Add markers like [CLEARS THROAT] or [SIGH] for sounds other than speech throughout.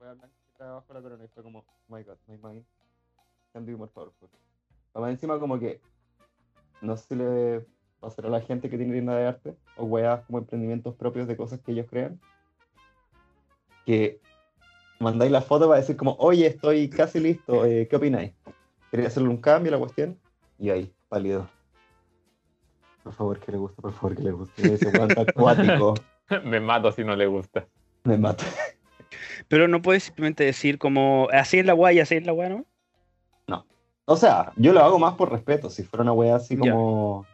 wea blanca que estaba abajo de la corona y fue como, oh my god, my mind can be more powerful. Además, encima como que, no sé si le pasará a la gente que tiene tienda de arte o weas como emprendimientos propios de cosas que ellos crean, que mandáis la foto para decir como, oye, estoy casi listo, eh, ¿qué opináis? ¿Queréis hacerle un cambio a la cuestión? Y ahí, pálido. Por favor, que le guste, por favor, que le guste. Ese weón está acuático. [LAUGHS] Me mato si no le gusta. Me mata. Pero no puedes simplemente decir como, así es la weá y así es la weá, ¿no? O sea, yo lo hago más por respeto. Si fuera una weá así Ya. como.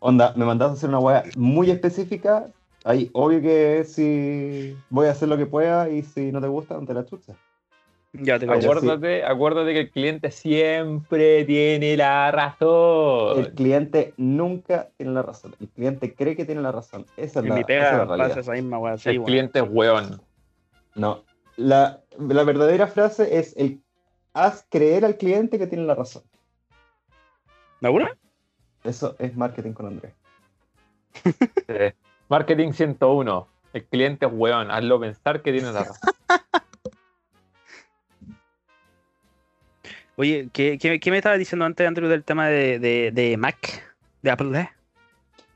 Onda, me mandas a hacer una weá muy específica. Ahí, obvio que si voy a hacer lo que pueda y si no te gusta, ante la chucha. Ya Ah, te cacho. Acuérdate, acuérdate que el cliente siempre tiene la El razón. cliente nunca tiene la razón. El cliente cree que tiene la razón. Esa es En la, mi esa es la pega realidad. pasa esa misma weá, sí, El weón. cliente es weón. No. La, la verdadera frase es el haz creer al cliente que tiene la razón. ¿Me aburre? Eso es marketing con Andrés. Sí. [LAUGHS] Marketing 101. El cliente es weón. Hazlo pensar que tiene la [LAUGHS] razón. Oye, ¿qué, qué, qué me estabas diciendo antes, Andrew, del tema de, de, de Mac? De Apple, ¿eh?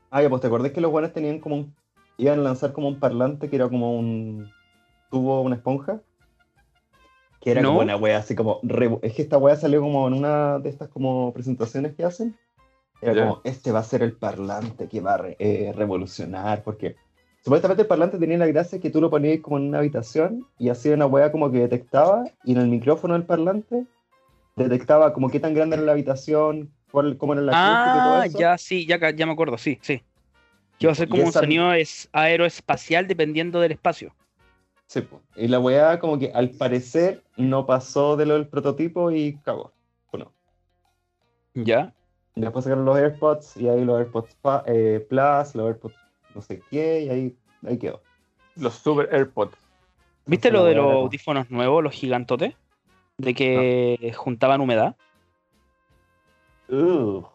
Ah, ya, pues te acordás que los guanes tenían como un. iban a lanzar como un parlante que era como un tubo, una esponja. Que era No. como una wea así como. re- Es que esta wea salió como en una de estas como presentaciones que hacen. Era Ya. como, este va a ser el parlante que va a re- eh, revolucionar, porque supuestamente el parlante tenía la gracia que tú lo ponías como en una habitación y hacía una wea como que detectaba y en el micrófono del parlante detectaba como qué tan grande era la habitación, cuál, cómo era la acústica y todo Ah, eso. ya sí, ya, ca- ya me acuerdo, sí, sí. Que va a ser Y como un esa- sonido es aeroespacial dependiendo del espacio. Sí, po. y la weá como que al parecer no pasó de lo del prototipo y cagó. Bueno, ¿Ya? después sacaron los AirPods y ahí los AirPods pa- eh, Plus, los AirPods no sé qué, y ahí, ahí quedó. Los super AirPods. ¿Viste Sí, lo de bueno, los bueno. audífonos nuevos, los gigantotes? De que juntaban humedad. Ugh.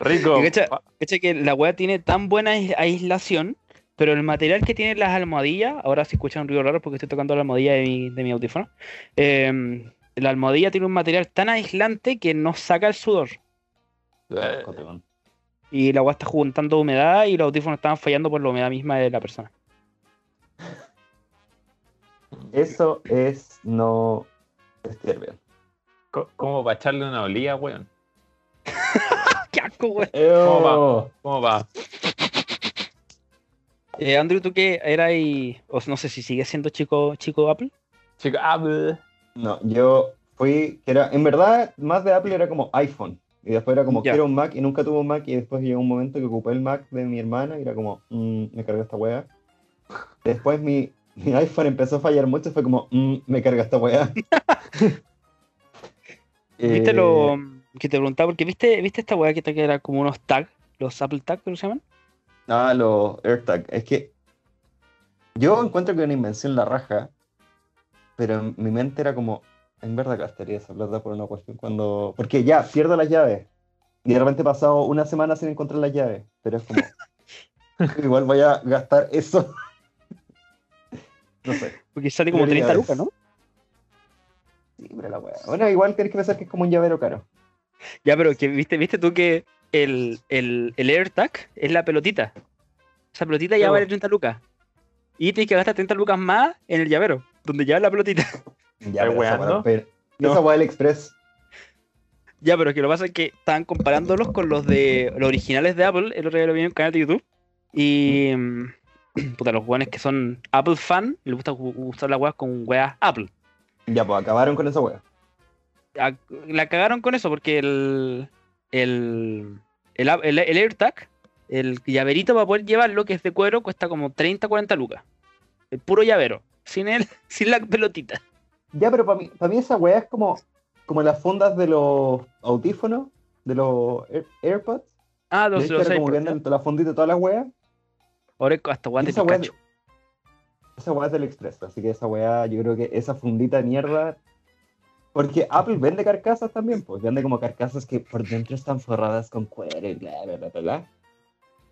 Rico. Ah, Y cacha- pa- Cacha que la weá tiene tan buena ais- aislación, pero el material que tienen las almohadillas, ahora se escucha un ruido raro porque estoy tocando la almohadilla de mi, de mi audífono. eh, la almohadilla tiene un material tan aislante que no saca el sudor. eh, Asco, te man. Y la weá está juntando humedad y los audífonos estaban fallando por la humedad misma de la persona. Eso es no vestir bien. co- Como para echarle una olía, weón. [LAUGHS] ¡Qué asco, weón! Eo. ¿Cómo va? Eh, Andrew, ¿tú qué eras? y- O no sé si sigues siendo chico, chico Apple. Chico, ah, bleh. No, yo fui, que era, en verdad, más de Apple era como iPhone. Y después era como, Ya. quiero un Mac y nunca tuve un Mac. Y después llegó un momento que ocupé el Mac de mi hermana y era como, "Mm, me carga esta wea. Después mi, mi iPhone empezó a fallar mucho. Fue como, "Mm, me carga esta wea. [LAUGHS] ¿Viste Eh, lo que te preguntaba? Porque viste, viste esta weá que te- que era como unos tags, los Apple tags, ¿cómo se llaman? Ah, los AirTag. Es que yo encuentro que es una invención la raja, pero en mi mente era como, en verdad gastaría esa plata por una cuestión cuando... Porque ya, pierdo las llaves. Y de repente he pasado una semana sin encontrar las llaves, pero es [LAUGHS] como... igual voy a gastar eso. no sé. Porque sale como 30 Prioridades. lucas, ¿no? Sí, pero la wea. Bueno, igual tenés que pensar que es como un llavero caro. Ya, pero que viste, viste tú que el, el, el AirTag es la pelotita. Esa pelotita ya Claro. vale 30 lucas. Y tienes que gastar 30 lucas más en el llavero, donde ya la pelotita. [LAUGHS] Ya, ¿Estás pero esa weando? wea- pero- No. Esa wea del Express. Ya, pero que lo que pasa es que estaban comparándolos con los de los originales de Apple. El otro día lo vi en un canal de YouTube. Y. mm, [CLEARS THROAT] Puta, los weones que son Apple fan, les gusta u- usar las weas con weas Apple. Ya, pues acabaron con esa wea. a- la cagaron con eso porque el el, el, a- el- el AirTag, el llaverito para poder llevarlo, que es de cuero, cuesta como 30, 40 lucas. El puro llavero, sin el, [LAUGHS] sin la pelotita. Ya, pero para mí, pa' mí esa weá es como, como las fundas de los audífonos, de los Air- AirPods. Ah, ¿Ves los, que los era como AirPods, que andan la fundita de todas las weas. ¿no? Ahora es hasta guante esa weá Pikachu. Esa weá es del Express, así que esa weá, yo creo que esa fundita de mierda. Porque Apple vende carcasas también, pues vende como carcasas que por dentro están forradas con cuero y bla, bla, bla, bla. bla.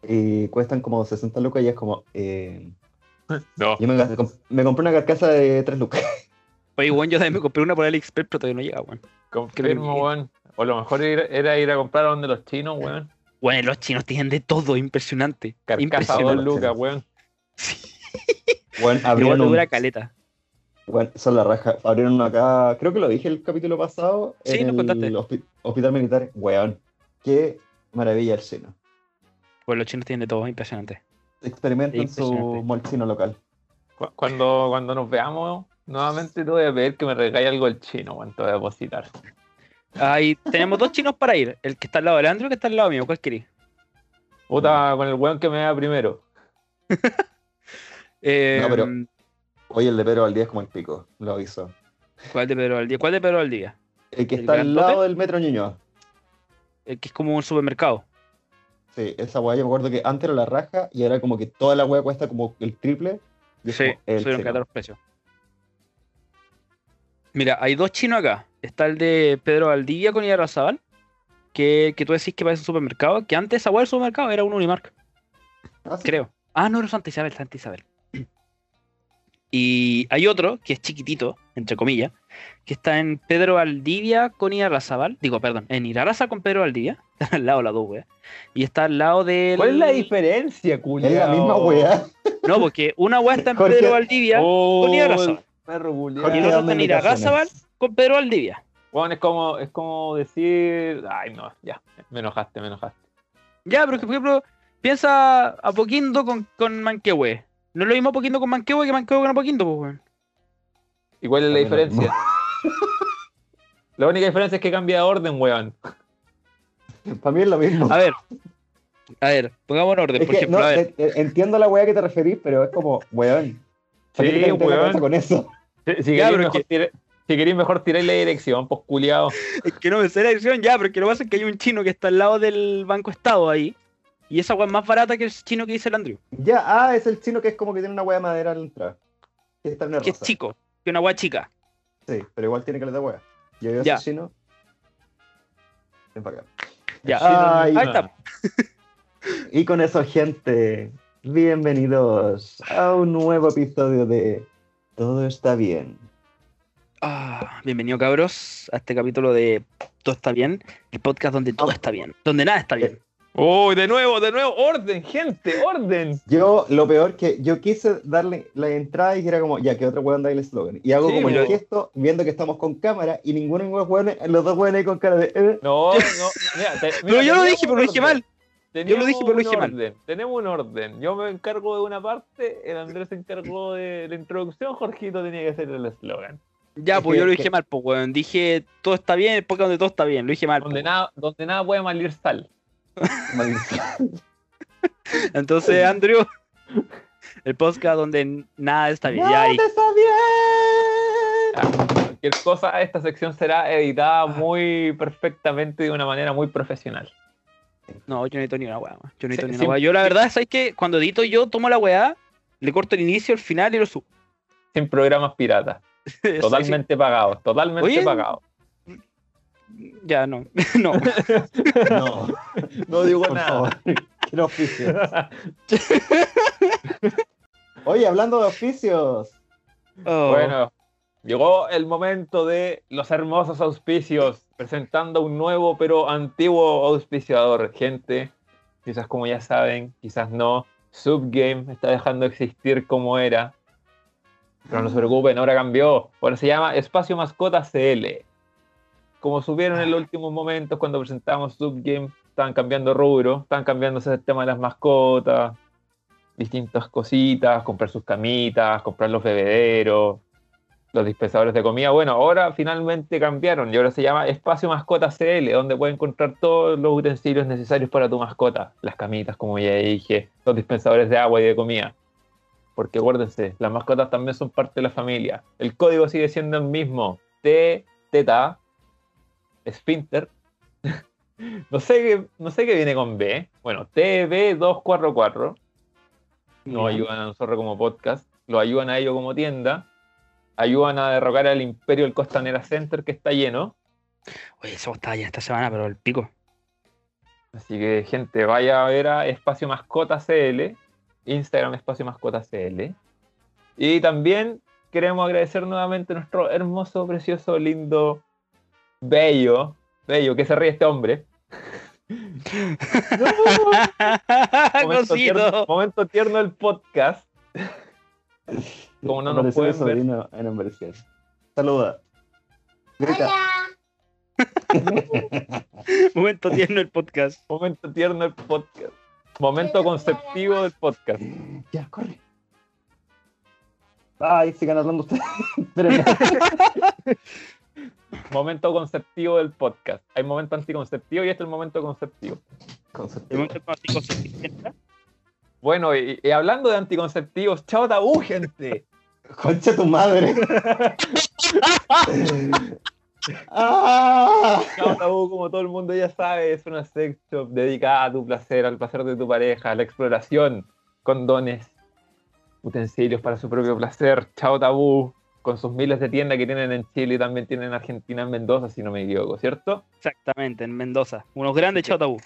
Y cuestan como 60 lucas y es como, eh, No. Yo me, gasté- comp- me compré una carcasa de 3 lucas. [LAUGHS] Oye, weón, yo también me compré una por AliExpress, pero todavía no llega, weón. Confirmo, weón. O lo mejor ir- era ir a comprar a donde los chinos, weón. Weón, los chinos tienen de todo, [LAUGHS] impresionante. Carcasa a impresionante. dos Impresionante. lucas, weón. Bueno, Igual abrieron un- dura caleta. Bueno, son la raja. Abrieron acá, creo que lo dije el capítulo pasado, Sí, en lo contaste. el hospi- hospital militar. Weón, qué maravilla el chino. Pues los chinos tienen de todo, impresionante. Experimenten su Impresionante. mol chino local. Cu- Cuando, cuando nos veamos nuevamente, te voy a pedir que me regale algo el chino, weón. Te voy a depositar. Ahí tenemos dos chinos para ir. El que está al lado de Leandro y el que está al lado mío. ¿Cuál querés? Puta, con el weón que me vea primero. Eh, No, pero- Oye, el de Pedro Valdía es como el pico, lo aviso. ¿Cuál de Pedro Valdía? ¿Cuál de Pedro Valdía? El que ¿El está al grandote? lado del Metro Ñuñoa. El Eh, que es como un supermercado. Sí, esa weá yo me acuerdo que antes era la raja y ahora como que toda la weá cuesta como el triple. Y es Sí, como el subieron chino. catar los precios. Mira, hay dos chinos acá. Está el de Pedro Valdivia con Irarrazabal, que, que tú decís que parece un supermercado, que antes esa hueá del supermercado era un Unimark, Ah, sí. creo. Ah, no, era Santa Isabel, Santa Isabel. [CLEARS THROAT] Y hay otro, que es chiquitito, entre comillas, que está en Pedro Valdivia con Irarrazabal. Digo, perdón, en Irarraza con Pedro Valdivia. [LAUGHS] Está al lado las dos weas. Y está al lado del... ¿Cuál es la diferencia, culiao? Es la misma weá. [LAUGHS] No, porque una hueá está en Jorge- Pedro Valdivia Oh, Con Irarrázaval. el perro culiao. Jorge Y el otro dando está en Irarrázaval indicaciones. con Pedro Valdivia. Weón, es como, es como decir. Ay, no, ya. Me enojaste, me enojaste. Ya, pero es que, por ejemplo, piensa a Poquindo con, con Manquehue. No es lo mismo Poquindo con Manquehue que Manquehue con Apoquindo, pues, weón. ¿Y cuál es la También lo diferencia? [LAUGHS] La única diferencia es que cambia de orden, weón. Para mí es lo mismo. A ver, a ver, pongamos en Es orden, Ah, por que, ejemplo, no, a ver. eh, eh, entiendo la weá que te referís, pero es como, weón. ¿Para Sí, qué te metes en la weón. cabeza con eso? Si, si queréis Ya, pero mejor, que- tira- si queréis mejor tirar la dirección, pues culiao. Es que no me sé la dirección ya, pero que lo que pasa es que hay un chino que está al lado del Banco Estado ahí. Y esa weá es más barata que el chino que dice el Andrew. Ya, ah, es el chino que es como que tiene una weá de madera al entrar. Que está en una Que es rosa. chico, que es una weá chica. Sí, pero igual tiene que de weá. Yo veo Ya. ese chino. Ven para acá. Ya. Ay, Ahí está. Y con eso, gente, bienvenidos a un nuevo episodio de Todo está bien. Ah, bienvenido, cabros, a este capítulo de Todo está bien, el podcast donde todo está bien, donde nada está bien. Uy, de nuevo, de nuevo, orden, gente, orden. Yo, lo peor que yo quise darle la entrada y era como, ya que otro weón da el slogan. Y hago Sí, como el pero- gesto, viendo que estamos con cámara y ninguno de los weones, los dos weones ahí con cara de. eh, No, no, mira, [LAUGHS] te- Pero mira, yo lo teníamos dije, pero lo un dije orden. mal. Yo lo dije, Tenemos pero lo dije un mal. orden, Tenemos un orden. Yo me encargo de una parte, el Andrés se encargó de la introducción, Jorgito tenía que hacer el eslogan. Ya, Es pues que- yo lo es dije que- mal, pues, weón. Dije, todo está bien, el podcast donde todo está bien. Lo dije mal. po, Donde weón. nada, donde nada puede malir sal. maldición. pues. Entonces, Andrew, el podcast donde n- nada está bien. Ya, ¡No, ahí. te está bien! Ah, Cualquier cosa, esta sección será editada muy perfectamente de una manera muy profesional. No, yo no necesito ni una weá. weón. Yo no necesito Sí, ni una sí. weá. Yo, la verdad, ¿sabes que Cuando edito, yo tomo la weá, le corto el inicio, el final y lo subo. [LAUGHS] Sin programas piratas. Eso, Totalmente pagados, totalmente Oye, [LAUGHS] pagados. sí. Ya, no. [LAUGHS] no. No, No digo por nada. favor. Qué oficio. Oye, hablando de oficios. Oh. Bueno, llegó el momento de los hermosos auspicios, presentando un nuevo pero antiguo auspiciador, gente. Quizás como ya saben, quizás no. Subgame está dejando de existir como era. Pero no se preocupen, ahora cambió. Ahora se llama Espacio Mascota CL. Como subieron en los últimos momentos cuando presentamos Subgame, estaban cambiando rubro, estaban cambiando ese tema de las mascotas, distintas cositas, comprar sus camitas, comprar los bebederos, los dispensadores de comida. Bueno, ahora finalmente cambiaron y ahora se llama Espacio Mascota CL, donde pueden encontrar todos los utensilios necesarios para tu mascota. Las camitas, como ya dije, los dispensadores de agua y de comida. Porque acuérdense, las mascotas también son parte de la familia. El código sigue siendo el mismo. T, teta, esfínter. [LAUGHS] No sé, qué, no sé qué viene con B. ¿eh? Bueno, TB244 nos ayudan a nosotros como podcast, lo ayudan a ellos como tienda, ayudan a derrocar al imperio del Costanera Center que está lleno. Oye, eso está ya esta semana, pero el pico. Así que, gente, vaya a ver a Espacio Mascota CL, Instagram Espacio Mascota CL, Y también queremos agradecer nuevamente a nuestro hermoso, precioso, lindo, bello, bello, que se ríe este hombre. [LAUGHS] momento, tierno, Cosito. momento tierno del podcast. Como no nos Apareció mi pueden ver. sobrino en Ambercial. Saluda. Grita. Oh. Momento tierno el podcast. Momento tierno del podcast. Momento conceptivo del podcast. Ya, corre. Ay, sigan hablando ustedes. [LAUGHS] Espérenme. Momento conceptivo del podcast. Hay momento anticonceptivo y este es el momento conceptivo. Oh. El Conceptivo. momento contigo se- Bueno, y, y hablando de anticonceptivos, chao tabú, gente. Concha tu [LAUGHS] madre. ah, Chao tabú, como todo el mundo ya sabe, es una sex shop dedicada a tu placer, al placer de tu pareja, a la exploración, condones, utensilios para su propio placer. Chao tabú, con sus miles de tiendas que tienen en Chile y también tienen en Argentina, en Mendoza, si no me equivoco, ¿cierto? Exactamente, en Mendoza. Unos grandes chotabú.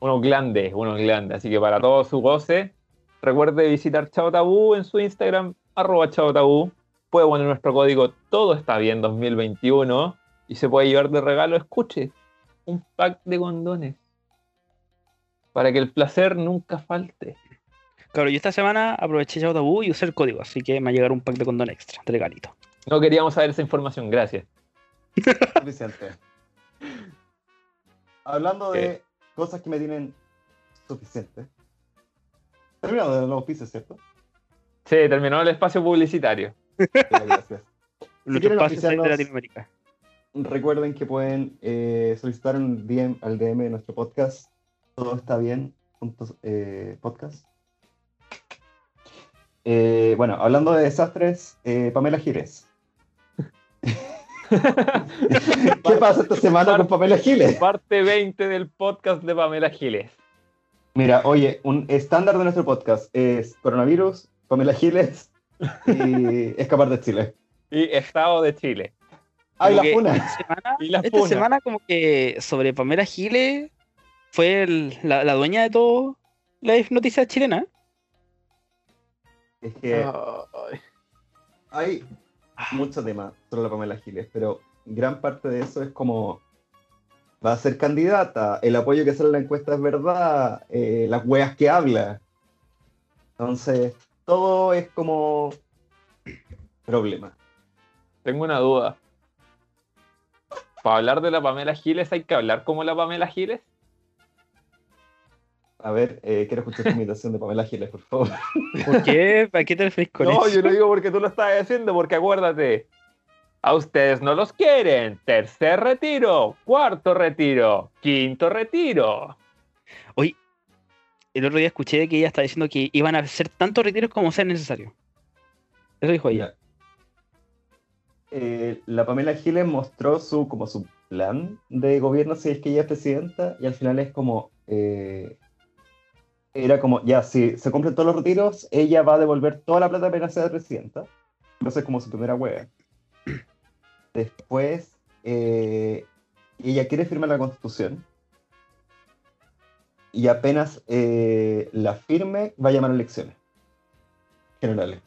Unos glandes, unos glandes. Así que para todo su goce, recuerde visitar Chao Tabú en su Instagram, arroba Chao Tabú. Puede poner nuestro código Todo está bien 2021 y se puede llevar de regalo, escuche, un pack de condones. Para que el placer nunca falte. Claro, yo esta semana aproveché chotabú y usé el código, así que me va a llegar un pack de condón extra, de regalito. No queríamos saber esa información, gracias. suficiente. Hablando de cosas que me tienen suficiente. Terminamos de los pisos, ¿cierto? Se terminó el espacio publicitario. Ya, Gracias. Nuestro quieren espacio de oficiarnos- Latinoamérica. Recuerden que pueden eh, solicitar un DM al DM de nuestro podcast. Todo está bien. punto, eh, podcast. Eh, bueno, hablando de desastres, eh, Pamela Giles. ¿Qué pasa esta semana con Pamela Giles? Parte 20 del podcast de Pamela Giles. Mira, oye, un estándar de nuestro podcast es coronavirus, Pamela Giles y escapar de Chile. Y Estado de Chile. ¡Ay, Como la que puna! esta semana- Y la Esta funa. semana como que sobre Pamela Giles fue el- la, la dueña de todo la noticia chilena. Es que Ay. hay mucho tema sobre la Pamela Giles, pero gran parte de eso es como va a ser candidata, el apoyo que sale en la encuesta es verdad, eh, las weas que habla. Entonces, todo es como problema. Tengo una duda. ¿Para hablar de la Pamela Giles hay que hablar como la Pamela Giles? A ver, eh, quiero escuchar tu imitación de Pamela Giles, por favor. ¿Por qué? ¿A qué te referís [LAUGHS] con no, eso? yo lo digo porque tú lo estás haciendo, porque acuérdate. A ustedes no los quieren. Tercer retiro, cuarto retiro, quinto retiro. El otro día escuché que ella estaba diciendo que iban a hacer tantos retiros como sea necesario. Eso dijo ella. Ya. Eh, la Pamela Giles mostró su, como su plan de gobierno si es que ella es presidenta y al final es como... eh, era como, ya, si se cumplen todos los retiros, ella va a devolver toda la plata apenas sea presidenta. Entonces como su primera hueá. Después, eh, ella quiere firmar la constitución. Y apenas eh, la firme, va a llamar a elecciones generales.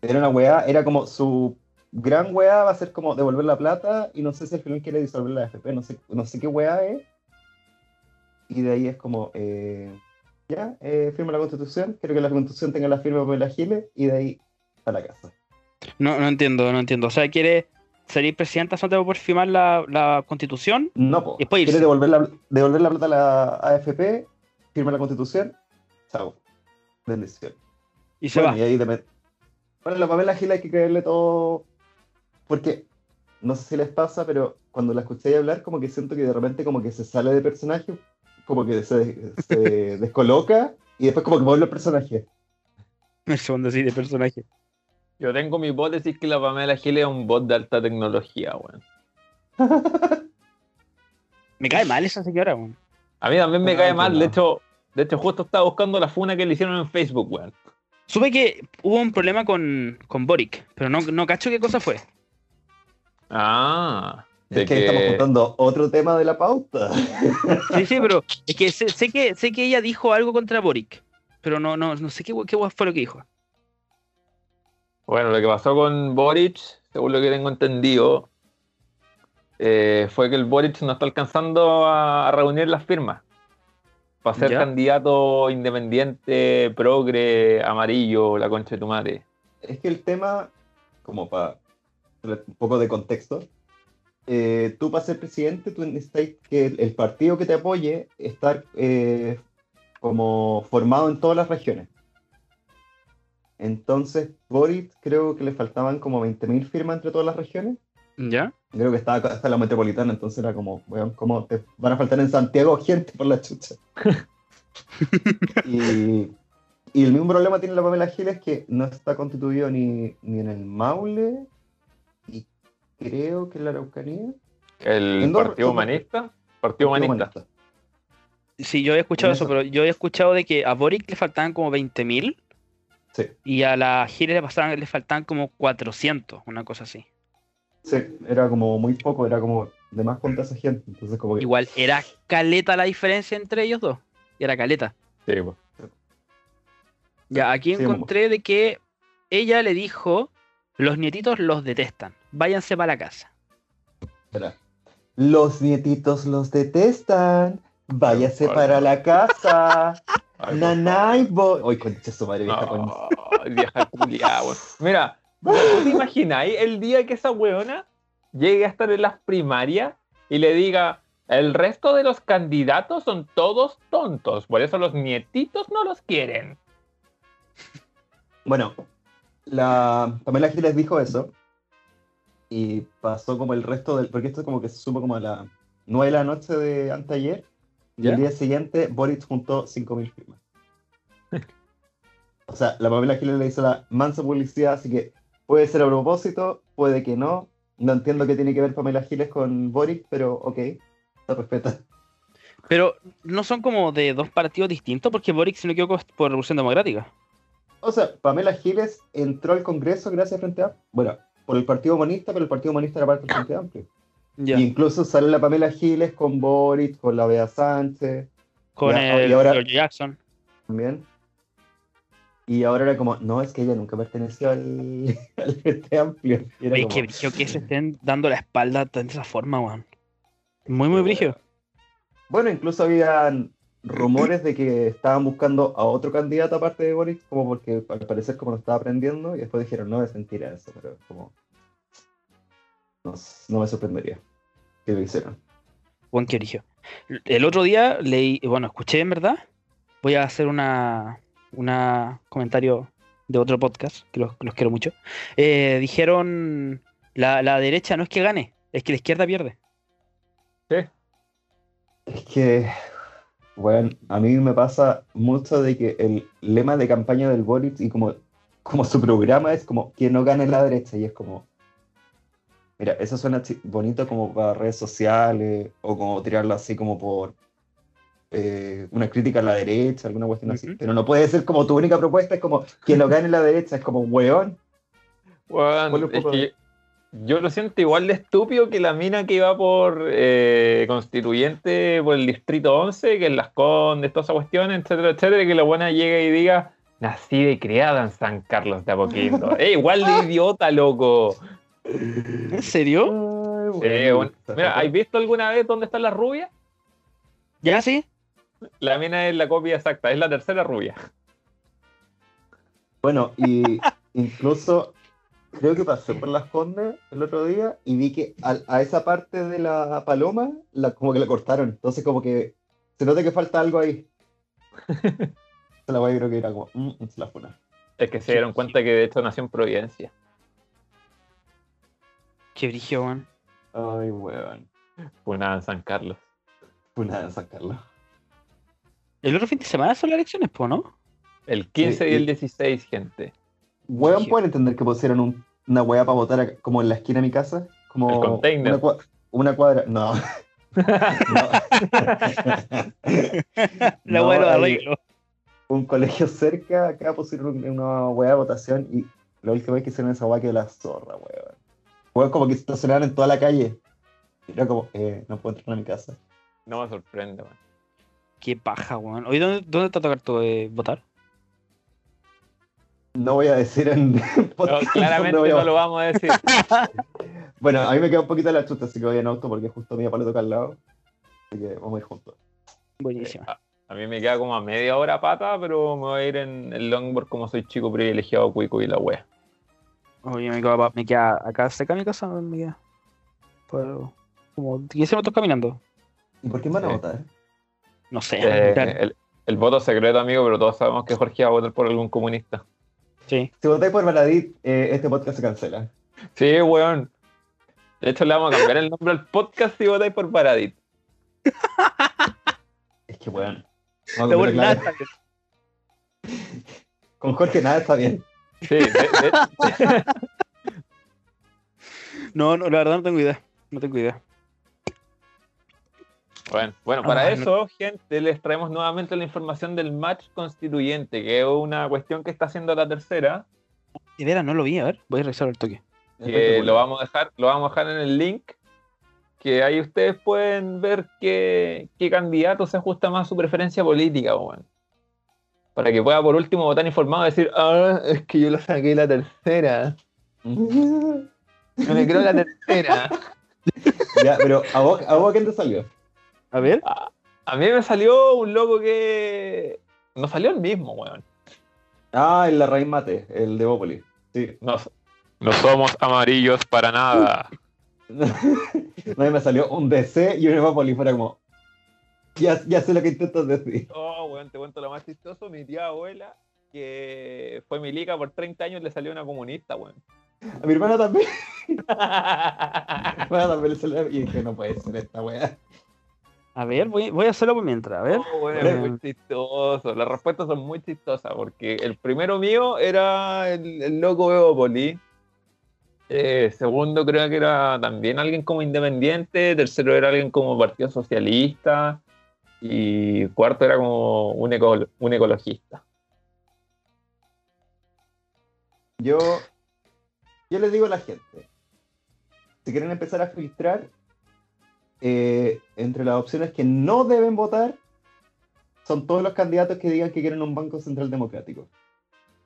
Era una weá, era como su gran weá va a ser como devolver la plata y no sé si al final quiere disolver la FP, no sé, no sé qué weá es. Y de ahí es como, eh, ya, eh, firma la constitución, quiero que la constitución tenga la firma de la Giles y de ahí a la casa. No, no entiendo, no entiendo. O sea, quiere salir presidenta antes de poder firmar la, la constitución. No, po. Y después irse. quiere devolver la, devolver la plata a la AFP, firma la constitución, chao. Bendición. Y se Bueno, va. y ahí depende. Bueno, la Pamela Gil hay que creerle todo. Porque no sé si les pasa, pero cuando la escuché hablar, como que siento que de repente como que se sale de personaje, como que se, se descoloca y después como que vuelve al personaje. [LAUGHS] Me segundo así de personaje. Yo tengo mi hipótesis que la Pamela Giles es un bot de alta tecnología, weón. Me cae mal esa señora, weón. A mí también me Ah, cae qué mal, de mal. hecho, de hecho justo estaba buscando la funa que le hicieron en Facebook, weón. Supe que hubo un problema con, con Boric, pero no, no cacho qué cosa fue. Ah. Es que, ahí estamos contando otro tema de la pauta. Sí, sí, pero es que sé, sé que sé que ella dijo algo contra Boric, pero no, no, no sé qué, hue- qué hue- fue lo que dijo. Bueno, lo que pasó con Boric, según lo que tengo entendido, eh, fue que el Boric no está alcanzando a, a reunir las firmas para ser Ya. candidato independiente, progre, amarillo, la concha de tu madre. Es que el tema, como para un poco de contexto, eh, tú para ser presidente, tú necesitas que el, el partido que te apoye estar eh, como formado en todas las regiones. Entonces, Boris creo que le faltaban como 20.000 firmas entre todas las regiones. ¿Ya? Creo que estaba hasta la metropolitana, entonces era como, weón, ¿cómo te van a faltar en Santiago gente por la chucha? y, y el mismo problema tiene la Pamela Giles que no está constituido ni, ni en el Maule, y creo que en la Araucanía. ¿El Endor- Partido somos- Humanista? Partido Humanista. Humanista. Sí, yo he escuchado En eso, eso. pero yo he escuchado de que a Boric le faltaban como 20.000 Sí, y a la Giles le, pasaban- le faltaban como 400, una cosa así. sí, era como muy poco, era como de más contra esa gente. Entonces como que Igual era caleta la diferencia entre ellos dos. Era caleta. Sí, po. Ya, aquí Sí, encontré de que ella le dijo, los nietitos los detestan, váyanse para la casa. era, los nietitos los detestan, váyase Ay, para la casa. Ay, po. Nanay, boy. Uy, concha su madre, vieja con- Ay, [LAUGHS] vieja culiá, weón. Mira, ¿vos te imagináis el día que esa weona llegue a estar en las primarias y le diga, el resto de los candidatos son todos tontos, por eso los nietitos no los quieren? Bueno, la Pamela Giles dijo eso y pasó como el resto del. Porque esto como que se supo como a las 9 de la noche de anteayer y ¿Ya? el día siguiente Boris juntó 5.000 firmas. o sea, la Pamela Giles le hizo la mansa publicidad, así que puede ser a propósito, puede que no. No entiendo qué tiene que ver Pamela Giles con Boris, pero ok, se respeta. Pero no son como de dos partidos distintos, porque Boric, si no me equivoco, es por Revolución Democrática. O sea, Pamela Giles entró al Congreso gracias a Frente Amplio. Bueno, por el Partido Humanista, pero el Partido Humanista era parte del Frente Amplio. Ya. Y incluso sale la Pamela Giles con Boris, con la Bea Sánchez, Con ya, el y ahora- George Jackson. también. Y ahora era como, no, es que ella nunca perteneció al, [LAUGHS] al Frente Amplio. Y era Oye, como, es que brillo que se estén dando la espalda de esa forma, weón. Muy, muy brillo. Bueno, incluso habían rumores de que estaban buscando a otro candidato aparte de Boris, como porque al parecer como lo estaba aprendiendo, y después dijeron, no, es mentira eso, pero como... No, s- no me sorprendería que lo hicieran. Buen que brillo. El otro día leí, bueno, escuché en verdad. Voy a hacer una, una comentario de otro podcast, que los, que los quiero mucho. Eh, dijeron, la, la derecha no es que gane, es que la izquierda pierde. Es que, bueno, a mí me pasa mucho de que el lema de campaña del Boric y como, como su programa es como que no gane la derecha y es como, mira, eso suena chi- bonito como para redes sociales o como tirarlo así como por eh, una crítica a la derecha, alguna cuestión así, Ujú. pero no puede ser como tu única propuesta, es como que no gane la derecha, es como, weón, Weón, Ponle un es poco de- que yo lo siento igual de estúpido que la mina que iba por eh, constituyente por el distrito 11, que en las condes, todas esas cuestiones, etcétera, etcétera, que la buena llega y diga, nací y criada en San Carlos [LAUGHS] de Apoquindo. Eh, igual de idiota, loco. [LAUGHS] ¿En serio? Ay, weón, Eh, bueno, esa mira, foto. ¿has visto alguna vez dónde está la rubia? ¿Ya sí? La mina es la copia exacta, es la tercera rubia. Bueno, y incluso creo que pasé por las Condes el otro día y vi que al- a, esa parte de la paloma la, como que la cortaron. Entonces como que se nota que falta algo [LAUGHS] ahí. Se la voy a creo que era como, mm, mm, se la funa. Es que se dieron cuenta que de hecho nació en Providencia. Qué brillo, weón. Ay, weón. Fue nada en San Carlos. Funa de sacarlo. El otro fin de semana son las elecciones, po, ¿no? El 15 y Y- el 16, gente. Weón, Brígido. ¿pueden entender que pusieron un- una weá para botar acá- como en la esquina de mi casa? Como El container. Una, cua- una cuadra. [LAUGHS] No. [LAUGHS] no. La No, weá de los ahí- arreglos. un colegio cerca, acá pusieron un- una weá de votación y lo último es que hicieron esa weá que la zorra, weón. Weón como que se estacionaron en toda la calle. Y era como, eh, no puedo entrar a mi casa. No me sorprende, man. Qué paja, weón. Hoy, ¿dónde, dónde te va a tocar tu, eh, votar? No voy a decir en [LAUGHS] Pero [LAUGHS] podcast, claramente no voy a- no lo vamos a decir. Bueno, a mí me queda un poquito la chuta, así que voy en auto porque justo mi papá le toca al lado. Así que vamos a ir juntos. Buenísima. [LAUGHS] A mí me queda como a media hora a pata, pero me voy a ir en el longboard como soy chico privilegiado, cuico y la wea. Oye, me queda, me queda acá cerca de mi casa, me queda. Pero, como 15 minutos caminando. ¿Y por qué me van a Sí. votar? No sé. Eh, tal. el, el voto secreto, amigo, pero todos sabemos que Jorge va a votar por algún comunista. Sí. Si votáis por Baladit, eh, este podcast se cancela. Sí, weón. De hecho, le vamos a cambiar el nombre al podcast si votáis por [LAUGHS] Paradit. Es que, weón. Vamos a Lo bueno, comer nada, claro. está bien. Con Jorge nada está bien. Sí, de- de- [LAUGHS] No, no, la verdad no tengo idea. No tengo idea. Bueno, bueno, para Ah, no. eso, gente, les traemos nuevamente la información del match constituyente, que es una cuestión que está haciendo la tercera, De veras, no lo vi. A ver, voy a revisar el toque. que lo vamos a dejar, lo vamos a dejar en el link, que ahí ustedes pueden ver qué, qué candidato se ajusta más a su preferencia política, weón. Para que pueda por último votar informado y decir, ah, es que yo lo saqué la tercera. Yo le creo la tercera. [LAUGHS] ya, pero ¿a vos, ¿a vos quién te salió? A ver. A mí me salió un loco que. No salió el mismo, weón. Ah, el la raíz mate, el de Bópoli. [LAUGHS] Sí. No, no somos amarillos para nada. No, y me salió un DC y un Evópolis. Fuera como. Ya, ya sé lo que intentas decir. Oh, weón, te cuento lo más chistoso. Mi tía abuela, que fue milica por 30 años, le salió una comunista, weón. A mi hermana también. [LAUGHS] A mi hermana también le salió. Y dije, no puede ser esta weá. A ver, voy, voy a hacerlo por mientras. A ver. Oh, weón, es muy chistoso. Las respuestas son muy chistosas, porque el primero mío era el, el loco Evopoli. Eh, segundo creo que era también alguien como independiente. Tercero era alguien como Partido Socialista. Y cuarto era como un, eco- un ecologista. Yo, yo les digo a la gente, si quieren empezar a filtrar, eh, entre las opciones que no deben votar, son todos los candidatos que digan que quieren un Banco Central Democrático.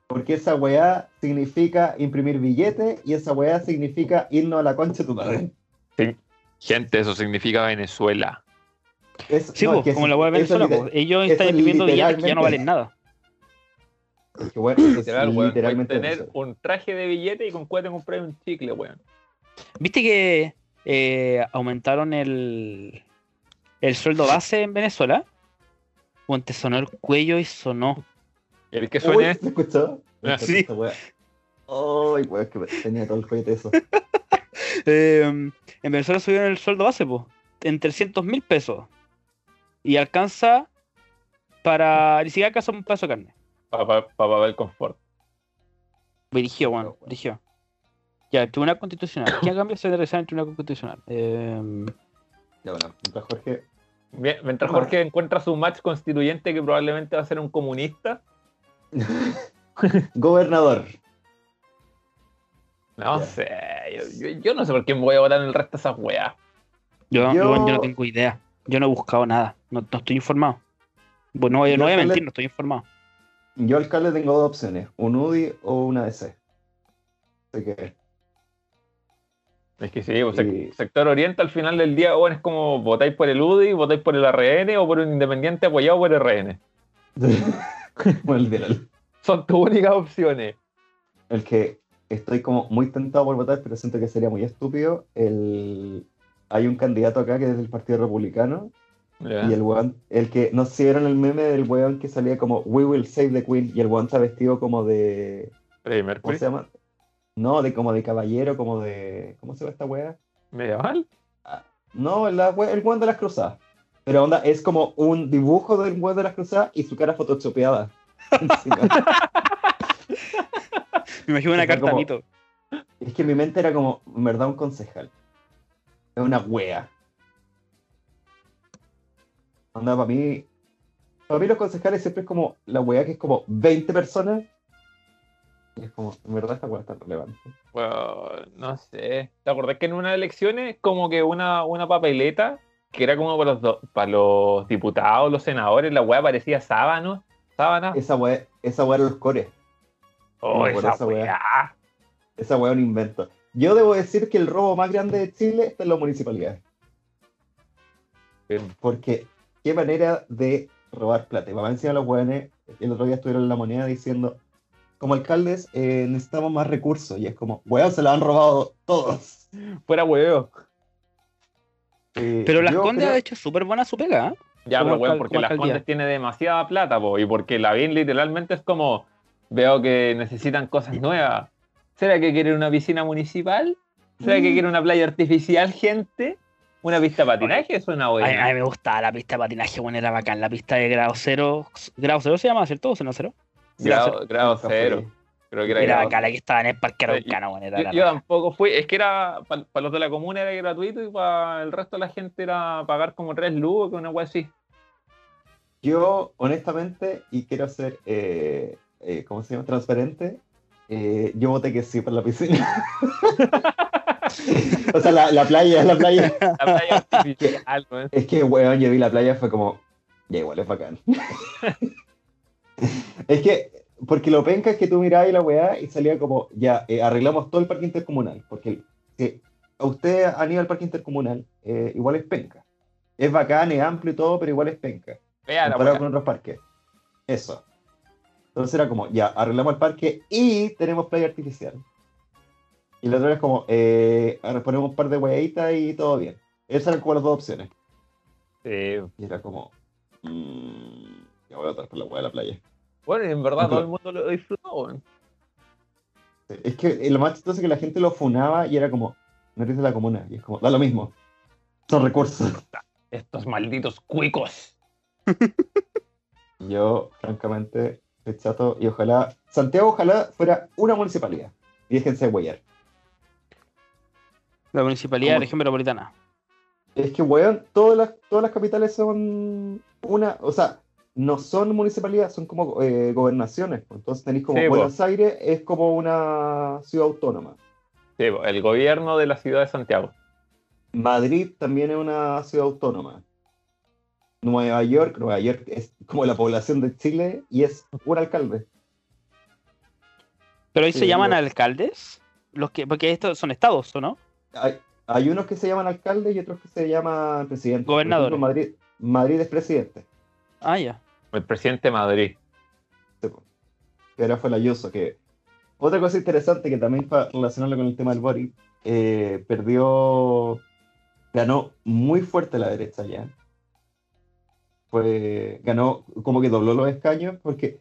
Porque esa weá significa imprimir billetes y esa weá significa irnos a la concha de tu madre. Gente, eso significa Venezuela. Es, Sí, no, vos, es que como es- la web de eso Venezuela, liter- vos. ellos eso están imprimiendo billetes que ya no literalmente- valen nada. pues. es que, weón, es Literal, weón. literalmente Puedes tener Venezuela. un traje de billete y con cuatro comprar un chicle, weón. ¿Viste que eh, aumentaron el, el sueldo base en Venezuela? Ponte sonó el cuello y sonó. El que Uy, suene es ¿Se escuchó? Ah, Se sí. escuchó, weá. Ay, weón, que tenía todo el cohete eso. Eh, en Venezuela subieron el sueldo base, po, en 300 mil pesos. Y alcanza para, ni siquiera alcanza un pedazo de carne. papá papá el confort. Dirigió, bueno, dirigió. Ya, el Tribunal Constitucional. ¿Qué cambio se realizar en el Tribunal Constitucional? Eh, Ya, bueno, mientras Jorge Bien, Mientras Ajá. Jorge encuentra su match constituyente que probablemente va a ser un comunista. Gobernador. No Ya. sé, yo, yo- yo no sé por quién voy a votar en el resto de esas weas. yo, Yo- yo- yo no tengo idea. Yo no he buscado nada. No, no estoy informado. Bueno, no, voy- no voy a Yo sale- mentir, no estoy informado. Yo, alcalde, tengo dos opciones: un UDI o una DC. Así que, [LAUGHS] Es que sí, pues, sec- Y- sector oriente al final del día, weón, es como votáis por el UDI, votáis por el RN o por un independiente apoyado por el RN. bueno, literal. Son tus únicas opciones. El que estoy como muy tentado por votar, pero siento que sería muy estúpido. El... Hay un candidato acá que es del Partido Republicano. Ya. Y el weón, el que, no sé si vieron el meme del weón que salía como We will save the Queen. Y el weón está vestido como de. Freddie ¿Cómo Mercury. se llama? No, de como de caballero, como de. ¿Cómo se llama esta wea? Medieval. No, la we- el weón de las cruzadas. Pero onda, es como un dibujo del weón de las cruzadas y su cara photoshopeada. [LAUGHS] Encima. Me imagino una Fue carta como- mito. es que en mi mente era como, en verdad, un concejal. Es una wea. Onda, para mí. Para mí los concejales siempre es como la wea que es como 20 personas. Y es como, en verdad esta wea está relevante. Bueno, no sé. ¿Te acordás que en unas elecciones como que una, una papeleta que era como para los, do- para los diputados, Ah. los senadores, la weá parecía sábanos, sábanas? Esa wea, esa wea era los cores. Oh, Me acuerdo esa esa weá. weá. Esa weá es un invento. Yo debo decir que el robo más grande de Chile está en las municipalidades. Bien. Porque qué manera de robar plata. Y más encima los weones, el otro día estuvieron en la moneda diciendo, como alcaldes, eh, necesitamos más recursos. Y es como, weón, se la han robado todos. Fuera hueveo. Eh, Pero las yo Condes ha creo- hecho súper buena su pega. ¿eh? Ya, Como pero bueno, alcal- porque como las alcaldía. Condes tiene demasiada plata, po, y porque la BIN literalmente es como, veo que necesitan cosas nuevas. ¿Será que quieren una piscina municipal? ¿Será que quieren una playa artificial, gente? ¿Una pista de patinaje? Es una A, a mí buena. me gustaba la pista de patinaje, bueno, era bacán. La pista de grado cero. ¿Grado cero se llama, cierto? ¿O no cero? Grado, grado Nunca fui. cero. Creo que era, Era, grado bacán la que estaba en el Parque Yo- Araucano, bueno, era Yo, la yo raja. tampoco fui, es que era para los de la comuna era gratuito y para el resto de la gente era pagar como tres luz o que una wea así. Yo, honestamente, y quiero ser, eh, eh, ¿cómo se llama? Transparente. eh, yo voté que sí para la piscina. [LAUGHS] o sea, la, la playa, la playa. La playa artificial, weón. Es que, weón, yo vi la playa, fue como, ya igual es bacán. [LAUGHS] es que, porque lo penca es que tú mirabas la weá y salía como, ya, eh, arreglamos todo el parque intercomunal. Porque si a ustedes han ido al parque intercomunal, eh, igual es penca. Es bacán, es amplio y todo, pero igual es penca. Vea la comparado wea. con otros parques. Eso. Entonces era como, ya, arreglamos el parque y tenemos playa artificial. Y la otra es como, eh, ahora ponemos un par de weitas y todo bien. Esas eran como las dos opciones. Sí. Y era como, mmm, ya voy a votar por la hueá de la playa. Bueno, en verdad todo el mundo lo disfrutó, weón. Es que eh, lo más chistoso es que la gente lo funaba y era como, no eres de la comuna. Y es como, da lo mismo. Son recursos. [LAUGHS] Estos malditos cuicos. Yo, francamente, estoy chato y ojalá, Santiago ojalá fuera una municipalidad. Y déjense de huear. La municipalidad de ¿Cómo? la región metropolitana. Es que, weón, todas las, todas las capitales son una, o sea, no son municipalidades, son como eh, gobernaciones. Entonces tenéis como Sí, po. Buenos Aires es como una ciudad autónoma. Sí, po, el gobierno de la ciudad de Santiago. Madrid también es una ciudad autónoma. Nueva York, Nueva York es como la población de Chile y es un alcalde. Pero ahí se Sí, llaman yo- alcaldes. Los que, porque estos son estados, ¿o no? Hay, hay unos que se llaman alcalde y otros que se llaman presidente. Por Gobernadores. ejemplo, Madrid, Madrid es presidente. Ah, ya. El presidente de Madrid. Sí, po. que ahora fue la Ayuso, que otra cosa interesante que también para relacionarlo con el tema del Boric, eh, perdió, ganó muy fuerte la derecha ya. Fue, ganó, como que dobló los escaños, porque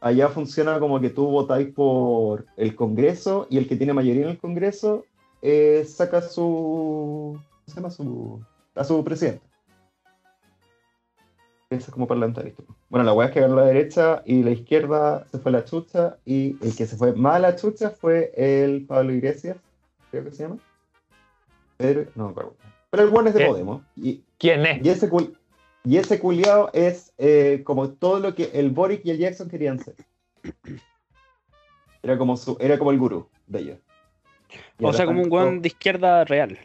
allá funciona como que tú votáis por el Congreso y el que tiene mayoría en el Congreso eh, saca su, ¿cómo se llama? Su, a su presidente. Eso es como parlamentarismo. Bueno, la weá es que ganó la derecha y la izquierda se fue a la chucha y el que se fue más a la chucha fue el Pablo Iglesias, creo que se llama. Pero, no me acuerdo. Pero el weón es de Eh. ¿Qué? Podemos. Y, ¿Quién es? y ese, cul- y ese culiao es eh, como todo lo que el Boric y el Jackson querían ser. Era como, su, era como el gurú de ellos. Y O ahora sea, como un están weón de izquierda real.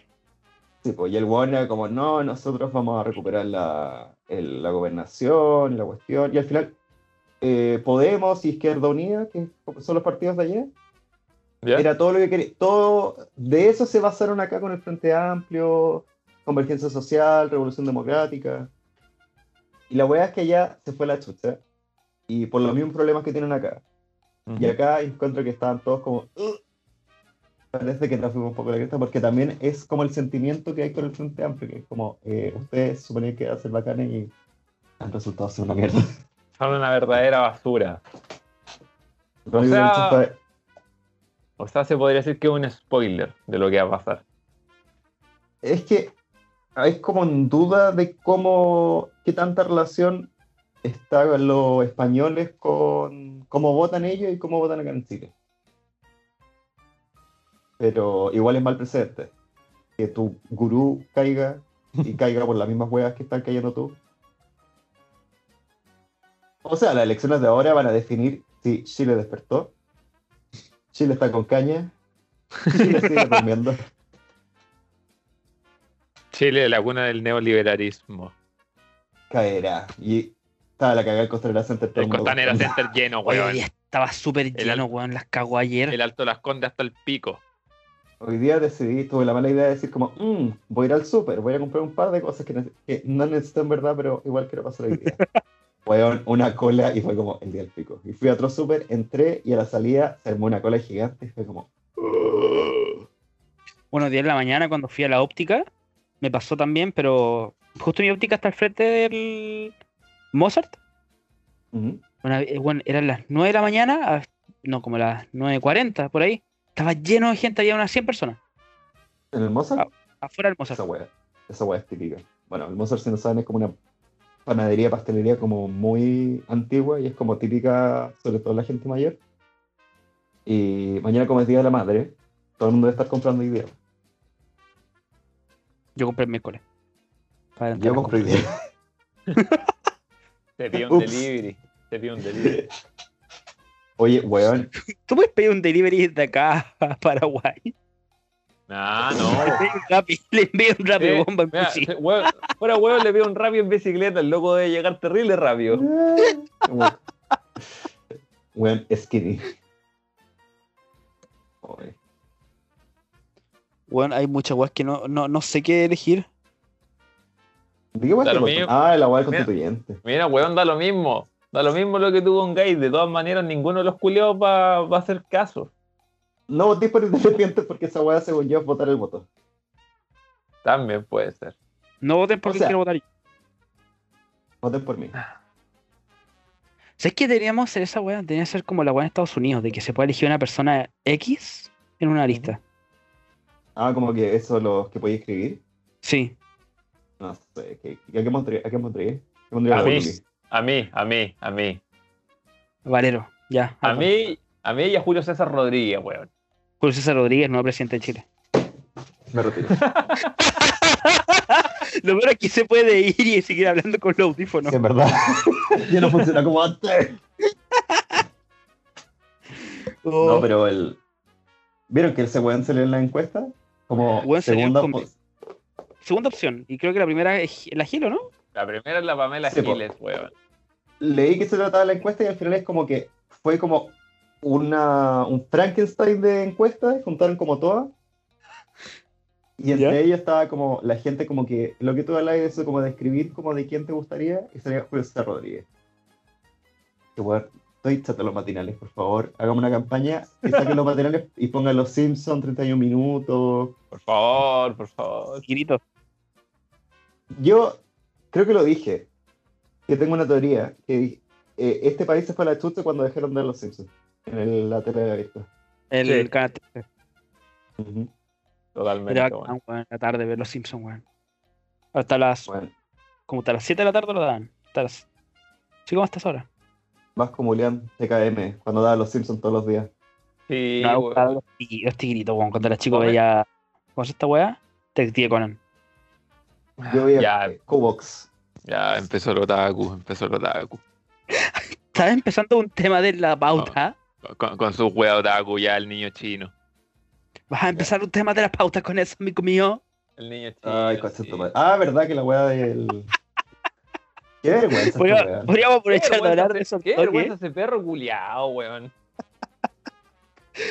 Sí, pues, y el weón era como, no, nosotros vamos a recuperar la, el- la gobernación, la cuestión. Y al final, eh, Podemos y Izquierda Unida, que son los partidos de ayer, ¿Ya? era todo lo que quería. Todo, de eso se basaron acá con el Frente Amplio, Convergencia Social, Revolución Democrática. Y la weá es que allá se fue la chucha. Y por los mismos problemas que tienen acá. Ujú. Y acá encuentro que estaban todos como. "Ugh". Parece que nos fuimos un poco a la cresta, porque también es como el sentimiento que hay con el Frente Amplio, que es como, eh, ustedes suponían que iban a ser bacanes y han resultado ser una mierda. Son una verdadera basura. Lo único que sea- han hecho fue- O sea, se podría decir que es un spoiler de lo que va a pasar. es que es como en duda de cómo, qué tanta relación está los españoles con cómo votan ellos y cómo votan acá en Chile. Pero igual es mal precedente que tu gurú caiga y [LAUGHS] caiga por las mismas huevas que están cayendo tú. O sea, las elecciones de ahora van a definir si Chile despertó, Chile está con caña, Chile sigue [LAUGHS] durmiendo. Chile, la cuna del neoliberalismo. caerá. Y estaba la cagada el Costanera Center. todo El mundo Costanera buscando. Center lleno, Oye, weón. y es- Estaba súper al- lleno, weón. Las cagó ayer. El Alto Las Condes hasta el pico. Hoy día decidí, tuve la mala idea de decir como, "Mm, voy a ir al súper, voy a comprar un par de cosas que, nece- que no necesito en verdad, pero igual quiero pasar hoy día. Weón, una cola y fue como el día del pico. Y fui a otro súper, entré y a la salida se armó una cola gigante y fue como... "Ugh". Bueno, 10 de la mañana cuando fui a la óptica, me pasó también, pero justo mi óptica está al frente del Mozart. Ujú. Bueno, eh, bueno, eran las 9 de la mañana, a- no, como las 9.40, por ahí. Estaba lleno de gente, había unas 100 personas ¿En el Mozart? afuera del Mozart. Esa wea, esa wea es típica. Bueno, el Mozart, si no saben, es como una panadería, pastelería como muy antigua y es como típica, sobre todo la gente mayor. Y mañana como es Día de la Madre, todo el mundo debe estar comprando hoy día. Yo compré el miércoles. Para adelantar Yo la compré hoy compra. día. Te pidió un Ups. delivery. Te pidió un delivery. [LAUGHS] Oye, weón, ¿Tú puedes pedir un delivery de acá a Paraguay? Nah, no. [LAUGHS] Le pedí un Rappi, le envié un Rappi Eh, bomba en Mira, Cuchi. se- huevo- fuera huevo le veo un rabio en bicicleta, el loco debe llegar terrible rabio. Como- Weón, skinny. Oye, Bueno, hay muchas weas que no, no, no sé qué elegir. ¿De qué weá Da te lo corto? mío. Ah, el agua del Mira. constituyente. Mira, weón, da lo mismo. Da lo mismo lo que tuvo un gay. De todas maneras, ninguno de los culiados va, va a hacer caso. No votéis por independientes porque esa weá, según yo, es votar el voto. También puede ser. No voten O porque sea- quiero votar yo. Voten por mí. Ah. ¿Sabes qué deberíamos hacer esa wea? Debería ser como la wea en Estados Unidos, de que se puede elegir una persona X en una lista. Ah, como que eso es lo que podéis escribir. Sí. No sé, ¿qué- qué- ¿a qué pondría? ¿A qué pondría? ¿Qué pondría A la mí. Boloqui? A mí, a mí, a mí. Valero, ya. A mí, a mí y a Julio César Rodríguez, weón. Julio César Rodríguez, nuevo presidente de Chile. Me [LAUGHS] retiro. [LAUGHS] Lo peor es que se puede ir y seguir hablando con los audífonos. Sí, en verdad. [LAUGHS] ya no funciona como antes. Oh. No, pero el. ¿Vieron que ese weón salió en la encuesta? Como Weón salió segunda. con- pos- Segunda opción, y creo que la primera es Gi- la Gilo, ¿no? La primera es la Pamela Sí, po. Giles, weón. Leí que se trataba de la encuesta y al final es como que fue como una, un Frankenstein de encuestas, juntaron como todas. Y entre ¿Ya? ellas estaba como la gente como que, lo que tú hablabas de eso, como de escribir, como de quién te gustaría, y sería Julio César Rodríguez. Que weón, estoy chato de los matinales, por favor, hagamos una campaña, que saquen los matinales y pongan los Simpsons 31 minutos, Por favor, por favor. Grito. Yo creo que lo dije, que tengo una teoría, que di- eh, este país se fue a la chucha cuando dejaron de ver los Simpsons en el- la tele abierta. El Sí. canal Ujú. Totalmente, era weón. bacán, weón, la tarde ver los Simpsons, weón. Hasta las, Bueno, como hasta las 7 de la tarde lo dan. Hasta las... Sí, ¿cómo estás ahora? vas como Julián TKM, cuando daba los Simpsons todos los días. Sí, No, weón. los tigri- los tigritos, weón. Cuando era chico Come. veía. ¿Cómo es esta weá? Detective Conan. Yo veía eh, Ya, Cubox. ya empezó el otaku, empezó el otaku. Estaba empezando un tema de la Ah. pauta. Con, con su wea otaku, ya el niño chino. Vas a empezar un tema de las pautas con eso, amigo mío. El niño chino. Ay, sí. concepto mal. Ah, verdad que la weá del. Qué vergüenza. esta Podría- weá. podríamos Qué aprovechar de vergüenza hablar ese- de eso. Qué toque. vergüenza ese perro culiao, weón.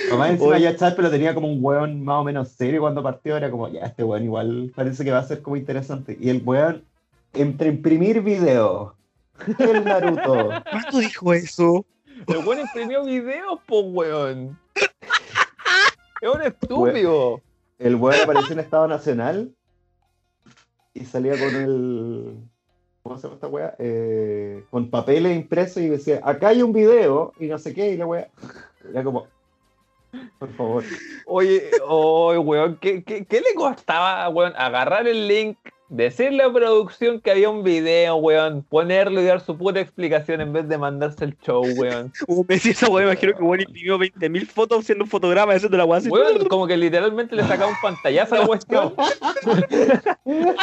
Además, encima Oye. ya Char, pero tenía como un weón más o menos serio cuando partió. Era como, ya, este weón igual parece que va a ser como interesante. Y el weón, entre imprimir video, el Naruto. ¿Cuándo dijo eso? El weón imprimió videos, po, weón. Es un estúpido. El weón apareció en Estado Nacional y salía con el. ¿Cómo se llama esta weá? Eh, con papeles impresos y decía, acá hay un video y no sé qué, y la weá. Era como, por favor. Oye, oye, weón, ¿qué, qué, qué le costaba, weón, agarrar el link, decirle a producción que había un video, weón, ponerlo y dar su puta explicación en vez de mandarse el show, weón? Como me decía esa weá, me imagino que weón imprimió 20.000 fotos haciendo un fotograma eso de la weá. así. Weón, como que literalmente le sacaba un pantallazo a la cuestión.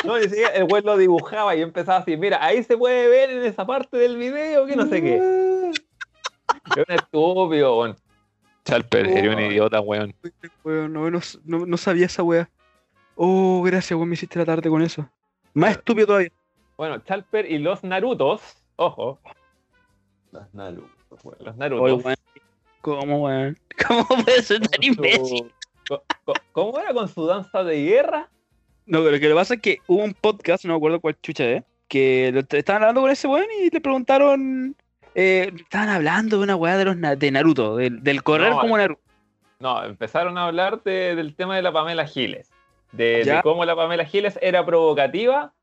No, ni siquiera- el weón lo dibujaba y empezaba así, mira, ahí se puede ver en esa parte del video, que no sé qué. Es un estúpido, weón. Chalper, eres un idiota, weón. Weón, no, no, no- no sabía esa weá. Oh, gracias, weón, me hiciste la tarde con eso. Más estúpido todavía. Bueno, Chalper y los Narutos. Ojo, Las Naruto, weón. los Narutos. Oye, weón, ¿Cómo, weón? [LAUGHS] ¿Cómo puede ser tan imbécil? Co- co- ¿Cómo era con su danza de guerra? No, pero lo que pasa es que hubo un podcast, no me acuerdo cuál chucha es, que lo- estaban hablando con ese weón y le preguntaron. eh, estaban hablando de una weá de los na- de Naruto, del, del correr No, como Naruto. No, empezaron a hablar de- del tema de la Pamela Giles. De, de Ya. cómo la Pamela Giles era provocativa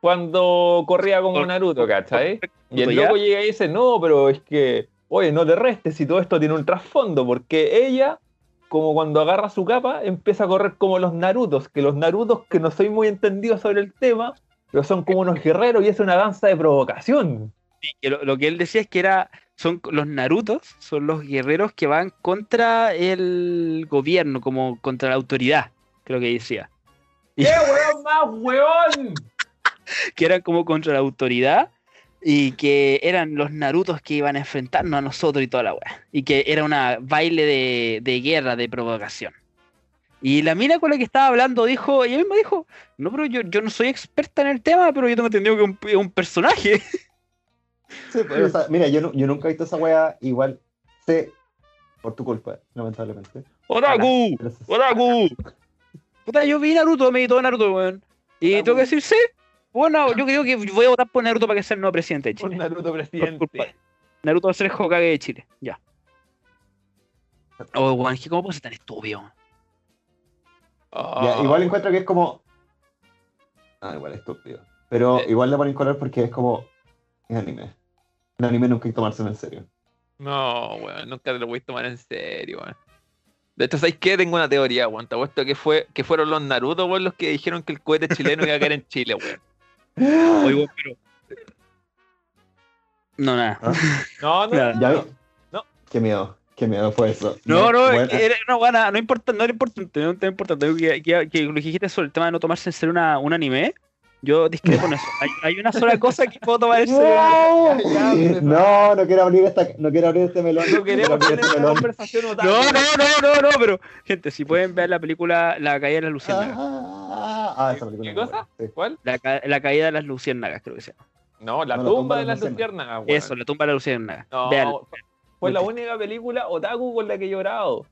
cuando corría como Por- Naruto, ¿cachai? Y el ¿Ya? loco llega y dice, no, pero es que, oye, no te restes si todo esto tiene un trasfondo, porque ella, como cuando agarra su capa, empieza a correr como los Narutos, que los Narutos, que no soy muy entendido sobre el tema, pero son como unos guerreros y es una danza de provocación. que lo, lo que él decía es que era son los Narutos son los guerreros que van contra el gobierno como contra la autoridad creo que decía [LAUGHS] ¡Qué hueón más hueón! que eran como contra la autoridad y que eran los Narutos que iban a enfrentarnos a nosotros y toda la weá. Y que era una baile de, de guerra, de provocación. Y la mina con la que estaba hablando dijo, ella misma dijo, no, pero yo, yo no soy experta en el tema, pero yo tengo entendido que un- es un personaje. [LAUGHS] Sí, pero, o sea, mira, yo, nu- yo nunca he visto esa weá, igual sé, por tu culpa, lamentablemente. ¡Otaku! Pero sé- ¡Otaku! Puta, yo vi Naruto, me vi todo Naruto, weón. Y Otaku. tengo que decir, sí. Bueno, yo creo que voy a votar por Naruto para que sea el nuevo presidente de Un Chile. Naruto Por culpa. presidente. Naruto va a ser el Hokage de Chile. Ya. Oh, weón, es que ¿cómo puedo ser tan estúpido? Oh. Ya, igual encuentro que es como. Ah, igual estúpido. Pero Eh. igual la ponen color porque es como. Es anime. El anime nunca hay que tomárselo en serio. No, weón, nunca te lo voy a tomar en serio, weón. De hecho, ¿sabes qué? Tengo una teoría, weón. Te apuesto que, fue, que fueron los Naruto, weón, los que dijeron que el cohete chileno iba a caer en Chile, weón. Oye, weón, pero. No, nada. [LAUGHS] No, no, Claro, no, Ya no. vi- No. Qué miedo, qué miedo fue eso. No, no, es bueno, que era una buena, no importa, no era importante, no era importante. Digo Que, que- que lo que dijiste sobre el tema de no tomarse en serio una, un anime, yo discrepo en eso. Hay, hay una sola cosa que puedo tomar en [LAUGHS] serio. No, Ya, ya, no, no quiero abrir esta, no quiero abrir este melón. No quiero queremos abrir tener este una melón. conversación otaku. No, no, no, no, no, pero gente, si pueden ver la película La caída de las luciérnagas. Ah, ah, esa película ¿Qué es muy cosa? buena, sí. ¿Cuál? La, ca- la caída de las luciérnagas, creo que se llama. No, la No, la tumba tumba de de las Luciana. luciernas, weón. Eso, la tumba de las luciérnagas. No, Vean. fue la única película otaku con la que he llorado.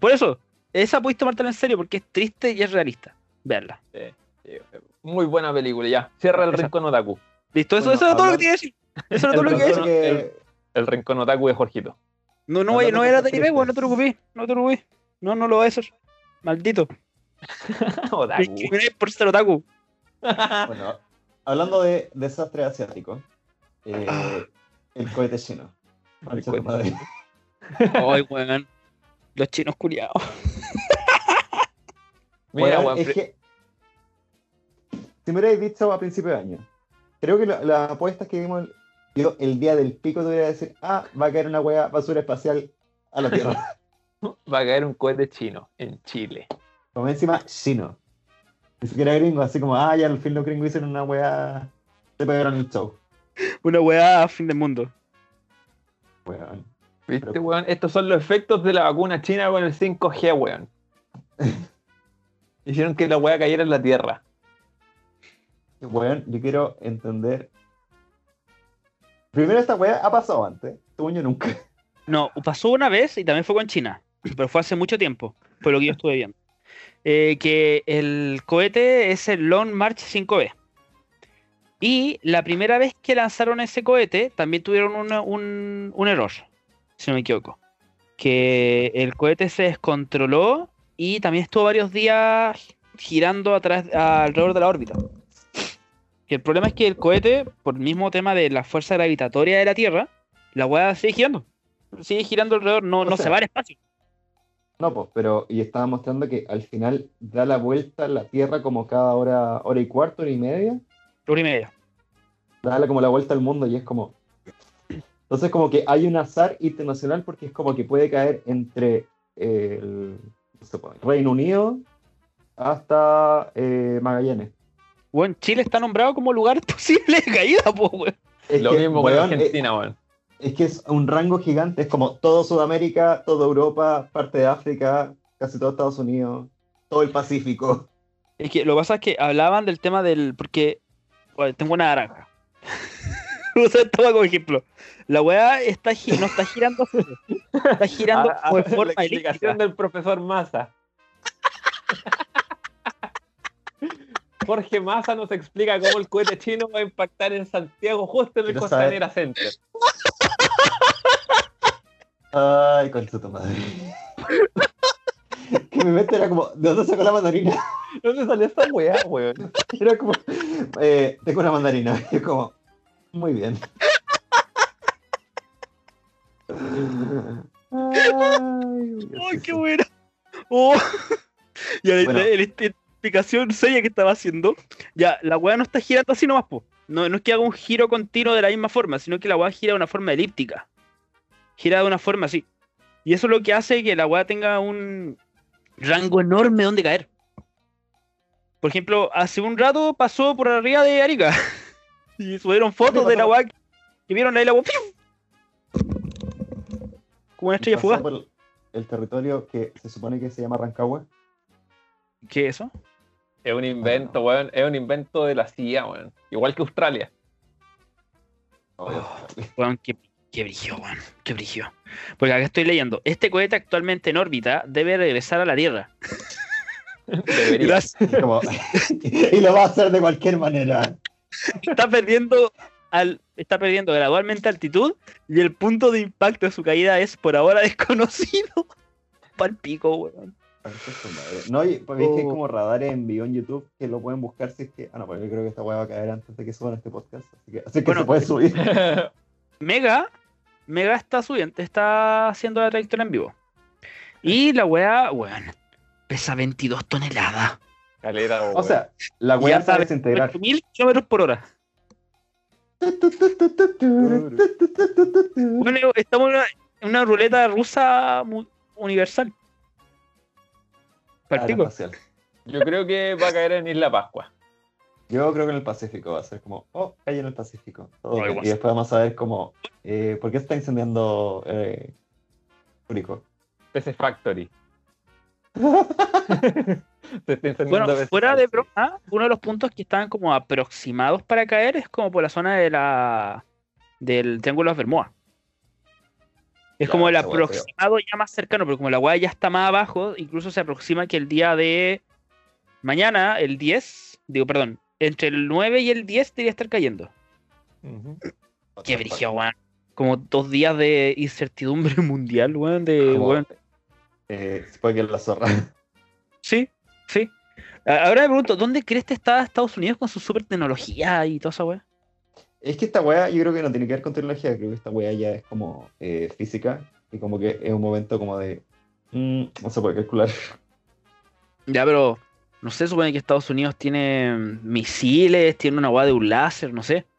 Por eso, esa podéis tomártela en serio porque es triste y es realista. Veanla. Sí, Muy buena película, ya. Cierra el Esa. rincón otaku. Listo, eso, Bueno, eso era todo hablar- lo que tenía que decir. Eso era todo lo que Pero tenía que es- creo decir. que- El rincón otaku de [LAUGHS] Jorgito. No, no, Hablando no de era de cosas anime, weón, no tristes. te preocupes, no te preocupes. No, no lo va a hacer. Maldito. Me otaku. discrimináis por ser otaku. Ah. Bueno, hablando de desastre asiático, eh, Ah. el cohete chino. El cohete Madre. Ay, weón. Los chinos culiados. Mira, Bueno, weón. es pri- que, si me hubierais visto a principio de año, creo que la- las apuestas que vimos, el- yo el día del pico te hubiera decir, ah, va a caer una hueá basura espacial a la Tierra. [LAUGHS] Va a caer un cohete chino en Chile. Como encima, chino. Ni siquiera gringo, así como, ah, ya al fin los gringos hicieron una hueá, se pegaron el show. Una weá a fin del mundo. Weón. ¿Viste, Pero- weón? Estos son los efectos de la vacuna china con el [LAUGHS] 5G, weón. Hicieron que la weá cayera en la tierra. Weón, yo quiero entender. Primero, esta hueá ha pasado antes, según yo nunca. No, pasó una vez y también fue con China, pero fue hace mucho tiempo, por lo que yo estuve viendo. Eh, que el cohete es el Long March 5B. Y la primera vez que lanzaron ese cohete, también tuvieron una- un, un error, si no me equivoco. Que el cohete se descontroló y también estuvo varios días girando atrás, alrededor de la órbita. Que el problema es que el cohete, por el mismo tema de la fuerza gravitatoria de la Tierra, la hueá sigue girando sigue girando alrededor, no, O no se sea- va al espacio. No, pues, pero y estaba mostrando que al final da la vuelta la Tierra como cada hora, hora y cuarto, hora y media, Hora y media. da la- como la vuelta al mundo y es como... Entonces como que hay un azar internacional porque es como que puede caer entre eh, el no sé, pues, Reino Unido hasta eh, Magallanes. Bueno, Chile está nombrado como lugar [LAUGHS] posible de caída, po, weón. Es Lo que, mismo con weón, eh, Argentina, weón. Es que es un rango gigante, es como todo Sudamérica, toda Europa, parte de África, casi todo Estados Unidos, todo el Pacífico. Es que lo que pasa es que hablaban del tema del. Porque bueno, tengo una naranja. [LAUGHS] Usa esta weá como ejemplo. La weá está, gi- no está girando, está [LAUGHS] girando Ah, ah, como en la forma elíptica. explicación del profesor Massa. Jorge Massa nos explica cómo el cohete chino va a impactar en Santiago justo en el Quiero Costanera Center. Ay, concha tu [LAUGHS] madre. que mi mente era como, ¿de dónde sacó la mandarina? [LAUGHS] ¿Dónde salió esta weá, weón? Era como, eh, tengo una mandarina. [LAUGHS] Y yo como, muy [LAUGHS] bien. Ay, ¡Ay, qué buena! Oh. [LAUGHS] Ya, la- Bueno. la, la- la explicación seria que estaba haciendo. Ya, la weá no está girando así nomás, po. No, no es que haga un giro continuo de la misma forma, sino que la weá gira de una forma elíptica. Gira de una forma así. Y eso es lo que hace que la weá tenga un rango enorme donde caer. Por ejemplo, hace un rato pasó por arriba de Arica. [LAUGHS] Y Ah, subieron fotos de la weá que, que vieron ahí la weá. ¡piu! Como una estrella Pasó fugaz. por El territorio que se supone que se llama Rancagua. [LAUGHS] ¿Qué es eso? Es un invento, weón. Es un invento de la CIA, weón. Igual que Australia. Weón, qué, qué brígido, weón, qué brígido. Porque acá estoy leyendo, este cohete actualmente en órbita debe regresar a la Tierra. Debería. Gracias. Y como- [LAUGHS] y lo va a hacer de cualquier manera. [LAUGHS] Está perdiendo, al, está perdiendo gradualmente altitud y el punto de impacto de su caída es por ahora [LAUGHS] desconocido. Pal pico, weón. Concha su madre. No, y pues veis que hay Oh. como radares en vivo en YouTube que lo pueden buscar si es que. Ah, no, pero yo creo que esta weá va a caer antes de que suban este podcast. Así que, así que Bueno. pues, se puede subir. Mega, Mega está subiendo, está haciendo la trayectoria en vivo. Y la weá, weón, pesa 22 toneladas. Caleta, weón. O sea, la weá oh, Ya se va a sabes, [LAUGHS] desintegrar. Mil kilómetros por hora. Bueno, estamos en una, en una ruleta rusa mu- universal. Ah, Partico. Aeroespacial. yo creo que va a caer en Isla Pascua. Yo creo que en el Pacífico va a ser como, oh, cae en el Pacífico. Todo No, bien. igual. y después vamos a ver como, eh, ¿por qué se está incendiando eh, Curicó? PC Factory. Se está incendiando Bueno, PC fuera de Factory. broma, uno de los puntos que estaban como aproximados para caer es como por la zona de la del Triángulo de las Bermudas. Es Ya, como el esa hueá es feo. aproximado ya más cercano, pero como la hueá ya está más abajo, incluso se aproxima que el día de mañana, el 10, digo, perdón, entre el 9 y el 10 debería estar cayendo. Ujú. Qué brillo, weón. Como dos días de incertidumbre [LAUGHS] mundial, weón. De, Como, weón. Eh, spoiler la zorra. Sí, sí. A- Ahora me pregunto, ¿dónde crees que está Estados Unidos con su super tecnología y toda esa weá? Es que esta weá yo creo que no tiene que ver con tecnología, creo que esta weá ya es como eh, física y como que es un momento como de... mm, no se puede calcular. [LAUGHS] Ya, pero no sé, supone que Estados Unidos tiene mm, misiles, tiene una weá de un láser, no sé. [LAUGHS]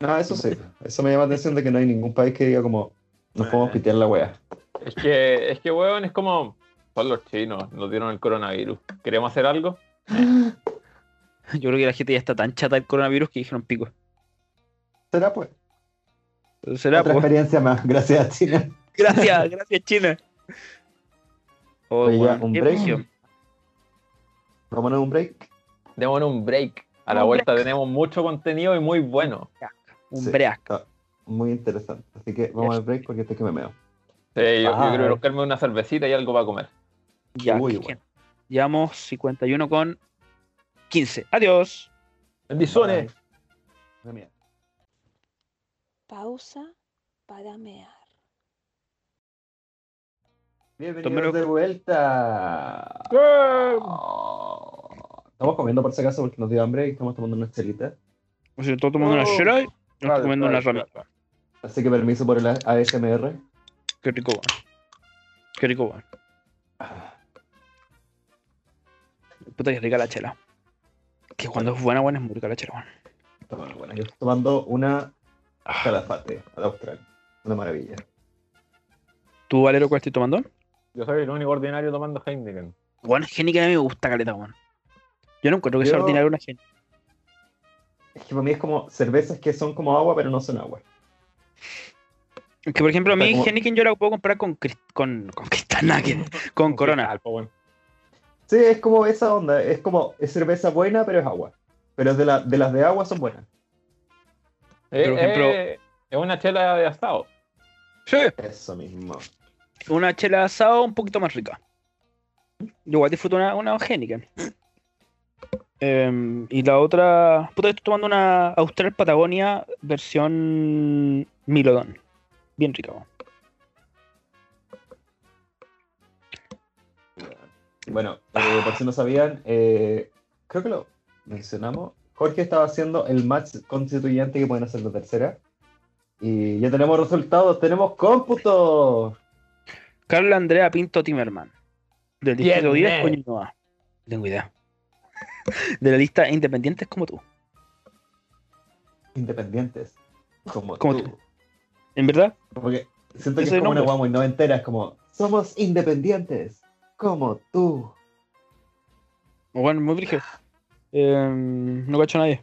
No, eso sí, eso me llama la atención de que no hay ningún país que diga como, nos podemos pitear la [LAUGHS] weá. Es que, es que, weón, es como. Son los chinos, nos dieron el coronavirus. ¿Queremos hacer algo? Yo creo que la gente ya está tan chata del coronavirus que dijeron pico. Será pues. Será, Otra pues. experiencia más, [LAUGHS] gracias a China. Gracias, gracias, China. Oh, Oye, ya, weón, un qué break. brígido. Vámonos a un break. Démonos un break. A la Un vuelta tenemos mucho contenido y muy bueno. Un Sí. break. Está muy interesante. Así que vamos al break porque estoy que me meo. Sí, yo, yo Ah. creo que buscarme una cervecita y algo para comer. Ya, Uy, qué weón. gen- Llevamos 51 con 15. Adiós. Bendiciones. Madre mía. Pausa para mear. Bienvenidos Tomero. de vuelta. Ah, Estamos comiendo por si acaso porque nos dio hambre y estamos tomando una chelita. O sea, estoy tomando una Oh. chela y estoy Vale, comiendo vale, una rama. vale. Así que permiso por el ASMR. Qué rico, weón. Qué rico, weón. Puta que rica la chela. Que cuando es buena, buena es muy rica la chela, weón. Toma, bueno, yo estoy tomando una calafate al austral. Una maravilla. ¿Tú, Valero, cuál estoy tomando? Yo soy el único ordinario tomando Heineken. Bueno, Heineken a mí me gusta caleta, weón. Yo no encuentro que sea Yo- ordinario una gente. Es que para mí es como cervezas que son como agua, pero no son agua. Que, por ejemplo, a Está mí como- Heineken yo la puedo comprar con, crist- con, con Crystal Nugget, con Corona. Al, po, weón. Sí, es como esa onda. Es como, es cerveza buena, pero es agua. Pero es de, la- de las de agua son buenas. Eh, Por ejemplo- eh, es una chela de asado. Sí. Eso mismo. Una chela de asado un poquito más rica. Yo igual disfruto una, una [LAUGHS] Heineken. Em, y la otra. Puta, estoy tomando una Austral Patagonia versión Milodón. Bien rica, weón. Bueno, eh, por si no sabían, eh, creo que lo mencionamos. Jorge estaba haciendo el match constituyente que pueden hacer la tercera. Y ya tenemos resultados, tenemos cómputo. Carla Andrea Pinto Timerman. Del Bien, distrito 10 eh. Coñinoa. No tengo idea. [LAUGHS] De la lista de independientes como tú. Independientes. Como, Como tú. tú. ¿En verdad? Porque siento que Ese es como una nombre. guagua muy noventera, es como, somos independientes, como tú. Bueno, muy virgen. no cacho a nadie.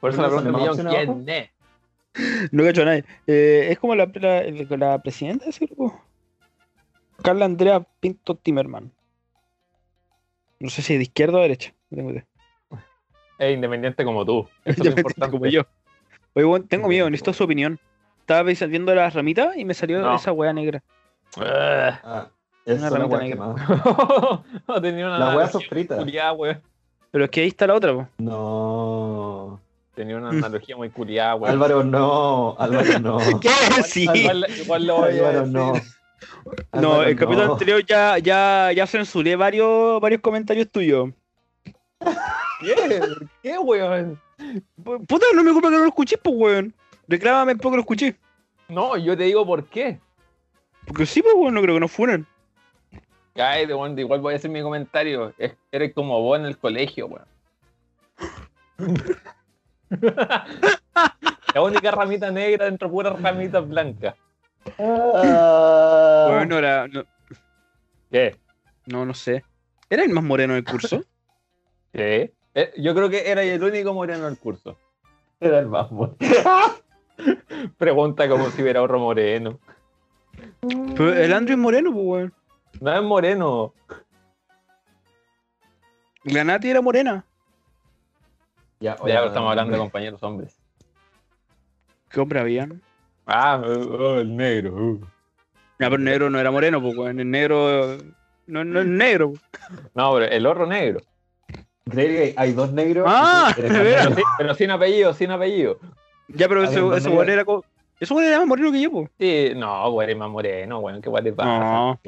Por eso la ¿Pero no sale pregunta más millón, opción abajo? ¿quién es? No cacho a nadie. Eh, es como la, la- la presidenta de ese grupo. Carla Andrea Pinto Timerman. No sé si de izquierda o de derecha. No tengo idea. Es independiente como tú. Eso [LAUGHS] es lo Independiente importante. como yo. Oye, weón, tengo miedo, necesito su opinión. Estaba viendo las ramitas y me salió No. esa weá negra. Ah. Ah, es Una una, ramita guagua negra. quemada. [LAUGHS] no tenía una. La hueá sofrita. Culiada, weón. Pero es que ahí está la otra, po. No. Tenía una Mm. analogía muy culiada, weón. Álvaro, no. Álvaro, [LAUGHS] no. ¿Qué? Sí. Igual, igual lo voy [LAUGHS] a Álvaro, decir. no. No, Álvaro, el capítulo no. anterior ya, ya, ya censuré varios, varios comentarios tuyos. ¿Qué? ¿Por ¿Qué, weón? Pu- Puta, no me culpa que no lo escuché, pues, weón. Reclámame poco que lo escuché. No, yo te digo por qué. Porque sí, pues, weón, no creo que nos fueran. Ay, de bueno, igual voy a hacer mi comentario. Es- Eres como vos en el colegio, weón. [LAUGHS] La única ramita negra dentro de puras ramitas blancas. Ah. Weón, no era. No, ¿Qué? no, no sé. ¿Era el más moreno del curso? ¿Qué? Eh, yo creo que era el único moreno del curso. Era el más bueno. [LAUGHS] Pregunta como si hubiera otro moreno. Pero el Andrew es moreno, pues, weón. No es moreno. La Nati era morena. Ya, Ya estamos hablando de compañeros hombres. ¿Qué hombre habían? Ah, el negro. uh. No, pero el negro no era moreno, pues, weón. El negro. eh, No, no es negro. pues. po. No, pero el otro negro. Creer que hay dos negros. Ah, y tú eres de más veras. negro. Sí, pero sin apellido, sin apellido. Ya, pero ese, Habían dos ese negros. weón era. co- Ese weón era más moreno que yo, pues. Sí, no, güey, eres más moreno, weón, qué guay te pasa. No.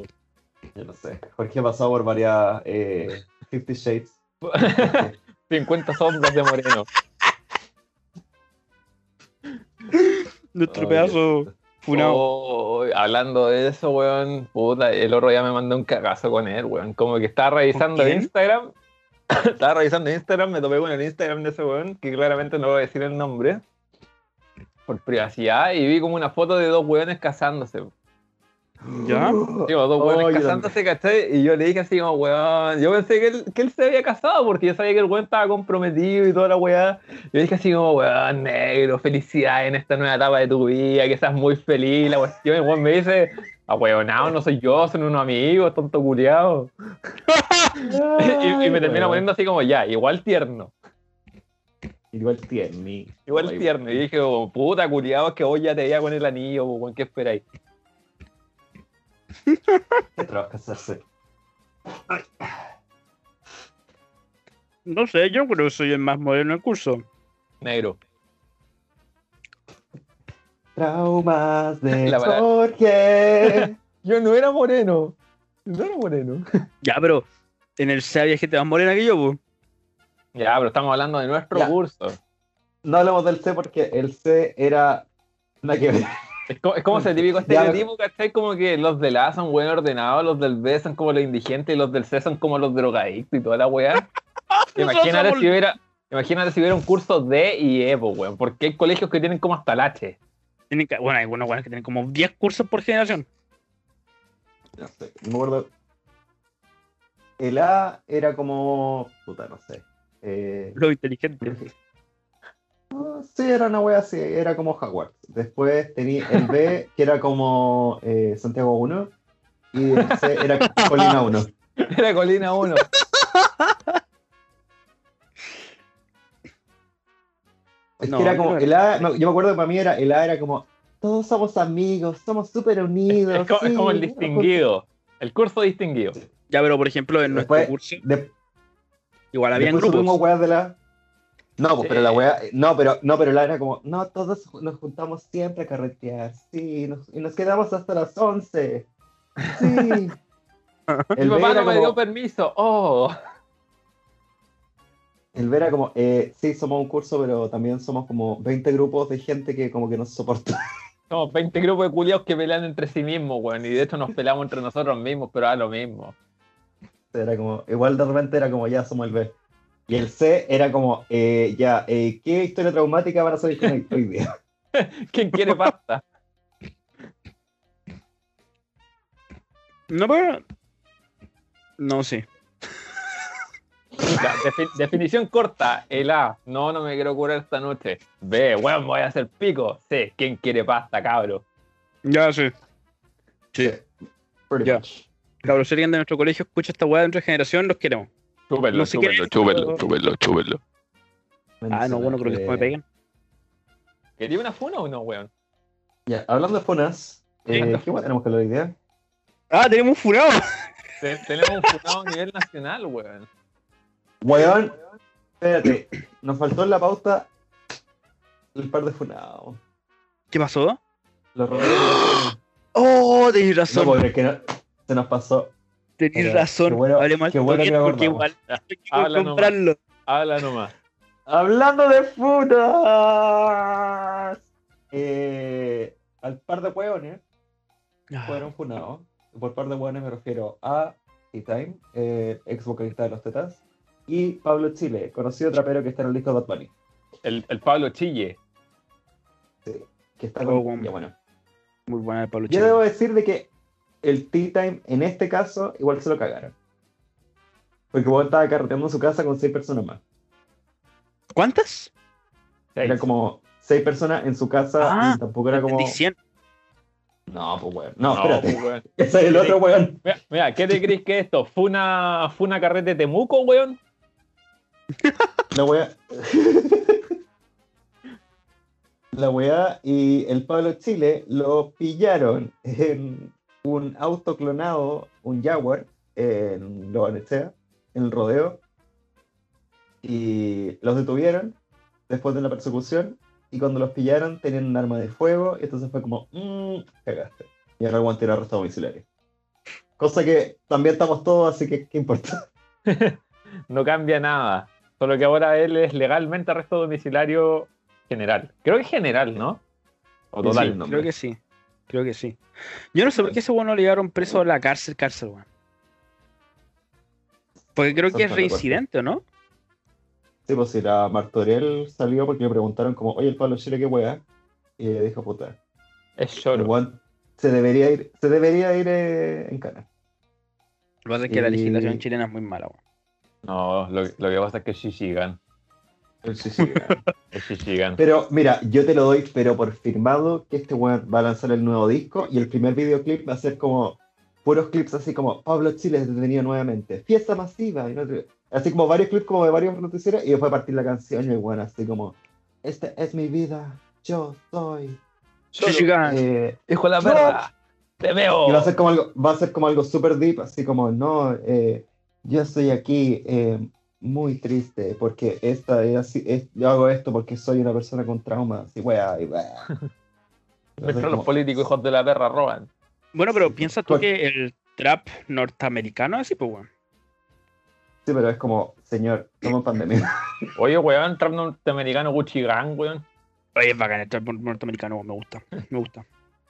Yo no sé. Jorge ha pasado por varias eh, 50 Shades. 50 sombras de moreno. Nuestro Ay, pedazo funado. Oh, hablando de eso, weón, puta, el otro ya me mandó un cagazo con él, weón. Como que estaba revisando quién? Instagram. [COUGHS] estaba revisando Instagram, me topé con el Instagram de ese weón, que claramente no voy a decir el nombre. Por privacidad, y vi como una foto de dos weones casándose. [LAUGHS] ¿Ya? Digo, dos Oh, weones yo casándose, ¿cachai? Y yo le dije así como, weón, yo pensé que él, que él se había casado porque yo sabía que el weón estaba comprometido y toda la weá. Yo dije así como, weón, negro, felicidad en esta nueva etapa de tu vida, que seas muy feliz, la cuestión. Y el weón me dice, ah, weonado, no soy yo, son unos amigos, tonto culiado. [LAUGHS] [LAUGHS] y, y me termina Ay, poniendo así como, ya, igual tierno, Igual tierni. igual Ay, tierno. Y dije, como, puta culiado, es que hoy ya te veía con el anillo, pues, weón, ¿qué esperáis? Qué trabajo casarse. No sé, yo creo que soy el más moderno del curso. Negro. Traumas de La verdad. Jorge. Yo no era moreno. No era moreno. Ya, pero en el SEA había gente más morena que yo, pues. po. Ya, pero estamos hablando de nuestro Ya. curso. No hablamos del C porque el C era. Nada que ver. Es como, es como ese típico Ya. estereotipo, ¿cachai? Como que los del A son buen ordenados, los del B son como los indigentes, y los del C son como los drogadictos y toda [LAUGHS] la weá. imagínate, somos- si hubiera, imagínate si hubiera un curso D y E, po, weón. Porque hay colegios que tienen como hasta el [LAUGHS] H. Tienen ca- Bueno, hay buenos weones que tienen como 10 cursos por generación. No sé, no me acuerdo. El A era como. Puta, no sé. Eh, Lo inteligente. no, sí, era una wea así, era como Hogwarts. Después tenía el B, que era como eh, Santiago 1. Y el C era Colina 1. Era Colina [LAUGHS] 1. Es No, que era yo como, creo que- el A, me- yo me acuerdo que para mí era, el A era como, todos somos amigos, somos súper unidos. Es, co- es sí, como el vamos distinguido, el curso distinguido. Ya, pero por ejemplo, en nuestro Después- curso, juntos". De- igual había después subimos grupos. weas de la... No, pues, Sí. pero la wea, no, pero, no, pero la era como, no, todos nos juntamos siempre a carretear, sí, nos- y nos quedamos hasta las 11, sí. Mi El B papá era no me como, dio permiso. Oh, el B era como, eh, sí, somos un curso, pero también somos como 20 grupos de gente que como que nos soporta. somos 20 grupos de culiados que pelean entre sí mismos, weón. Y de hecho nos pelamos entre nosotros mismos, pero a lo mismo. [LAUGHS] Era como, igual de repente era como, ya somos el B. Y el C era como, eh, ya, eh, ¿qué historia traumática van a salir con el- hoy día? [LAUGHS] ¿Quién quiere pasta? No, pero. No sé. Ya, defi- definición corta, el A, no, no me quiero curar esta noche. B, weón, me voy a hacer pico. C, ¿quién quiere pasta, cabro? Ya, sí. Sí. [LAUGHS] Pretty Ya. much. Cabrón, si alguien de nuestro colegio escucha esta weá de nuestra generación, los queremos. Chúpenlo, No sé chúpenlo, qué- chúpenlo, chúpenlo, chúpenlo. Ah, no, bueno, creo que después Eh. me peguen. ¿Quería una funa o no, weón? Ya, hablando de funas, eh, ¿qué más tenemos que hablar hoy día? Ah, tenemos un furado. Te- Tenemos un funado a nivel nacional, weón. Weón, espérate, nos faltó en la pauta el par de funados. [LAUGHS] ¿Qué pasó? Los rodeos. Oh, tenés No, razón. porque que no- se nos pasó. tenés pero, razón. qué bueno- Hablemos qué al bueno que toque, lo porque acordamos. igual hay que Habla nomás. comprarlo. Habla nomás. Hablando de funas, eh, al par de hueones Ah, Ah, fueron funados. Por par de hueones me refiero a T-Time, eh, ex vocalista de Los Tetas, y Pablo Chile, conocido trapero que está en el disco de Bad Bunny. El, el Pablo Chille. Que está Oh, bueno. con... ya, bueno. Muy buena de Pablo Yo Chile. debo decir de que el Tea Time en este caso igual se lo cagaron. Porque vos estaba carreteando en su casa con seis personas más. ¿Cuántas? Era como seis personas en su casa Ah, y tampoco era como. Entendí 100. No, pues weón. No, No, espérate. [LAUGHS] weón. Ese es el otro weón. Mira, mira, ¿qué te crees que es esto? ¿Funa, funa carrete Temuco, weón? La weá. La weá y el Pablo Chile lo pillaron en un auto clonado, un Jaguar, en Lo Barnechea, en el rodeo. Y los detuvieron después de la persecución. Y cuando los pillaron, tenían un arma de fuego. Y entonces fue como, mmm, cagaste. Y ahora el weón tiene arresto domiciliario. Cosa que también estamos todos, así que qué importa. No cambia nada. Solo que ahora él es legalmente arresto domiciliario general. Creo que es general, ¿no? O total. Sí, no, Creo que sí. Creo que sí. Yo no sé por qué ese weón no le llevaron preso a la cárcel, cárcel, weón. Porque creo que es Saltando reincidente, ¿o ¿no? Sí, pues si la Martorell salió porque le preguntaron como, oye, el Pablo Chile, qué weá. Y le dijo, puta, Es el choro. weón se debería ir, se debería ir eh, en cana. Lo que pasa es que la Y- legislación chilena es muy mala, weón. No, lo, lo que pasa es que es Shishigan. Es Shishigan. [LAUGHS] pero mira, yo te lo doy, pero por firmado, que este weón va a lanzar el nuevo disco y el primer videoclip va a ser como puros clips así como Pablo Chile es detenido nuevamente, fiesta masiva, y no sé- así como varios clips como de varios noticieros y después va a partir la canción y el weón así como, esta es mi vida, yo soy. Chichigan. eh, Hijo de la No. perra. Te veo. Y Oh. va a ser como algo, va a ser como algo super deep, así como, no, eh, yo estoy aquí eh, muy triste porque esta es así, es- yo hago esto porque soy una persona con trauma, así, weá, y [LAUGHS] weá. Va a ser Nuestros como- pues. políticos hijos de la perra roban. Bueno, pero piensas tú Por- que el trap norteamericano es así, pues, weón. Sí, pero es como, señor, estamos en pandemia. [LAUGHS] Oye, weón, trap norteamericano Gucci Gang, weón. Oye, es bacán el trap nor- norteamericano, weón. Me gusta. Me gusta.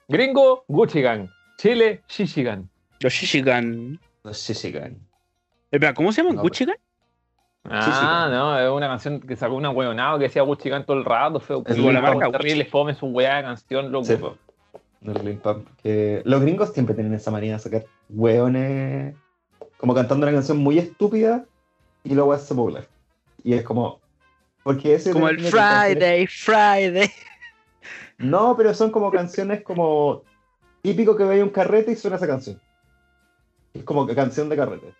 Gringo, Gucci Gang. Chile, Shishigan. Los Chichigan. Eh, Los Shishigan. Espera, ¿cómo se llaman? No, ¿Gucci Gang? Ah, Shishigan. no, es una canción que sacó una weonado que decía Gucci Gang todo el rato, feo. Es culo, la como marca terrible, fome su weá de canción, loco. Sí, Eh, po. No, Lil Pump, que los gringos siempre tienen esa manía de sacar weones, como cantando una canción muy estúpida y luego es popular. Y es como, porque ese Como el tiene canciones- Friday, Friday. No, pero son como canciones como típico que veía un carrete y suena esa canción. Es como que canción de carrete.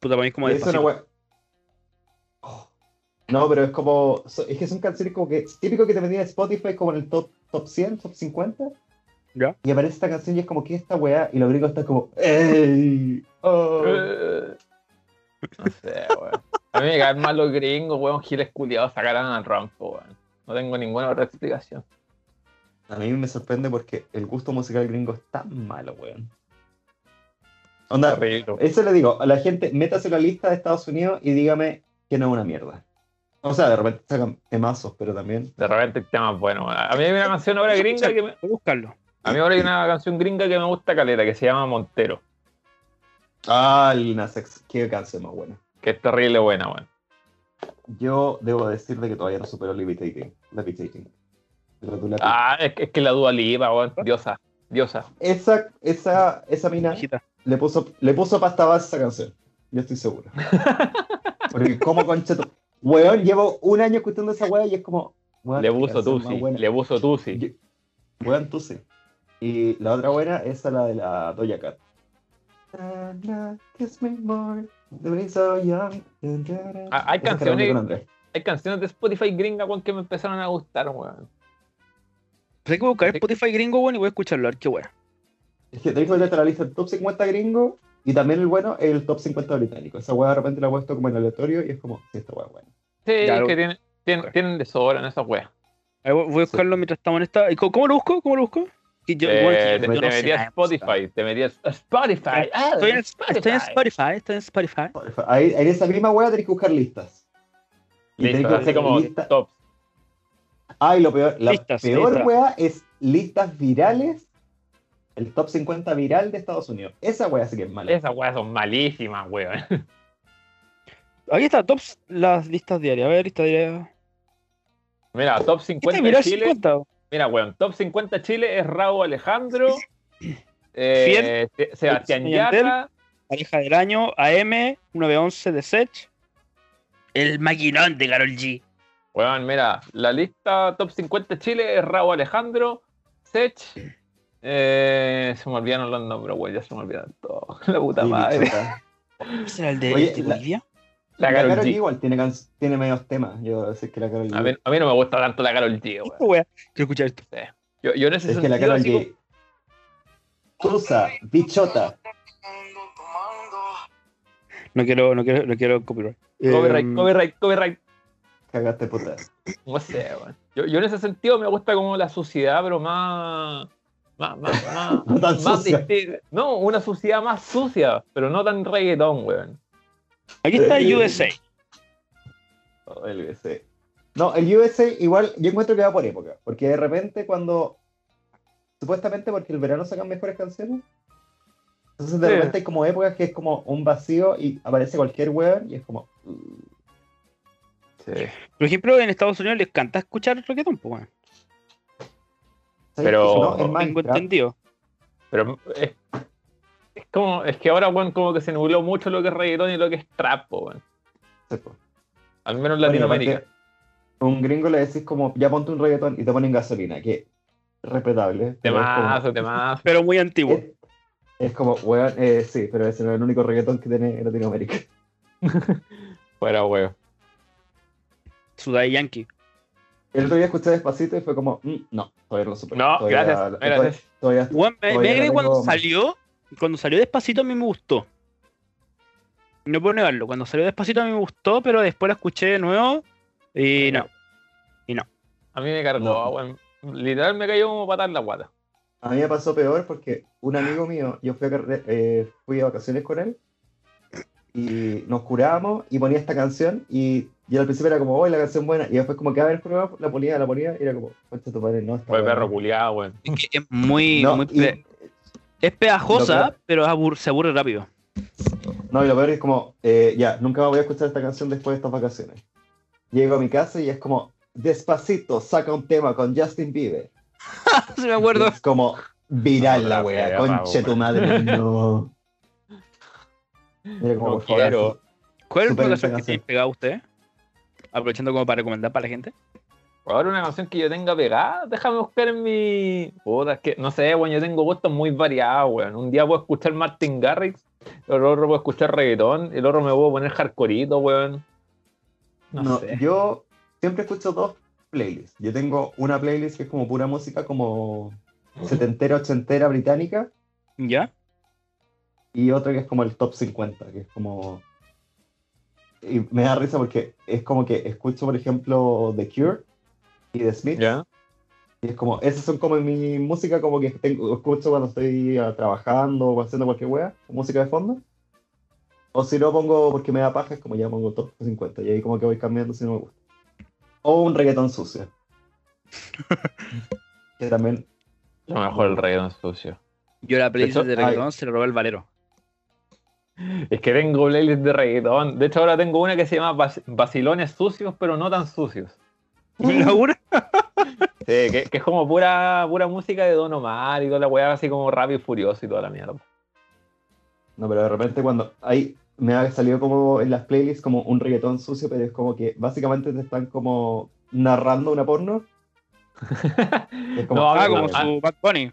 Puta, para mí es como Y es una despacito. wea- Oh, No, pero es como. so- Es que son canciones como que. Típico que te vendía Spotify como en el top, top 100, top 50. Ya. Y aparece esta canción y es como, ¿qué es esta weá? Y los gringos están como, ¡Ey! Oh. Eh, No sé, weón. A mí me caen mal los gringos, weón, giles culiados sacaran al rampo, weón. No tengo ninguna otra explicación. A mí me sorprende porque el gusto musical gringo es tan malo, weón. Onda, Terrible. eso le digo a la gente, métase en la lista de Estados Unidos y dígame que no es una mierda. O sea, de repente sacan temazos, pero también. De repente el tema es bueno. weón. A mí hay una canción ahora gringa que me, Voy a buscarlo. A mí ahora hay una canción gringa que me gusta caleta, que se llama Montero, Ah, Lil Nas X, qué canción más buena. que es terrible buena, weón. Yo debo decirte que todavía no supero Levitating. Levitating. Pero tú la- Ah, es que, es que la Dua Lipa, weón. Diosa, diosa. Esa, esa, esa mina Hijita. le puso, le puso pasta base a esa canción. Yo estoy [LAUGHS] seguro. Porque como concheto. Weón, llevo un año escuchando esa weá y es como. weón, Le qué puso canción más Tusi, buena. le puso Tusi. Yo- Weón, tú sí. Y la otra buena es la de la Doja Cat. Ah, Na, na, kiss me more, the way so young. Na, na, na. Ah, hay Esa es canciones- Carolina con Andrés. Hay canciones de Spotify gringa, weón, que me empezaron a gustar, weón. Tengo Pues que buscar Spotify gringo, bueno, y voy a escucharlo, a ver qué bueno. Es que tengo ya la lista del top 50 gringo y también el bueno es el top 50 británico. Esa weá de repente la he puesto como en aleatorio y es como, sí, esta weá es buena. Sí, Ya, es lo- que tienen, tienen, tienen de sobra en esas weas. Ahí Voy voy a buscarlo mientras estamos en esta. ¿Y co- ¿Cómo lo busco? ¿Cómo lo busco? Que yo- Eh, bueno, que te yo te no sé metías nada de música. Spotify, te metías Spotify. Ah, Estoy en, estoy en Spotify, estoy en Spotify. Ahí, en esa misma weá tenés que buscar listas. Y tenés Listo, que así buscar como listas- top. Ah, y lo peor, la Listas, peor listas. weá es listas virales. El top 50 viral de Estados Unidos. Esa weá sí que es mala. Esas weas son malísimas, weón. Ahí está, tops, las listas diarias. A ver, lista diaria. Mira, top Este 50 de mira Chile. 50. Mira, weón, top 50 Chile es Raúl Alejandro, eh, Fiel. Se- Sebastián Yandel. Yatra, Pareja del año, AM, 911 de Sech. El maquinón de Carol G. weón, mira, la lista top 50 Chile es Raúl Alejandro, Sech, eh, se me olvidaron los nombres, weón, ya se me olvidaron todos, [LAUGHS] la puta Sí, madre. bichota. ¿Será el de, Oye, el de la- Bolivia? [LAUGHS] La La Karol Karol G G. igual tiene, can- tiene medios temas. Yo voy a decir que la Karol G. A mí, a mí no me gusta tanto la Carol G, Esta weón. wea. Quiero escuchar esto. Yo, yo en ese es que la sentido, Karol así como- G. Tusa, bichota. No quiero, no quiero, no quiero copyright. copyright, eh, Em, copyright, copyright, Cagaste puta. No sé, weón. Yo, yo en ese sentido me gusta como la suciedad, pero más. Más, más, más, No tan más sucia. disti- No, una suciedad más sucia, pero no tan reggaetón, weón. Aquí está eh, el USA. Oh, El USA. No, el USA igual yo encuentro que va por época, porque de repente cuando supuestamente porque el verano sacan mejores canciones. Entonces de Sí. repente hay como épocas que es como un vacío y aparece cualquier weón y es como mm, Sí. Por ejemplo, en Estados Unidos les encanta escuchar reggaetón, pues, weón. ¿sabes Pero- qué? No, es más, Tengo trap. entendido. Pero es, es como. Es que ahora, weón, como que se nubló mucho lo que es reggaetón y lo que es trap, po, weón. Sí, po. Al menos en Bueno, Latinoamérica. aparte, un gringo le decís como ya ponte un reggaetón y te ponen gasolina, que respetable. pero es Temazo, como- temazo. Pero muy antiguo. Es, es como, weón, eh, sí, pero ese no es el único reggaetón que tiene en Latinoamérica. [LAUGHS] Fuera, weón. Sudai Yankee. El otro día escuché despacito y fue como, mm, no, todavía no lo supero. No, Todavía- gracias, todavía- gracias. Todavía, Weón, me, me Todavía agregué la cuando tengo- salió. Cuando salió despacito a mí me gustó. No puedo negarlo. Cuando salió despacito a mí me gustó, pero después la escuché de nuevo. Y no. A mí me cargó, No. weón. Literal me cayó como patar la guata. A mí me pasó peor porque un amigo mío, yo fui a, carre- eh, fui a vacaciones con él y nos curábamos y ponía esta canción y, y al principio era como, oh, la canción buena, y después como que a ver, prueba, la ponía, la ponía y era como, concha tu padre, no, está Fue buena". perro culiado, weón. Es que es muy. No, muy y- pe- Es pegajosa, Lo peor- pero es abur- se aburre rápido. [LAUGHS] No, y lo peor es como, eh, ya, nunca más voy a escuchar esta canción después de estas vacaciones. Llego a mi casa y es como, despacito, saca un tema con Justin Bieber. se me acuerdo. Es como viral la La wea, wea, conche Raúl. tu madre, no. Mira como, No por favor, quiero. así. ¿Cuál es Súper la canción que interesante. tiene pegada usted? Aprovechando como para recomendar para la gente. Ahora una canción que yo tenga pegada, déjame buscar en mi. Puta, es que no sé, weón, yo tengo gustos muy variados, weón. Un día puedo escuchar Martin Garrix, el otro puedo escuchar reggaetón, el otro me puedo poner hardcoreito, weón. No, No, sé. yo siempre escucho dos playlists. Yo tengo una playlist que es como pura música como setentera, ochentera británica ¿Ya? y otra que es como el top 50, que es como... Y me da risa porque es como que escucho, por ejemplo, The Cure y The Smith. ¿Ya? Y es como, esas son como mi música como que tengo- escucho cuando estoy ah, trabajando o haciendo cualquier wea, música de fondo. O si no pongo, porque me da paja, es como ya pongo top 50 y ahí como que voy cambiando si no me gusta. O un reggaetón [LAUGHS] sucio. que también, Lo mejor el reggaetón sucio. Yo la playlist hecho, de ay. reggaetón se la robé al Valero. Es que tengo playlist de reggaetón. De hecho, ahora tengo una que se llama Bas- Vacilones sucios, pero no tan sucios. Uh, [LAUGHS] ¿La una? Sí, que, que es como pura, pura música de Don Omar y toda la weá, así como rápido y furioso y toda la mierda. [LAUGHS] no, pero de repente cuando ahí me ha salido como en las playlists como un reggaetón sucio, pero es como que básicamente te están como narrando una porno. Es como, No, Ah, Ah, como ah. su Bad Bunny.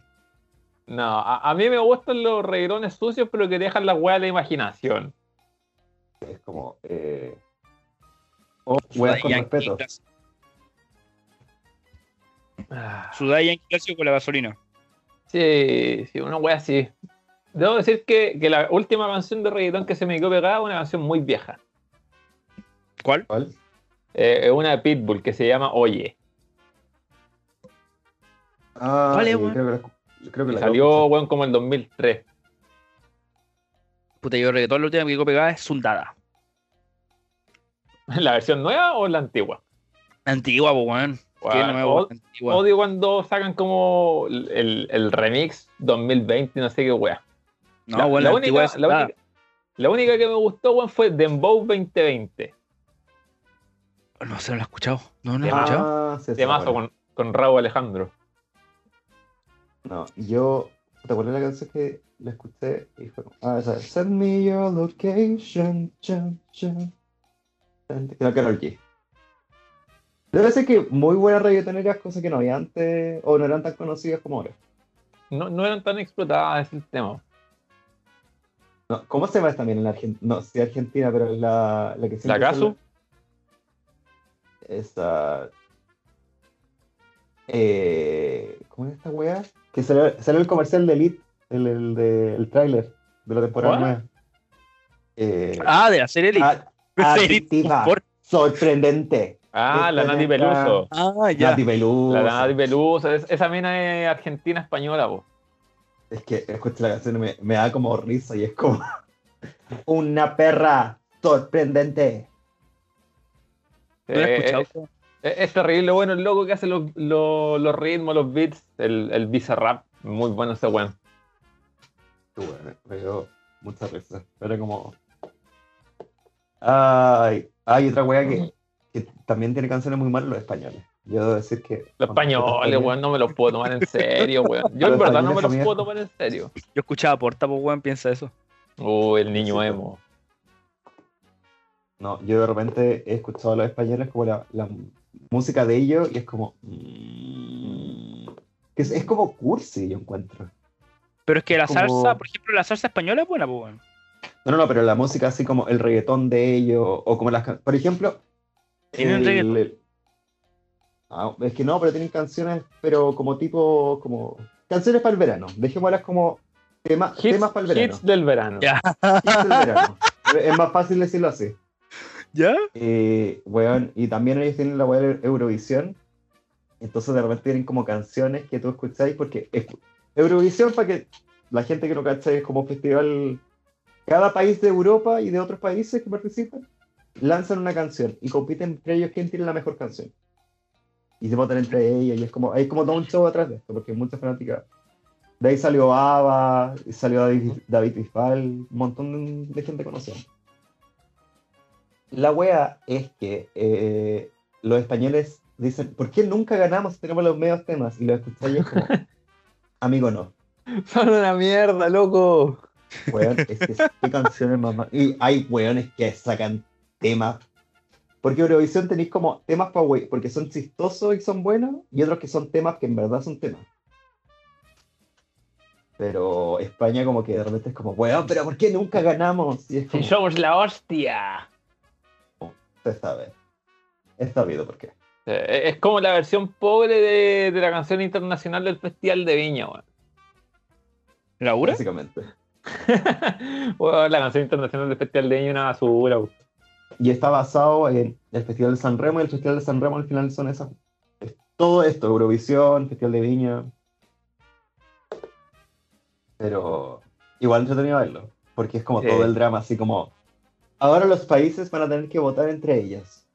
No, a, a mí me gustan los reggaetones sucios, pero que dejan la weá de la imaginación. es como, eh, o weas con Yankee respeto. Clas- Ah, Su Daddy Yankee clásico con la gasolina. Sí, sí, una weá así. Debo decir que, que la última canción de reggaetón que se me quedó pegada es una canción muy vieja. ¿Cuál? ¿Cuál? Eh, es una de Pitbull que se llama Oye. Ah, Vale, eh, weón. creo que la, escu- creo que la Salió, weón, como en 2003. Puta, yo reggaetón la última que quedó pegada es Sundada. [LAUGHS] ¿La versión nueva o la antigua? Antigua, po, weón. Qué Weón, nuevo, o- antigua. Odio cuando sacan como el, el remix 2020, no sé qué weá. No, la, weón, la la única, antigua es la, Sundada. única, la única que me gustó, weón, fue Dembow 2020. No sé, no la he escuchado. No, no la he Ah, escuchado. sí, esa De mazo buena. con, con Raúl Alejandro. No, yo. ¿Te acuerdas la canción que la escuché? Y fue como, Ah, esa. Send me your location. Chan, chan. Tan- Que la Karol G. Debe ser que muy buenas reggaetoneras, cosas que no había antes o no eran tan conocidas como ahora. No, no eran tan explotadas ese tema. No, ¿Cómo se llama también en Argentina? No, sí, Argentina, pero la, la que siempre. ¿La Casu? sale- Esa. Eh, ¿Cómo es esta weá? Que sale, sale el comercial de Elite, el, el, de- el tráiler de la temporada ¿Cuál? nueva. Eh, Ah, de la serie Elite. [LAUGHS] a- adictiva, por- sorprendente. Ah, la Esta Nati de acá. Peluso. Ah, ya. Nati Peluso. La Nati Peluso. es- esa mina es argentina española, po. Es que escuché la canción y me, me da como risa y es como. [LAUGHS] Una perra sorprendente. ¿No la he Eh, escuchado? eh, Es, es terrible, bueno, el loco que hace los, los- los ritmos, los beats, el, el bizarrap. Muy bueno ese weón. Qué bueno, me dio mucha risa. Pero como. Ay, hay otra wea que, que también tiene canciones muy malas los españoles. Yo debo decir que. Los españoles, weón, no me los puedo tomar en serio, weón. Yo en Los verdad no me españoles los son puedo tomar en serio. Yo escuchaba Porta, pues weón, piensa eso. Uh, el niño emo. No, yo de repente he escuchado a los españoles como la, la música de ellos y es como. mm, que es, es como cursi, yo encuentro. Pero es que la Como- salsa, por ejemplo, la salsa española es buena, pues weón. No, no, no, pero la música así como el reggaetón de ellos o como las can- Por ejemplo. ¿Tienen reggaetón? el- Ah, es que no, pero tienen canciones, pero como tipo. como Canciones para el verano. Dejémoslas como tema- Hits, temas para el verano. hits del verano. Ya. Hits del verano. es más fácil decirlo así. ¿Ya? Eh, weón, y también ellos tienen la weá de Eurovisión. Entonces de repente tienen como canciones que tú escucháis, porque es- Eurovisión, para que la gente que lo cacha, es como un festival. Cada país de Europa y de otros países que participan lanzan una canción y compiten entre ellos quién tiene la mejor canción. Y se votan entre ellos, y es como, hay como todo un show atrás de esto, porque hay muchas fanáticas. De ahí salió Ava, salió David, David Bisbal, un montón de gente conocida. La wea es que eh, los españoles dicen, ¿por qué nunca ganamos si tenemos los medios temas? Y los escucháis y es como, amigo no. [LAUGHS] Son una mierda, loco. Weón, es que qué canciones más ma- Y hay weones que sacan temas. Porque Eurovisión tenéis como temas para we- porque son chistosos y son buenos, y otros que son temas que en verdad son temas. Pero España como que de repente es como, weón, pero ¿por qué nunca ganamos? Y es como, somos la hostia. usted sabe. Es sabido por qué. Eh, Es como la versión pobre de, de la canción internacional del Festival de Viña, weón. [LAUGHS] ¿Laura? Básicamente. Weón, la canción internacional del Festival de Viña es una basura, weón. Y está basado en el Festival de San Remo, y el Festival de San Remo al final son esas. es todo esto, Eurovisión, Festival de Viña. Pero igual entretenido verlo, porque es como Sí. todo el drama, así como. Ahora los países van a tener que votar entre ellas.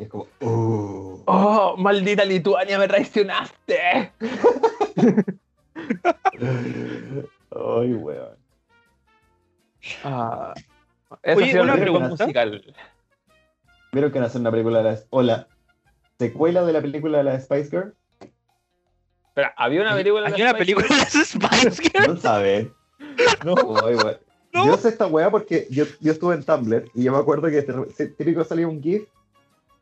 Y es como. [LAUGHS] "Uh". ¡Oh, maldita Lituania, me traicionaste! Ay, weón. Ah, eso Oye, ha sido una el riesgo pregunta. musical. Vieron que hacer una película de las. Hola. Secuela de la película de la Spice Girl. Espera, había una película. en Hay la una Spice película de las Spice [LAUGHS] Girls. No saben. No. Ay, weón. No. Yo sé esta weá porque yo, yo estuve en Tumblr y yo me acuerdo que te- típico salía un GIF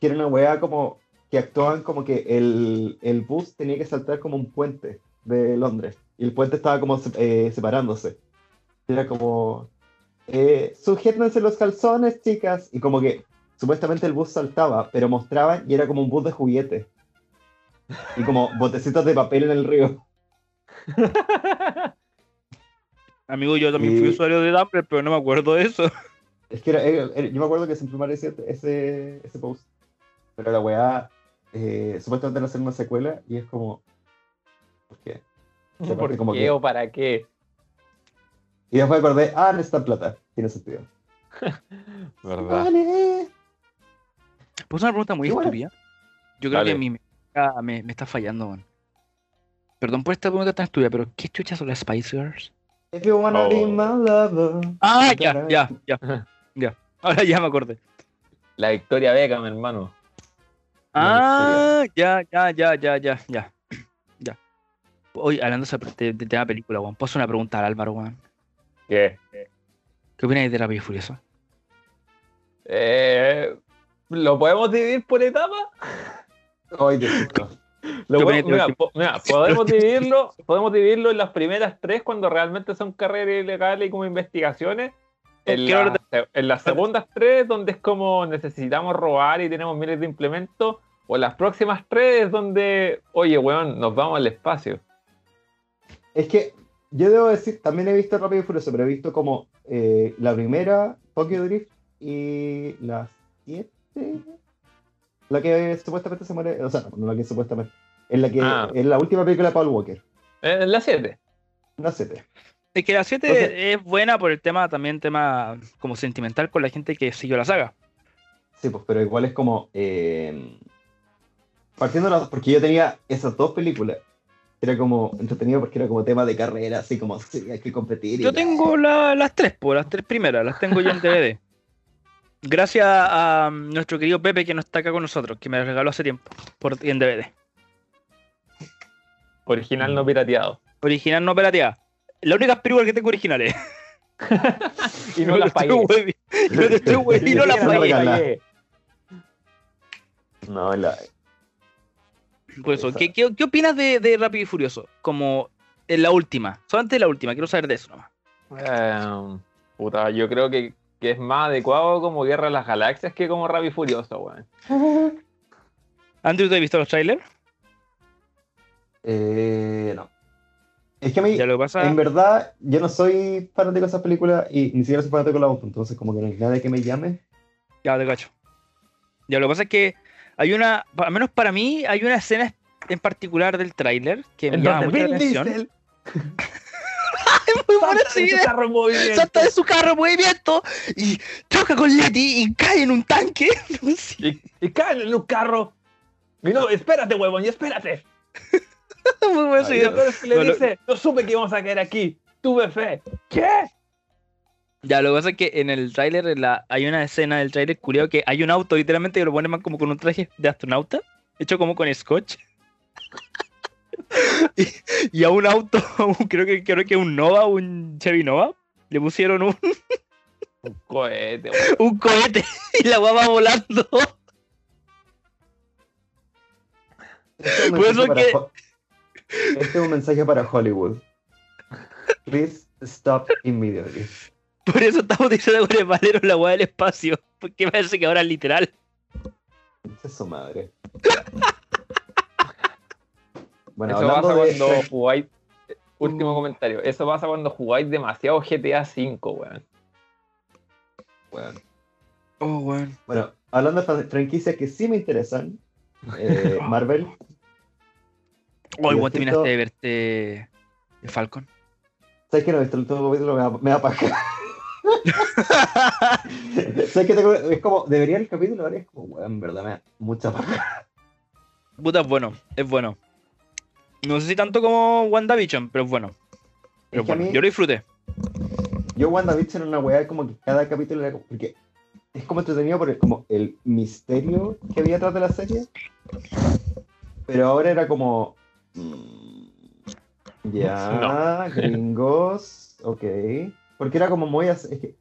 que era una weá como que actuaban como que el, el bus tenía que saltar como un puente de Londres y el puente estaba como se- eh, separándose. Era como, eh, sujétense los calzones, chicas. Y como que supuestamente el bus saltaba, pero mostraban y era como un bus de juguete. Y como botecitos de papel en el río. Amigo, yo también fui Y- usuario de Dumble, pero no me acuerdo de eso. Es que era, era- era- yo me acuerdo que siempre me aparecía ese, ese post. Pero la weá, eh, supuestamente van a hacer una secuela y es como. ¿Por qué? Girl. Aparte, ¿Por como qué que- o para qué? Y después acordé, ah, necesitan plata. Tiene sentido. [LAUGHS] ¿Verdad? Vale. Pues una pregunta muy Qué bueno. estúpida. Yo creo Dale. que mi mecánica me, me está fallando, man. Perdón por esta pregunta tan estúpida, pero ¿qué chuchas son las Spice Girls? If you wanna Oh. be my lover. Ah, ya, ya, ya. ya. Ahora ya me acordé. La Victoria Beckham, hermano. Ah, ya, ya, ya, ya, ya, ya. [CLEARS THROAT] Ya. Hoy, hablando sobre de, de tema película, Juan, paso una pregunta al Álvaro, Juan. ¿Qué? ¿Qué opináis de Rápido y Furioso? Eh, ¿Lo podemos dividir por etapa? Hoy te siento. Lo Yo podemos- creo mira, que- po- [LAUGHS] mira, podemos dividirlo, podemos dividirlo en las primeras tres cuando realmente son carreras ilegales y como investigaciones. En, Quiero las- en las segundas tres, donde es como necesitamos robar y tenemos miles de implementos. O en las próximas tres, es donde, oye, weón, nos vamos al espacio. Es que yo debo decir, también he visto Rápido y Furioso, pero he visto como eh, la primera, Tokyo Drift, y la 7. La que supuestamente se muere, o sea, no la que supuestamente. Es la que Ah. es la última película de Paul Walker, Eh, En las siete. la 7. Es que la 7 Entonces- es buena por el tema, también tema como sentimental con la gente que siguió la saga. Sí, pues, pero igual es como. eh, partiendo de las- porque yo tenía esas dos películas. Era como entretenido porque era como tema de carrera, así como, [LAUGHS] sí, hay que competir. y Yo bla. tengo la- las tres, pues, las tres primeras, las tengo yo en [LAUGHS] DVD. Gracias a um, nuestro querido Pepe que no está acá con nosotros, que me las regaló hace tiempo por, en DVD. Original Mm. no pirateado. Original no operativa. Las únicas películas que tengo originales. Y [LAUGHS] no las te pagué. estoy huevi- no te estoy huevi- Y no no las la Ni pagué. siquiera pagué. pagué. No, la, Por eso, ¿qué, qué, qué opinas de, de Rápido y Furioso? Como en la última, solamente la última, quiero saber de eso nomás. Eh, puta, yo creo que, que es más adecuado como Guerra de las Galaxias que como Rabbi Furioso, [LAUGHS] weón. Andrew, ¿tú has visto los trailers? Eh, no. Es que a mí, Ya lo que pasa. en verdad, yo no soy fanático de esas películas y ni siquiera soy fanático de la voz, entonces como que no hay nadie que me llame. Ya, te cacho. Ya, lo que pasa es que hay una, pa- al menos para mí, hay una escena en particular del tráiler que me En llama donde mucho la Vin atención. Diesel Es muy salta buena de su esa idea. carro en movimiento. Salta de su carro en movimiento y choca con Letty y cae en un tanque. [LAUGHS] No sé. Y, y caen en un carro. Y no, espérate, huevón, y espérate. Muy buena esa Ay, Y idea. Dios. entonces le No, lo- dice, no supe que íbamos a caer aquí. Tuve fe. ¿Qué? Ya, lo que pasa es que en el tráiler en la- hay una escena del tráiler curioso que hay un auto literalmente que lo ponen más como con un traje de astronauta, hecho como con scotch. [LAUGHS] y, y a un auto, [LAUGHS] a un- creo que creo que un Nova, un Chevy Nova, le pusieron un, Un cohete, weón. un cohete [LAUGHS] y la guapa volando. Este es un Pues mensaje lo para que- Ho- Este es un mensaje para Hollywood. Please stop immediately. Por eso estamos diciendo con el valero la guapa del espacio, porque parece que ahora es literal. Concha su madre. Bueno, Eso pasa hablando de... Mm. cuando jugáis. Último comentario. Eso pasa cuando jugáis demasiado GTA V, weón. Bueno, Oh, weón. bueno, hablando de fran- franquicias que sí me interesan, [LAUGHS] eh, Marvel, Hoy, weón, Diosito. Oh, terminaste de verte de Falcon. ¿Sabes que no he visto el último capítulo? Me da, me da paja. [LAUGHS] ¿Sabes que Es como, debería el capítulo, ¿vale? Es como, weón, en verdad me da mucha paja. Puta, es bueno, es bueno. No sé si tanto como WandaVision, pero es bueno. Pero Es que a bueno, mí- yo lo disfruté. Yo, WandaVision era una weá como que cada capítulo era como. Porque es como entretenido por el, como el misterio que había atrás de la serie. Pero ahora era como. mm, ya, [LAUGHS] gringos, ok. Porque era como muy. as- Es que,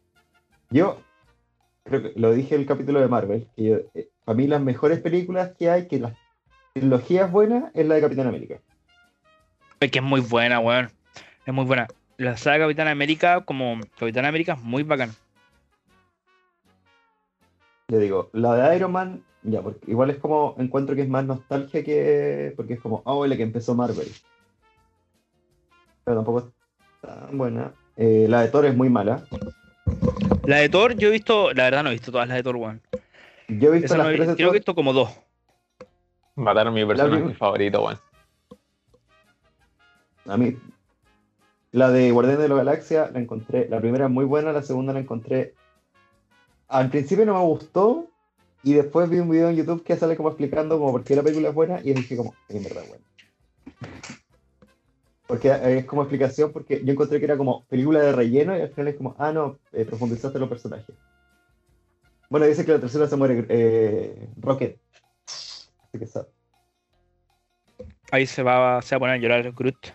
yo creo que lo dije en el capítulo de Marvel. Que yo- eh, para mí, las mejores películas que hay, que las trilogías buenas, es la de Capitán América. Es que es muy buena, weón. Es muy buena. La saga Capitán América, como Capitán América, es muy bacana. Yo digo, la de Iron Man, ya, porque igual es como, encuentro que es más nostalgia que. Porque es como, oh, la que empezó Marvel. Pero tampoco es tan buena. Eh, la de Thor es muy mala. La de Thor, yo he visto, la verdad no he visto todas las de Thor, weón. Yo he visto Esa las no he- tres de creo que he Thor. visto como dos. Mataron mi personaje última- favorito, weón. A mí. La de Guardián de la Galaxia la encontré. La primera es muy buena, la segunda la encontré. Al principio no me gustó. Y después vi un video en YouTube que sale como explicando como por qué la película es buena. Y dije como, en verdad es buena. Porque eh, es como explicación, porque yo encontré que era como película de relleno y al final es como, ah, no, eh, profundizaste los personajes. Bueno, dice que la tercera se muere eh, Rocket. Así que sa- Ahí se va, se va a poner a llorar Groot.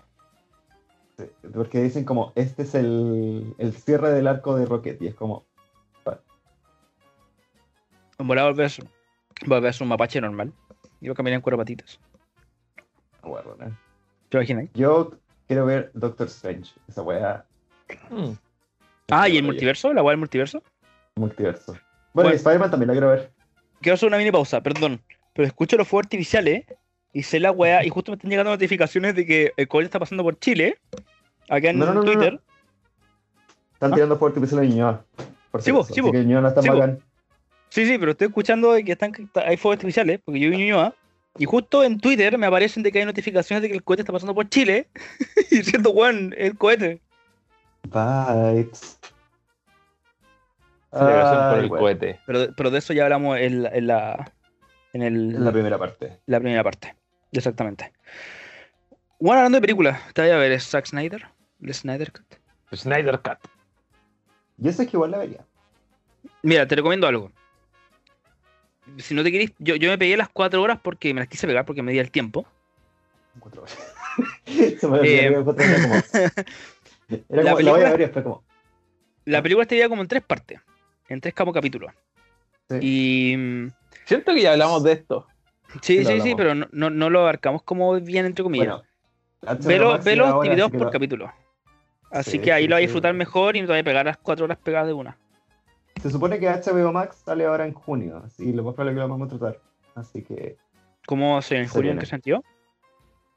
Porque dicen como, este es el, el cierre del arco de Rocket. Y es como, En volada volver a su, volver a su mapache normal. Iba a caminar en cuatro patitas. bueno, ¿no? ¿Te imaginas? Yo quiero ver Doctor Strange. Esa wea Mm. Ah, y el Maravilla. multiverso, la weá del multiverso. multiverso. Bueno, Bueno. y Spider-Man también la quiero ver. Quiero hacer una mini pausa, perdón. Pero escucho los fuegos artificiales y sé la weá. Y justo me están llegando notificaciones de que el COVID está pasando por Chile. Acá en No, no, no, no, Twitter. Están Ah. tirando fuerte artificial en Ñuñoa. Por Sí, cierto. vos, sí, Así vos. que Ñuñoa no está Sí, vos. bacán. Sí, sí, pero estoy escuchando de que están, que está- hay fuegos artificiales, porque yo vi Ñuñoa, y justo en Twitter me aparecen de que hay notificaciones de que el cohete está pasando por Chile, [LAUGHS] y diciendo, weón, el cohete. Vibes. Celebración por Ay, el bueno, cohete. Pero, pero de eso ya hablamos en, la- en la, en el- Es la primera parte. la primera parte. Exactamente. Bueno, hablando de película, te voy a ver, ¿es Zack Snyder? ¿El Snyder Cut? Snyder Cut. Yo sé que igual la vería. Mira, te recomiendo algo. Si no te querís, yo, yo me pegué las cuatro horas porque me las quise pegar porque me di el tiempo. En cuatro horas. [LAUGHS] Se me olvidó Eh. que en cuatro horas era [LAUGHS] como- Era como, La la voy película- a ver y después como... Ah. La película está dividida como en tres partes, en tres como capítulos. Y mm, Siento que ya hablamos de esto. Sí, lo Sí, sí, sí, hablamos. pero no, no, no lo abarcamos como bien, entre comillas. Bueno. HBO velo Max velo llega ahora, divididos así que por lo- capítulo. Así Sí, que ahí sí, lo vas a sí. disfrutar mejor y no te vas a pegar las cuatro horas pegadas de una. Se supone que HBO Max sale ahora en junio, así lo más probable es que lo vamos a tratar. Así que ¿Cómo se en Se julio? ¿En viene. qué sentido?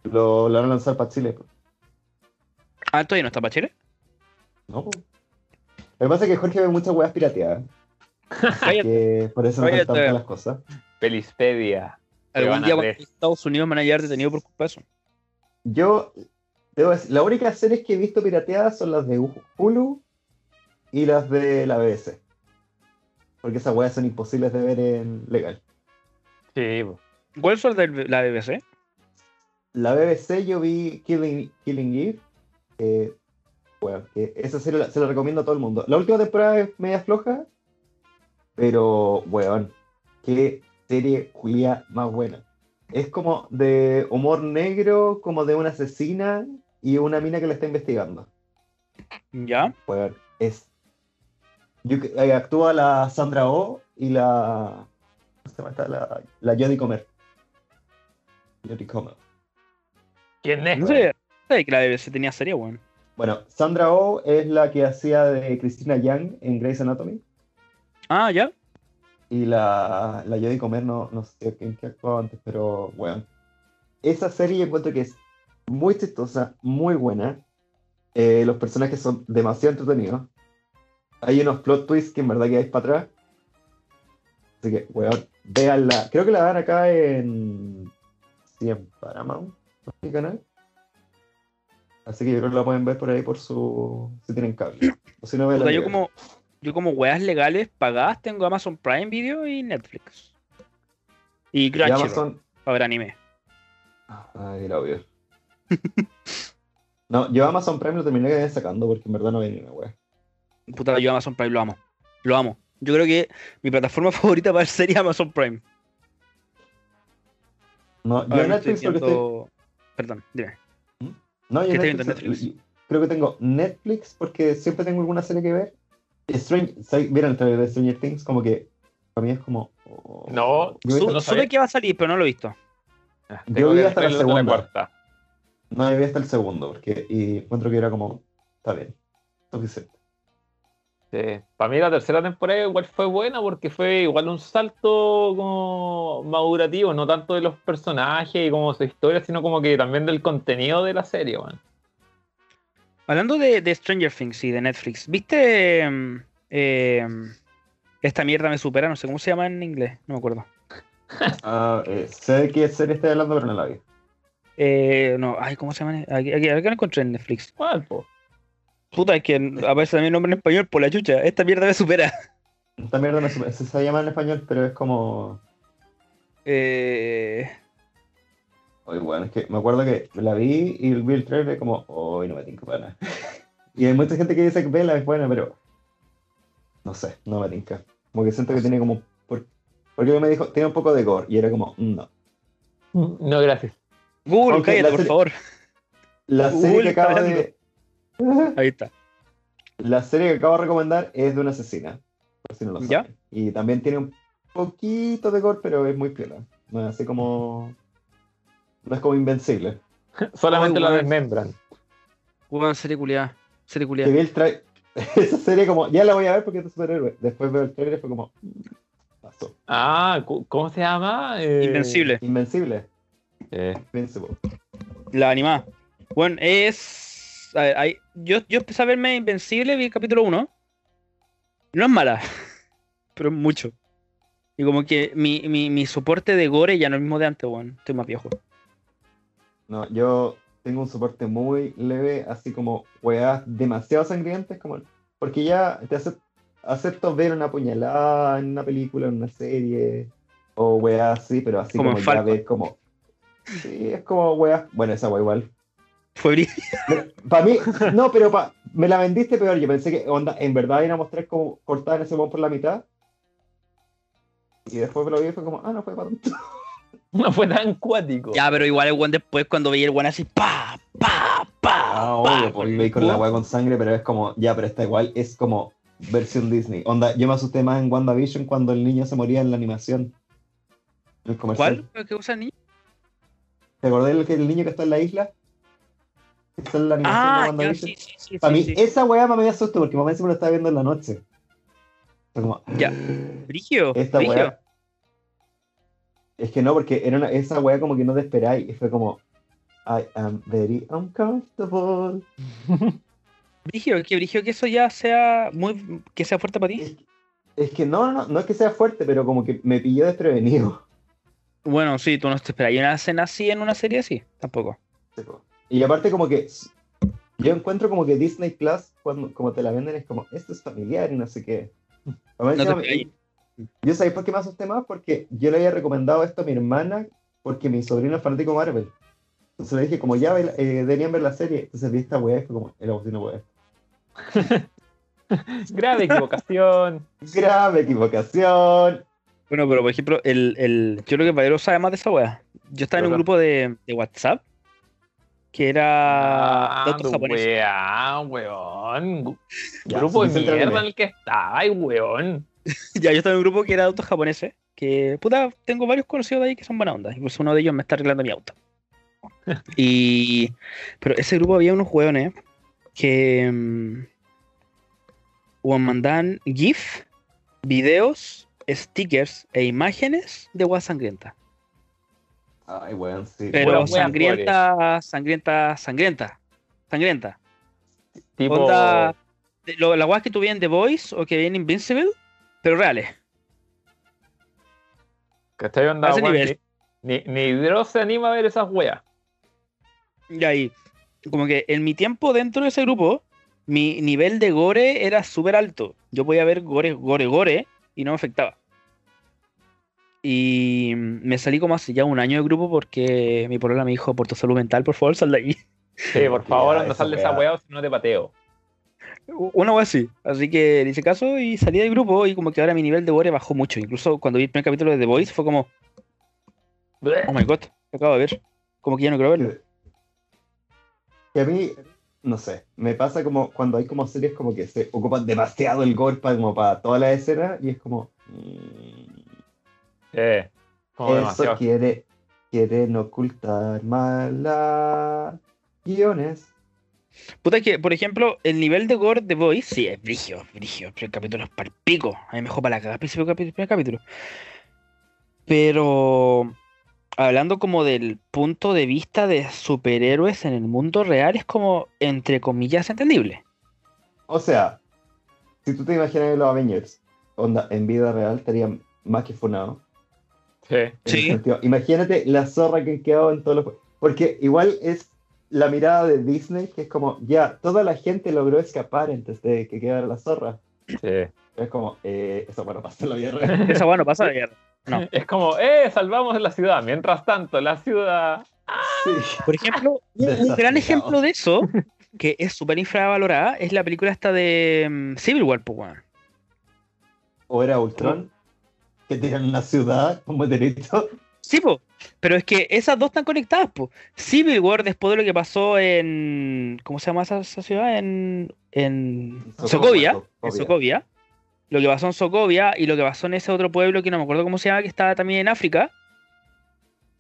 lo, lo van a lanzar para Chile. Ah, todavía no está para Chile. Uh. No. po. Lo que pasa es que Jorge ve muchas weas pirateadas, [LAUGHS] Cállate, que por eso no Oye, están te- tantas las cosas. Pelispedia. Algún van a día cuando ver. Estados Unidos me van a llevar detenido por culpa de eso. Yo, debo decir, las únicas series que he visto pirateadas son las de Hulu y las de la BBC. Porque esas weas son imposibles de ver en legal. Sí, po. ¿Cuál es la del- la BBC? La BBC yo vi Killing, Killing Eve. eh, bueno, que esa serie la- se la recomiendo a todo el mundo. La última temporada es media floja, pero, weón, qué serie Julia más buena. Es como de humor negro, como de una asesina y una mina que la está investigando. ¿Ya? Weón, es. yo que- eh, actúa la Sandra O oh y la. ¿Cómo se llama esta? La, la Jodie Comer. Jodie Comer. ¿Quién es? No sé, no sé que la BBC tenía serie, weón. Bueno, Sandra O oh es la que hacía de Christina Yang en Grey's Anatomy. Ah, ya. Y la, la Jodie Comer, no, no sé en qué actuaba antes, pero bueno. Esa serie yo encuentro que es muy chistosa, muy buena. Eh, los personajes son demasiado entretenidos. Hay unos plot twists que en verdad quedáis para atrás. Así que, weón, véanla. Creo que la dan acá en. Sí, en Paramount, no sé qué canal. Así que yo creo que la pueden ver por ahí por su. si tienen cable. O si no, Puta, véanla yo legal. como yo como weas legales pagadas tengo Amazon Prime Video y Netflix. Y Y Crunchyroll Amazon. para ver anime. Ay, Ah, la obvio. [LAUGHS] no, yo Amazon Prime lo terminé sacando porque en verdad no venía una wea. Puta, yo Amazon Prime lo amo. Lo amo. Yo creo que mi plataforma [LAUGHS] favorita para ver series es Amazon Prime. No, yo Ahora me Netflix porque estoy- viendo- Perdón, dime. No, yo ¿Qué estás viendo en Netflix- Netflix? Creo que tengo Netflix porque siempre tengo alguna serie que ver. Stranger, ¿sabes? ¿Vieron el trailer de Stranger Things? Como que para mí es como. oh. No, yo, vi- Su- no supe sabía. que va a salir, pero no lo he visto. Ah, Yo tengo vi que hasta la verlo hasta segunda. cuarta. no, yo vi hasta el segundo porque y encuentro que era como. Está bien, suficiente. Para mí la tercera temporada igual fue buena porque fue igual un salto como madurativo, no tanto de los personajes y como su historia, sino como que también del contenido de la serie, weón. Hablando de, de Stranger Things y de Netflix, ¿viste mm, eh, esta mierda me supera? No sé cómo se llama en inglés, no me acuerdo. Ah, eh, sé de qué serie estoy hablando, pero no la vi. Eh, no, ay, ¿cómo se llama? Aquí, aquí, aquí la encontré en Netflix. ¿Cuál, po? [LAUGHS] Puta, es que aparece también el nombre en español por la chucha. Esta mierda me supera. [LAUGHS] Esta mierda no se, se sabe llamar en español, pero es como. Eh, Oye, bueno, es que me acuerdo que la vi y vi el trailer como, hoy no me tinca para nada. [LAUGHS] Y hay mucha gente que dice que vela es buena, pero no sé, no me tinca. Como que siento que tiene como, por- porque me dijo, tiene un poco de gore, y era como, "Mm, no. Mm. No, gracias. Google, Ok, cállate, la por serie- favor. [LAUGHS] La serie, Google que está acabo de, hablando. Ahí está. la serie que acabo de recomendar es de una asesina, por si no lo saben. ¿Ya? Y también tiene un poquito de gore, pero es muy piola. No es así como, no es como invencible. [LAUGHS] Solamente Ay, la weón. desmembran. Weón, serie culiada. Serie Que culiada. vi el trai- [LAUGHS] Esa serie como, ya la voy a ver porque es de superhéroe. Después veo el trailer y fue como, pasó. Ah, cu- ¿cómo se llama? Eh, Invencible. Invencible, eh, [LAUGHS] Invincible. La animada. Bueno, es. a ver, hay- Yo, yo empecé a verme Invencible, vi el capítulo 1. No es mala, [LAUGHS] pero es mucho. Y como que mi, mi, mi soporte de gore ya no es el mismo de antes, weón. Estoy más viejo. [LAUGHS] No, yo tengo un soporte muy leve, así como weas demasiado sangrientes, como, porque ya te acep- acepto ver una puñalada en una película, en una serie, o weas así, pero así Como como, ya en Falcon. ver como... Sí, es como weas, bueno, esa wea igual. Fue brillo. Para mí, no, pero pa- me la vendiste peor. Yo pensé que, onda, en verdad iban a mostrar como cortar ese mon por la mitad. Y después me lo vi y fue como, ah, no fue para tanto. No fue tan cuático. Ya, pero igual el weón después, cuando veía el weón así, pa, pa, pa. Ah, obvio, porque veis con la weá con sangre, pero es como, ya, pero está igual, es como versión Disney. Onda, yo me asusté más en WandaVision cuando el niño se moría en la animación. En el comercial. ¿Cuál? ¿Qué usa ni? ¿Te acordás del que- el niño que está en la isla? Que está en la animación de Ah, ya, WandaVision. sí, sí, sí. para sí, mí, sí. esa weá me asustó porque mamá siempre lo estaba viendo en la noche. Fue como, [GASPS] Ya. [LAUGHS] Brigio, Esta brigio. weá. Es que no, porque era una- esa weá como que no te esperáis. Y fue como. I am very uncomfortable. Brigio, que Brigio, que eso ya sea muy que sea fuerte para ti. Es, es que no, no, no es que sea fuerte, pero como que me pilló desprevenido. Bueno, sí, tú no te esperas. ¿Y una escena así en una serie así? Tampoco. Y aparte, como que. Yo encuentro como que Disney Plus, cuando, como te la venden, es como, esto es familiar y no sé qué. A ver, No te yo- pilláis. yo sabéis por qué me asusté más, porque yo le había recomendado esto a mi hermana, porque mi sobrino es fanático de Marvel. Entonces le dije, como ya baila- eh, deberían ver la serie. Entonces vi esta weá y fue como, el agustino weá. Grave [LAUGHS] equivocación. Grave equivocación. Bueno, pero por ejemplo, el, el... yo creo que Valero sabe más de esa weá. Yo estaba en un Claro. grupo de, de WhatsApp que era de Ah, otros japoneses. weón, weón. Ya, Grupo de suficiente de mierda en anime. el que está, ay, weón. [LAUGHS] Ya, yo estaba en un grupo que era de autos japoneses. Que puta, tengo varios conocidos de ahí que son buena onda. Incluso uno de ellos me está arreglando mi auto. y. Pero ese grupo había unos hueones que. mm, weón, mandaban GIF, videos stickers e imágenes de weas sangrientas. Ay, weón, sí. Pero weas sangrienta, sangrienta, sangrienta, sangrienta. Tipo, Onda, de- lo- las weas que tuvieron The Voice o que vienen Invincible, pero reales. ¿cachai? Onda, a ese weón, nivel. Ni, ni Dross se anima a ver esas weas. Y ahí, como que en mi tiempo dentro de ese grupo, mi nivel de gore era súper alto. Yo podía ver gore, gore, gore y no me afectaba. Y mm, me salí como hace ya un año de grupo porque mi problema me dijo, por tu salud mental, por favor, sal de ahí. Sí, por Ya, favor, no esa sal de esa wea. wea o si no te pateo. Una wea así. Así que le hice caso y salí del grupo y como que ahora mi nivel de gore bajó mucho. Incluso cuando vi el primer capítulo de The Voice fue como, oh my god, ¿qué acabo de ver? Como que ya no quiero verlo. Que a mí, no sé, me pasa como cuando hay como series como que se ocupan demasiado el gore para, como para toda la escena y es como... mm, Sí, como demasiado. Eso quiere, quieren ocultar malas guiones. Puta que, por ejemplo, el nivel de gore de Voice, sí, es brigio, brigio. pero El capítulo es palpico. A mí me dejó para la cagada al principio del capi- primer capítulo. Pero hablando como del punto de vista de superhéroes en el mundo real, es como, entre comillas, entendible. O sea, si tú te imaginas en los Avengers, onda, en vida real estarían más que funado. Sí. En Sí. el sentido- imagínate la zorra que han quedado en todos los... jue- Porque igual es la mirada de Disney que es como, ya, toda la gente logró escapar antes de que quedara la zorra. Sí. Es como, eh, eso bueno, pasa en la vida real. [LAUGHS] Esa bueno, pasa de guerra. No. Es como, ¡eh! Salvamos la ciudad. Mientras tanto, la ciudad. Sí. Por [LAUGHS] ejemplo, un, un gran Desastre, ejemplo de eso, que es súper infravalorada, es la película esta de mm, Civil War, pues, weón. O era Ultron, que tiran una ciudad como delito. Sí, po. Pero es que esas dos están conectadas, po. Civil War, después de lo que pasó en. ¿Cómo se llama esa, esa ciudad? En. En. Sokovia. En Sokovia. Lo que pasó en Sokovia y lo que pasó en ese otro pueblo que no me acuerdo cómo se llama, que estaba también en África.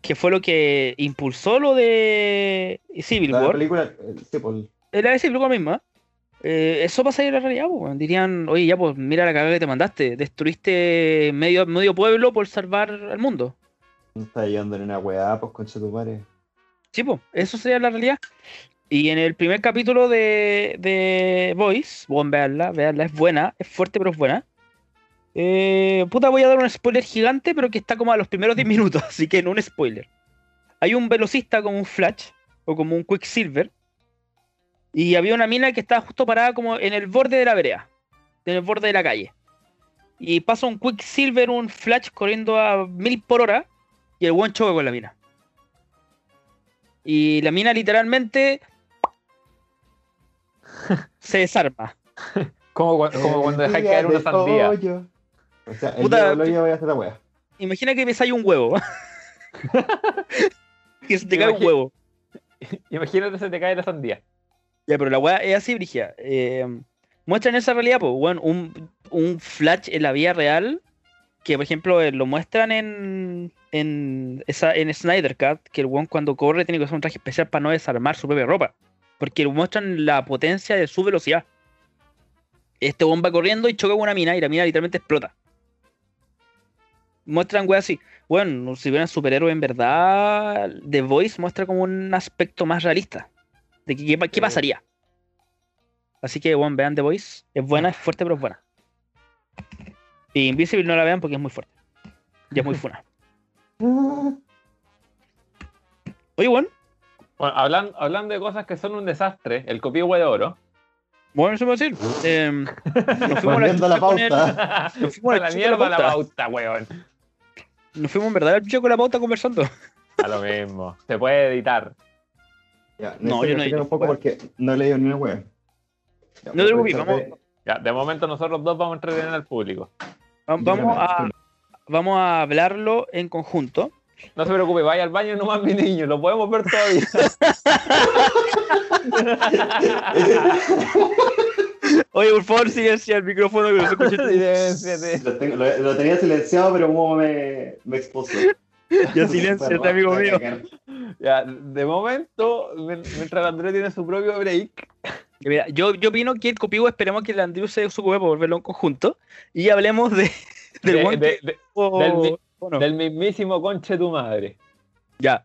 Que fue lo que impulsó lo de Civil La War. película, eh, sí, por Es la de Civil War misma. Eh, eso pasa en la realidad, po, weón. Dirían, oye, ya, pues mira la cagada que te mandaste. Destruiste medio, medio pueblo por salvar al mundo. No está yendo en una weá, pues concha tu madre. Sí, po, eso sería la realidad. Y en el primer capítulo de, de Voice, bueno, veanla, veanla, es buena, es fuerte pero es buena. Eh, puta, voy a dar un spoiler gigante, pero que está como a los primeros 10 minutos, [LAUGHS] así que no un spoiler. Hay un velocista como un Flash, o como un Quicksilver, y había una mina que estaba justo parada como en el borde de la vereda, en el borde de la calle. Y pasa un Quicksilver, un Flash corriendo a mil por hora, y el buen choca con la mina. Y la mina literalmente se desarma. Como, cu- como Eh, cuando dejáis caer una sandía. O sea, el Puta, día del hoyo voy a hacer la weá. Imagina que pesáis un huevo. que se te cae un Imagi- huevo. Imagínate se te cae la sandía. Ya, pero la weá es así, Brigia. Eh, muestran esa realidad, pues, weón. Un, un flash en la vida real que, por ejemplo, eh, lo muestran en, en, esa, en Snyder Cut, que el weón cuando corre tiene que usar un traje especial para no desarmar su propia ropa. Porque muestran la potencia de su velocidad. Este weón va corriendo y choca con una mina y la mina literalmente explota. Muestran weas así. Bueno, si vieran superhéroe en verdad, The Voice muestra como un aspecto más realista de que- qué, pa- qué Sí. pasaría. Así que, bueno, vean The Voice. Es buena, es fuerte, pero es buena. Y Invisible no la vean porque es muy fuerte. Y es muy funa. Oye, bueno, Bueno, hablan- hablando de cosas que son un desastre, el copihue de oro. [LAUGHS] bueno, eso me va a decir. Em, nos fuimos a la Volviendo a la chucha con el- pauta. Nos fuimos a a la la chucha mierda con la la pauta, weón. Nos fuimos en verdad al chucha con la pauta conversando. A lo mismo. Se puede editar. Ya, necesito No, yo no explicar he un poco weá. porque no he leído ni una weá. Ya, pues, No te preocupes, aprovechar vamos- de- Ya, de momento nosotros dos vamos a entretener al público. Va- Yo Vamos no me- a, vamos a hablarlo en conjunto. No se preocupe, vaya al baño nomás mi niño, lo podemos ver todavía. Oye, por favor, silencio el micrófono que no [LAUGHS] se escuche. Silenciate. Lo, tengo- lo- lo tenía silenciado, pero como me, me expuso. [LAUGHS] Ya silenciate, amigo mío. ya, de momento, men- mientras Andrés tiene su propio break, Mira, yo, yo opino que el Copigo esperemos que el Andrew se ocupe para volverlo en conjunto y hablemos de, [LAUGHS] Del De- weón de- que- de- oh, del mi- bueno. Del mismísimo conche tu madre. Ya.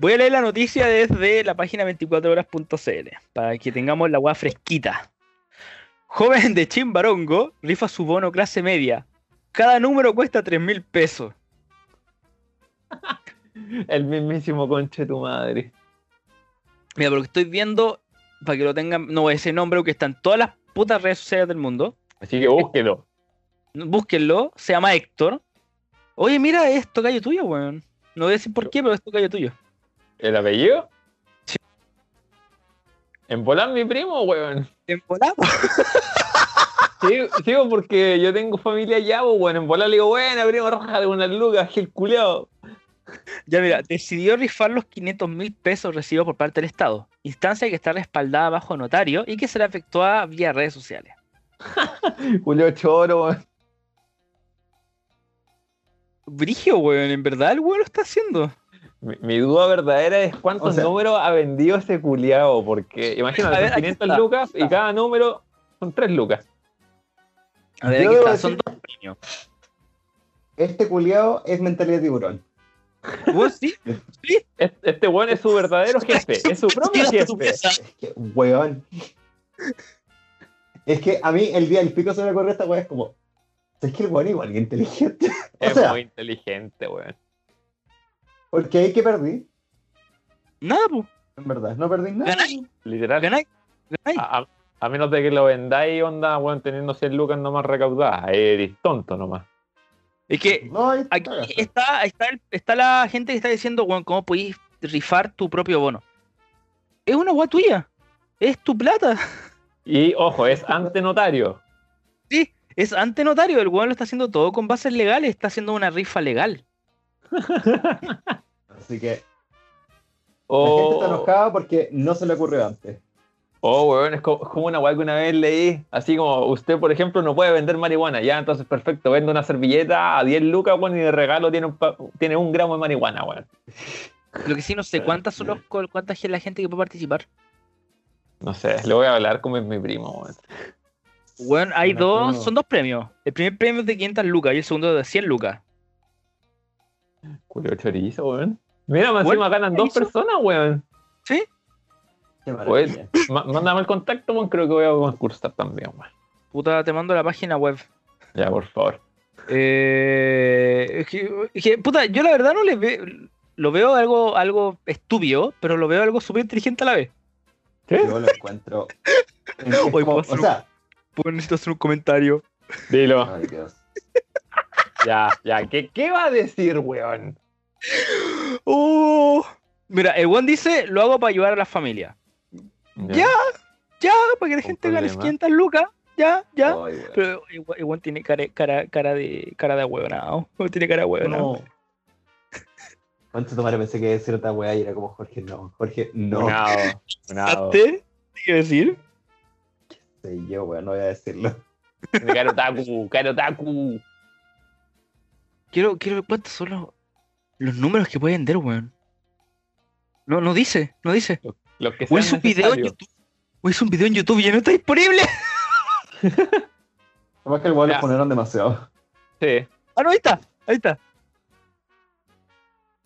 Voy a leer la noticia desde la página 24horas.cl para que tengamos la weá fresquita. Joven de Chimbarongo rifa su bono clase media. Cada número cuesta 3 mil pesos. El mismísimo conche tu madre. Mira, por lo que estoy viendo, para que lo tengan, no ese nombre que está en todas las putas redes sociales del mundo. Así que búsquelo. Búsquenlo, se llama Héctor. Oye, mira, es tocayo tuyo, weón. No voy a decir por qué, pero es tocayo tuyo. ¿El apellido? ¿En Polán mi primo, weón? Sí, sí, bo, porque yo tengo familia allá, bo, bueno, en volar le digo, buena, primo roja de unas lucas, gil culeado. [LAUGHS] Ya mira, decidió rifar los 500 mil pesos recibidos por parte del Estado, instancia que está respaldada bajo notario y que será efectuada vía redes sociales. Culeo choro, weón. Brigio, weón, en verdad el weón lo está haciendo. Mi, mi duda verdadera es cuántos O sea- números ha vendido ese culeado, porque imagínate, A ver, son aquí 500 está. lucas y cada número son 3 lucas. A ver, Yo aquí debo está, son decir- dos premios. Este culiao es mentalidad de tiburón. Weón, sí, Este, este weón es [LAUGHS] su verdadero jefe, es su propio Tira tu jefe. mesa. Es que, weón. Es que a mí el día del pico se me ocurrió esta weá, es como. Es que el weón es igual que inteligente. [LAUGHS] O Es sea, muy inteligente, weón. porque ahí que perdí, Nada, pues. en verdad, no perdí nada. Ganáis, Literal. ganáis, ganáis. A, a- a menos de que lo vendáis, onda, weón, teniendo 100 lucas nomás recaudadas. Eres tonto nomás. Es que No, ahí está, aquí cagaste. está, está, el- está la gente que está diciendo, weón, ¿cómo podéis rifar tu propio bono? Es una weá tuya. Es tu plata. [LAUGHS] Y [LAUGHS] ojo, es antenotario. Sí, es ante notario, el weón lo está haciendo todo con bases legales, está haciendo una rifa legal. Así que la gente Oh. O... está enojada porque no se le ocurrió antes. Oh, weón, es co- es como, una weá que una vez leí. Así como, usted, por ejemplo, no puede vender marihuana. Ya, entonces, perfecto, vende una servilleta a 10 lucas, weón, y de regalo tiene un, pa- tiene un gramo de marihuana, weón. Lo que sí no sé cuántas son los col- cuántas es la gente que puede participar. No sé, le voy a hablar como es mi primo, weón. Weón, hay Bueno, dos, no. son dos premios. El primer premio es de 500 lucas y el segundo de 100 lucas. Culo chorizo, weón. Mira, más Weón, encima ganan dos chorizo. personas, weón. Qué maravilla. Weón, ma- mándame el contacto, weón, creo que voy a concursar también, weón. Puta, te mando la página web. Ya, por favor. Eh, es que- es que, puta, yo la verdad no les veo, lo veo algo, algo estúpido, pero lo veo algo súper inteligente a la vez. ¿Qué? Yo lo encuentro. [LAUGHS] es Hoy como- o puedo- sea, Pues necesito hacer un comentario. Dilo. ay, Dios. Ya, ya. ¿Qué, qué va a decir, weón? Oh. Mira, el weón dice, lo hago para ayudar a la familia. Ya, ya, para que la Un gente gane problema. 500 lucas, ya, ya. Ay, weón. Pero igual, igual tiene cara, cara, cara de cara de huevonao. Tiene cara de huevonao. No. ¿Cuánto tomaron? Pensé que iba a decir otra weá y era como Jorge, no. Jorge, no. [LAUGHS] Bravo, bravo. ¿Te quiero decir? Soy yo, weón, no voy a decirlo. Caro Taku, Caro Taku. Quiero, quiero ver cuántos son los, los números que puede vender, weón. No, no dice, no dice. Los que O sean es un video en necesarios. YouTube. O es un video en YouTube y ya no está disponible. Además que el weón Ya. lo ponieron demasiado. Sí. Ah, no, ahí está, ahí está.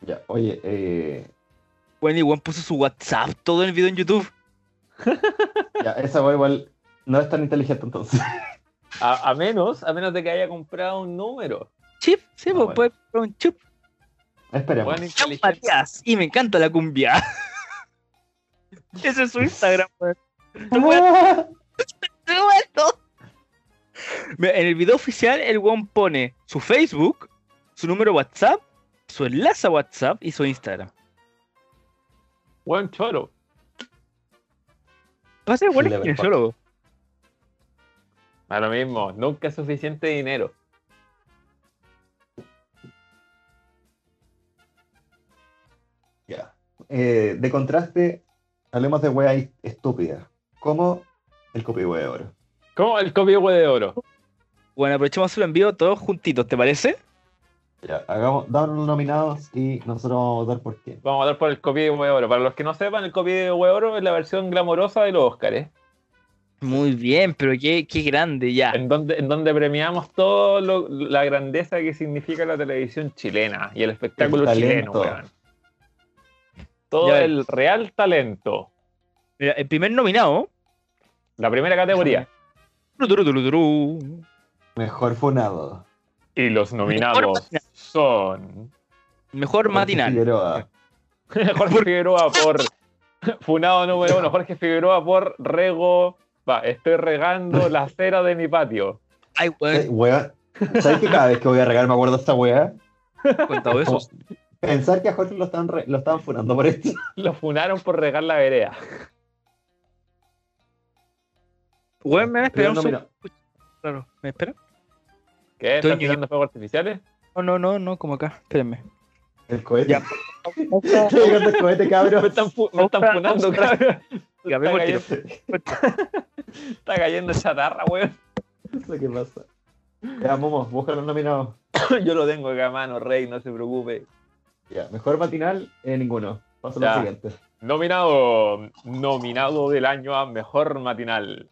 Ya, oye, eh, Bueno, y weón puso su WhatsApp todo en el video en YouTube. ya, esa weá igual no es tan inteligente entonces. [LAUGHS] A, a menos, a menos de que haya comprado un número. Chip, sí, Ah, pues bueno. puede comprar un chip. Esperemos. Weón Chao, inteligente. Matías. Y me encanta la cumbia. [LAUGHS] Ese es su Instagram, weón. Mira, En el video oficial, el weón pone su Facebook, su número WhatsApp, su enlace a WhatsApp y su Instagram. Buen choro. Va a ser bueno Le ve kinesiólogo. A lo mismo, nunca es suficiente dinero. [LAUGHS] Ya. Eh, de contraste, hablemos de weá estúpida. Como el copihue de oro. Como el copihue de oro. Bueno, aprovechemos el envío todos juntitos, ¿te parece? Ya, hagamos, damos los nominados y nosotros vamos a votar por quién. Vamos a hablar por el copihue de oro. Para los que no sepan, el copihue de oro es la versión glamorosa de los Óscares. Muy bien, pero qué, qué grande ya. en donde, en donde premiamos toda la grandeza que significa la televisión chilena y el espectáculo El chileno, talento. weón. Todo Ya ves. el real talento. Mira, el primer nominado. La primera categoría. tru, tru, tru, tru, Mejor funado. Y los nominados matinal. son Mejor matinal. Figueroa. Jorge Figueroa por [LAUGHS] Funado número uno, Jorge Figueroa por Rego. Va, estoy regando la cera de mi patio. Ay, Eh, weón, weá, ¿Sabes que cada vez que voy a regar me acuerdo de esta weá? he contado eso. Pensar que a Jorge lo estaban, re- lo estaban funando por esto. Lo funaron por regar la vereda. Weón, me van a esperar Pero un no, segundo. mira, Claro, ¿me espera? ¿Qué? ¿Están Estoy- tirando fuegos artificiales? No, no, no, no, como acá. Espérenme. el cohete. Ya. [LAUGHS] Estoy llegando el cohete, [LAUGHS] Me cabrón. están, fu- me están Ojalá, funando, ojalá. cabrón. Ya, [LAUGHS] Está vemos el cayendo, está cayendo chatarra, weón. [LAUGHS] Eso que pasa. Ya, Momo, busca los nominados. Yo lo tengo acá a mano, rey, no se preocupe. Ya, mejor matinal, eh, ninguno. Paso a Ya. lo siguiente. Nominado, nominado del año a mejor matinal.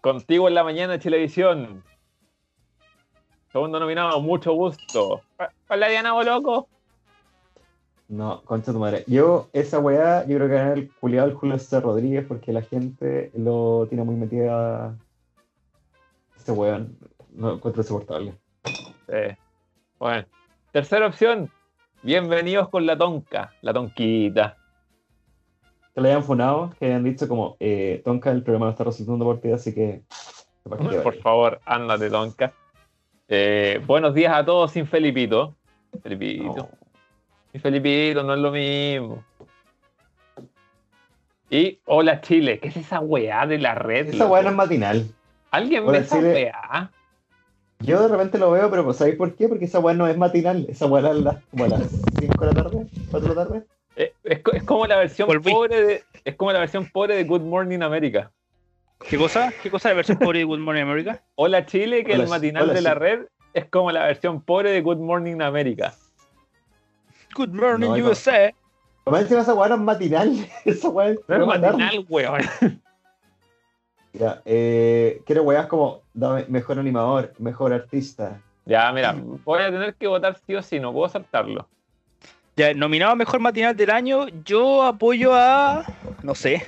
Contigo en la mañana, Chilevisión. Segundo nominado, mucho gusto. Hola Diana Boloco. No, concha tu madre. Yo, esa weá, yo creo que era el culiado el Julio C. Rodríguez porque la gente lo tiene muy metida. Ese weón. No lo encuentro insoportable. Sí. Bueno. Tercera opción, bienvenidos con la tonca, la tonquita. Que le hayan funado, que hayan dicho como, eh, Tonka, el programa no está resultando por ti, así que. te partí de Por baile. favor, ándate, tonca. Eh, buenos días a todos sin Felipito. Felipito. No. Y Felipito, no es lo mismo. Y Hola Chile, ¿qué es esa weá de la red? Esa loco? weá no es matinal. ¿Alguien Hola, ve esa Chile. weá? Yo de repente lo veo, pero pues, ¿sabéis por qué? Porque esa weá no es matinal. Esa weá era a las- como a las 5 de la tarde, 4 de la tarde. Eh, Es, co- es como la versión Volví. pobre de. Es como la versión pobre de Good Morning America. ¿Qué cosa? ¿Qué cosa la [LAUGHS] versión pobre de Good Morning America? Hola Chile, que Hola, el matinal hola, de la Chile. red es como la versión pobre de Good Morning America. Good Morning No, no. USA. Además, encima esa weá no es matinal. [LAUGHS] Esa weá No es programa de tarde. matinal, weón. Ya, eh, quiero weas como dame mejor animador, mejor artista. Ya, mira, voy a tener que votar sí o sí, no puedo saltarlo. Ya, nominado a mejor matinal del año, yo apoyo a. No sé.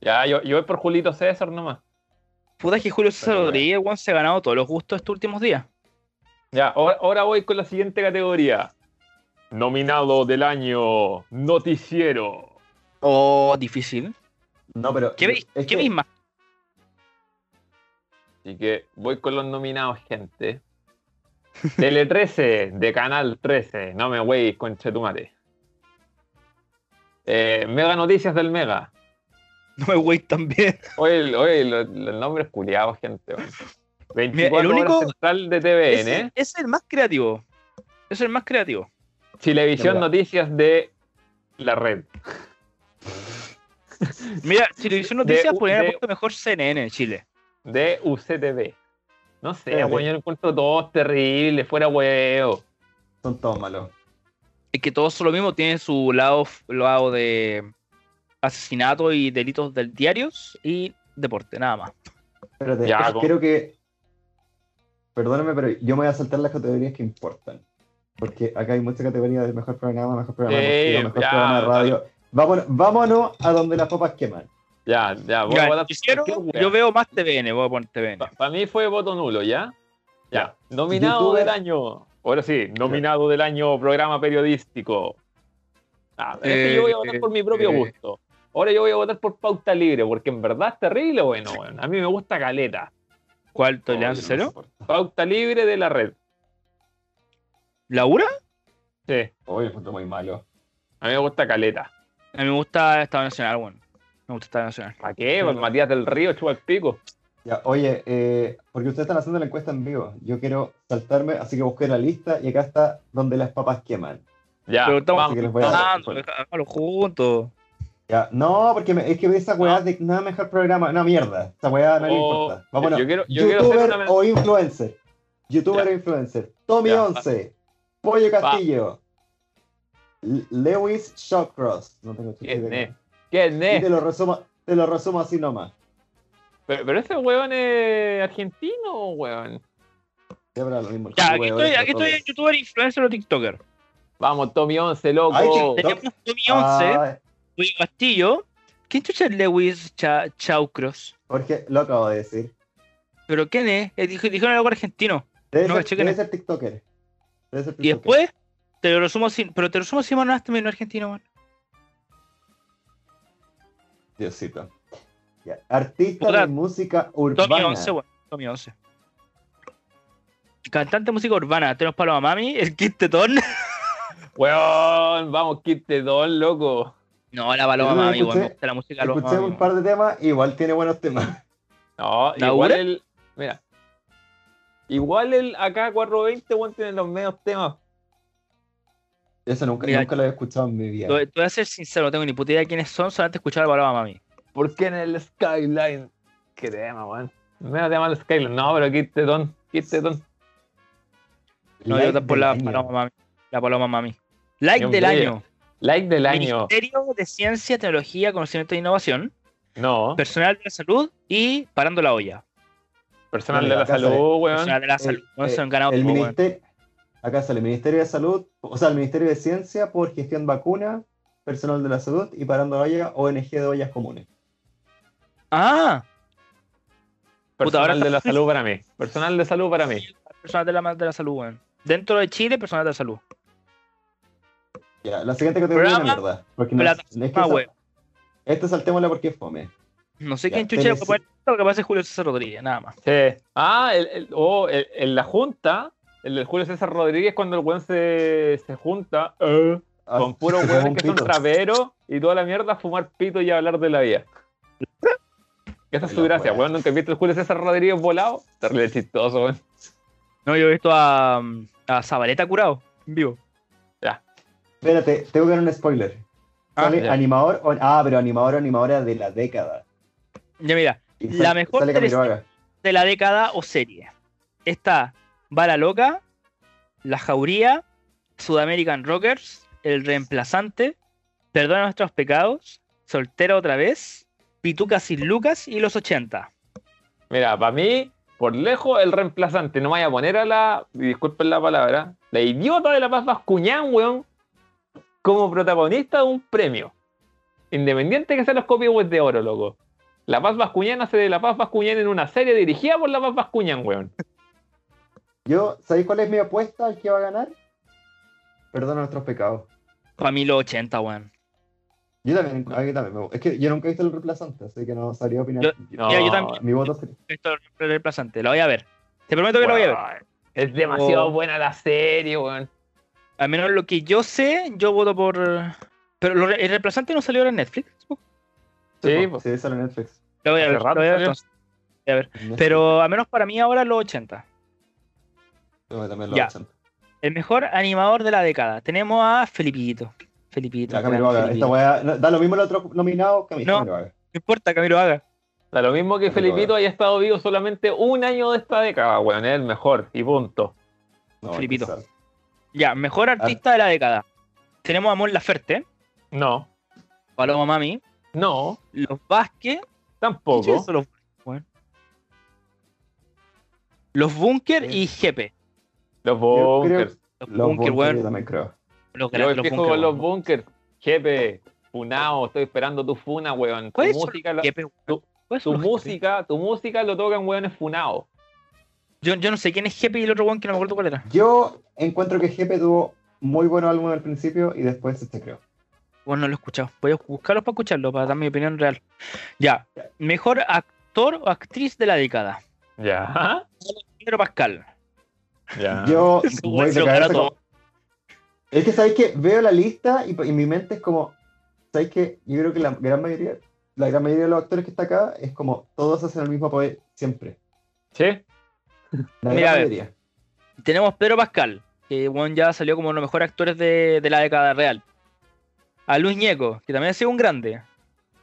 Ya, yo, yo voy por Julito César nomás. Puta que Julio César Pero, Rodríguez, weón, se ha ganado todos los gustos estos últimos días. Ya, ahora, ahora voy con la siguiente categoría. Nominado del año Noticiero. Oh, difícil. No, pero. ¿Qué, veis- es qué que- veis más? Así que voy con los nominados, [LAUGHS] gente. Tele 13, de Canal 13. No me wey, conchetumate. Eh, Mega Noticias del Mega. No me wait también. Oye, el- oye, lo- lo- el nombre es culiado, gente. weón. 24 el único- Horas Central de TVN. Es, es el más creativo. Es el más creativo. Chilevisión Ya, mira. Noticias de la red. Mira, Televisión Noticias de- podrían de- haber puesto mejor CNN Chile. de UCTV. No sé, Ya, weón, ya. yo lo encuentro todos terribles, fuera huevo. Son todos malos. Es que todos lo mismo tienen su lado, lado de asesinato y delitos del diarios y deporte, nada más. Espérate, Ya, es- como- creo que. Perdóname, pero yo me voy a saltar las categorías que importan. Porque acá hay muchas categorías de mejor programa, mejor programa Sí, deportivo, mejor ya. programa de radio. Vámonos, vámonos a donde las papas queman. Ya, ya, voy Ya, a votar noticiero, cualquier wea. yo veo más TVN, voy a poner TVN. Pa- Para mí fue voto nulo, ¿ya? Ya. Nominado Youtuber. del año. Ahora sí, nominado del año programa periodístico. Ah, es que yo voy a votar Eh, por mi propio eh. gusto. Ahora yo voy a votar por pauta libre, porque en verdad es terrible, bueno, bueno. A mí me gusta caleta. ¿Cuál Oh, tolerancia Oye, no cero? soporto. Pauta libre de la red. ¿Laura? Sí, Oye, lo encuentro muy malo. a mí me gusta caleta. A mí me gusta Estado Nacional, bueno. Me gusta Estado Nacional. Ah, ¿Para qué? Claro. Matías del Río, chupa el pico. Ya, oye, eh, porque ustedes están haciendo la encuesta en vivo. Yo quiero saltarme, así que busqué la lista y acá está donde las papas queman. Ya, Pero estamos- Así que les vamos. Ah, voy a dar. Hablando, hagámoslo juntos. Ya, no, porque me- es que esa weá de nada mejor programa, no mierda, esa weá no le O- importa. Vámonos. Oh, Yo quiero, yo quiero hacer Youtuber una men- o influencer. Youtuber Ya. o influencer. Tommy Ya, 11. Pollo Va. Castillo. L- Lewis Shawcross. No tengo chiste ¿Quién de eh. es? ¿Quién Y te es? lo resumo, te lo resumo así nomás. Pero, pero ese weón es argentino, weón. Siempre lo mismo. el Ya, aquí juego, estoy, eso, aquí todo. estoy youtuber, influencer o tiktoker. Vamos, Tommy 11, loco. Ay, qué- Tenemos Tommy 11, Ah, Luis Castillo. ¿Quién chucha es Lewis Cha- Chaucros? Jorge, lo acabo de decir. ¿Pero quién es? Eh, dijo- Dijeron algo argentino. Debe, No, ser, chequen debe esto. ser TikToker. Debe ser Y TikToker. después, te lo resumo sin. Pero te lo resumo sin más también no es este argentino, weón. Diosito. Ya. Artista Puta. de música Tommy urbana. 11, weón. Tommy 11. Cantante de música urbana. Tenemos Paloma Mami, el Kid Tetón. Weón, vamos, quite don, loco. No, la Paloma Yo no Mami, escuché- weón. Me gusta la música de la Escuché Paloma un Mami. par de temas, igual tiene buenos temas. [LAUGHS] No, ¿La igual Ure? el. Mira. Igual el acá 420, weón, tiene los medios temas. Eso nunca, Mira, nunca lo he escuchado en mi vida. Te voy- te voy a ser sincero, no tengo ni puta idea de quiénes son, solamente he escuchado a la Paloma Mami. ¿Por qué en el Skyline? Qué tema, weón. Menos tema el Skyline. No, pero quite don, quite don. No, Like yo tampoco la del año. Paloma Mami. La Paloma Mami. Like Dios del mío. año. Like del año. Ministerio de Ciencia, Tecnología, Conocimiento e Innovación, No, Personal de la Salud y Parando la Olla. personal No, de la la casa de- salud, weón. Personal de la El- Salud. No eh, se han Ah, ganado el pues todo, weón. ministerio, acá sale Ministerio de Salud, o sea, el Ministerio de Ciencia por gestión vacuna, personal de la salud y parando olla, ONG de ollas comunes. Ah, Puta, ahora Personal de la está- salud para mí. Personal de salud para mí. Personal de la, de la Salud, weón. Dentro de Chile, Personal de la Salud. Ya, la siguiente categoría es una Programa, mierda. Porque no, es plataforma que esa- web. esta saltémosla porque es fome. No sé Ya, quién chucha lo que tenés- puede lo que pasa es Julio César Rodríguez, nada más. Sí. Ah, el, el- oh, el- en la junta, el del Julio César Rodríguez, cuando el weón se, se junta eh, Ah, con puros se fumó weones un que son pito. traperos y toda la mierda, fumar pito y hablar de la vida. [LAUGHS] Esa es su La gracia, wea. weón. Nunca he visto el Julio César Rodríguez volado. Terrible chistoso, weón. No, yo he visto a, mm, a Zabaleta curado, en vivo. Espérate, tengo que dar un spoiler. Ah, Sale ya. animador, o- ah, pero animador, animadora de la década. Ya mira, Y La mejor sale Camilo teleserie. Haga. de la década o serie. Está Bala Loca, La Jauría, Sudamerican Rockers, El Reemplazante, Perdona Nuestros Pecados, Soltera Otra Vez, Pituca Sin Lucas y Los 80. Mira, para mí, por lejos, el reemplazante. No me vaya a poner a la. y Disculpen la palabra. La idiota de la paz Bascuñán, weón. Como protagonista de un premio. Independiente que sean los copyrights de oro, loco. La Paz Bascuñán hace de La Paz Bascuñán en una serie dirigida por La Paz Bascuñán, weón. Yo, ¿sabéis cuál es mi apuesta al que va a ganar? Perdona nuestros pecados. Para mí los 80, weón. Yo también, a mí también me gusta. Es que yo nunca he visto el reemplazante, así que no sabría opinar. Yo- No, [LAUGHS] Mira, yo también- Mi voto sería. Esto es El Reemplazante, la voy a ver. Te prometo que la voy a ver. weón. Es demasiado Oh. buena la serie, weón. Al menos lo que yo sé, yo voto por... Pero lo re- El Reemplazante no salió ahora en Netflix. Sí, pues. Sí, sale en Netflix. La voy a Hace ver. la rato voy a ver salió. entonces. Pero al menos para mí ahora los 80. Yo también Ya. lo hacen. El mejor animador de la década. Tenemos a Felipito. Felipito. Ya, gran Camilo Haga. Felipito. Esta weá. no, da lo mismo el otro nominado, Camilo, No. Camilo Haga. No importa, Camilo Haga. Da lo mismo que Pero, Felipito weón. haya estado vivo solamente un año de esta década, weón. Es el mejor. Y punto. No, Felipito. quizás. Ya, mejor artista de la década. Tenemos a Mon Laferte, No. Paloma Mami, No. Los Vázquez. ¿Qué Tampoco. es eso, los, weón? los Bunker Eh. y Jepe. Yo Los creo- bunkers. Los Los Bunker, Bunker, weón. yo también creo. Los, Yo gra- los empiezo Bunker, con los weón. bunkers. Jepe, funao, estoy esperando tu funa, weón. Tu ¿Cuáles son música, la- los Jepe, weón? tu- ¿Cuáles tu son los Jepe? música, tu música lo tocan weones funao. Yo, yo no sé quién es Jepe y el otro one que no me acuerdo cuál era. Yo encuentro que Jepe tuvo muy buenos álbumes al principio y después se este creó. Bueno, no lo he escuchado. Voy a buscarlos para escucharlo, para dar mi opinión real. Ya. Mejor actor o actriz de la década. Ya, Pedro Pascal. [LAUGHS] ya. Yo [LAUGHS] Ese weón voy se de lo cabeza ganó con- Ah. Es que sabéis que veo la lista y, y mi mente es como. Sabéis que yo creo que la gran mayoría, la gran mayoría de los actores que está acá es como todos hacen el mismo papel siempre. Sí, La gran Mira, a ver. mayoría. Tenemos Pedro Pascal, que bueno, ya salió como uno de los mejores actores de, de la década real. A Luis Ñeco, que también ha sido un grande.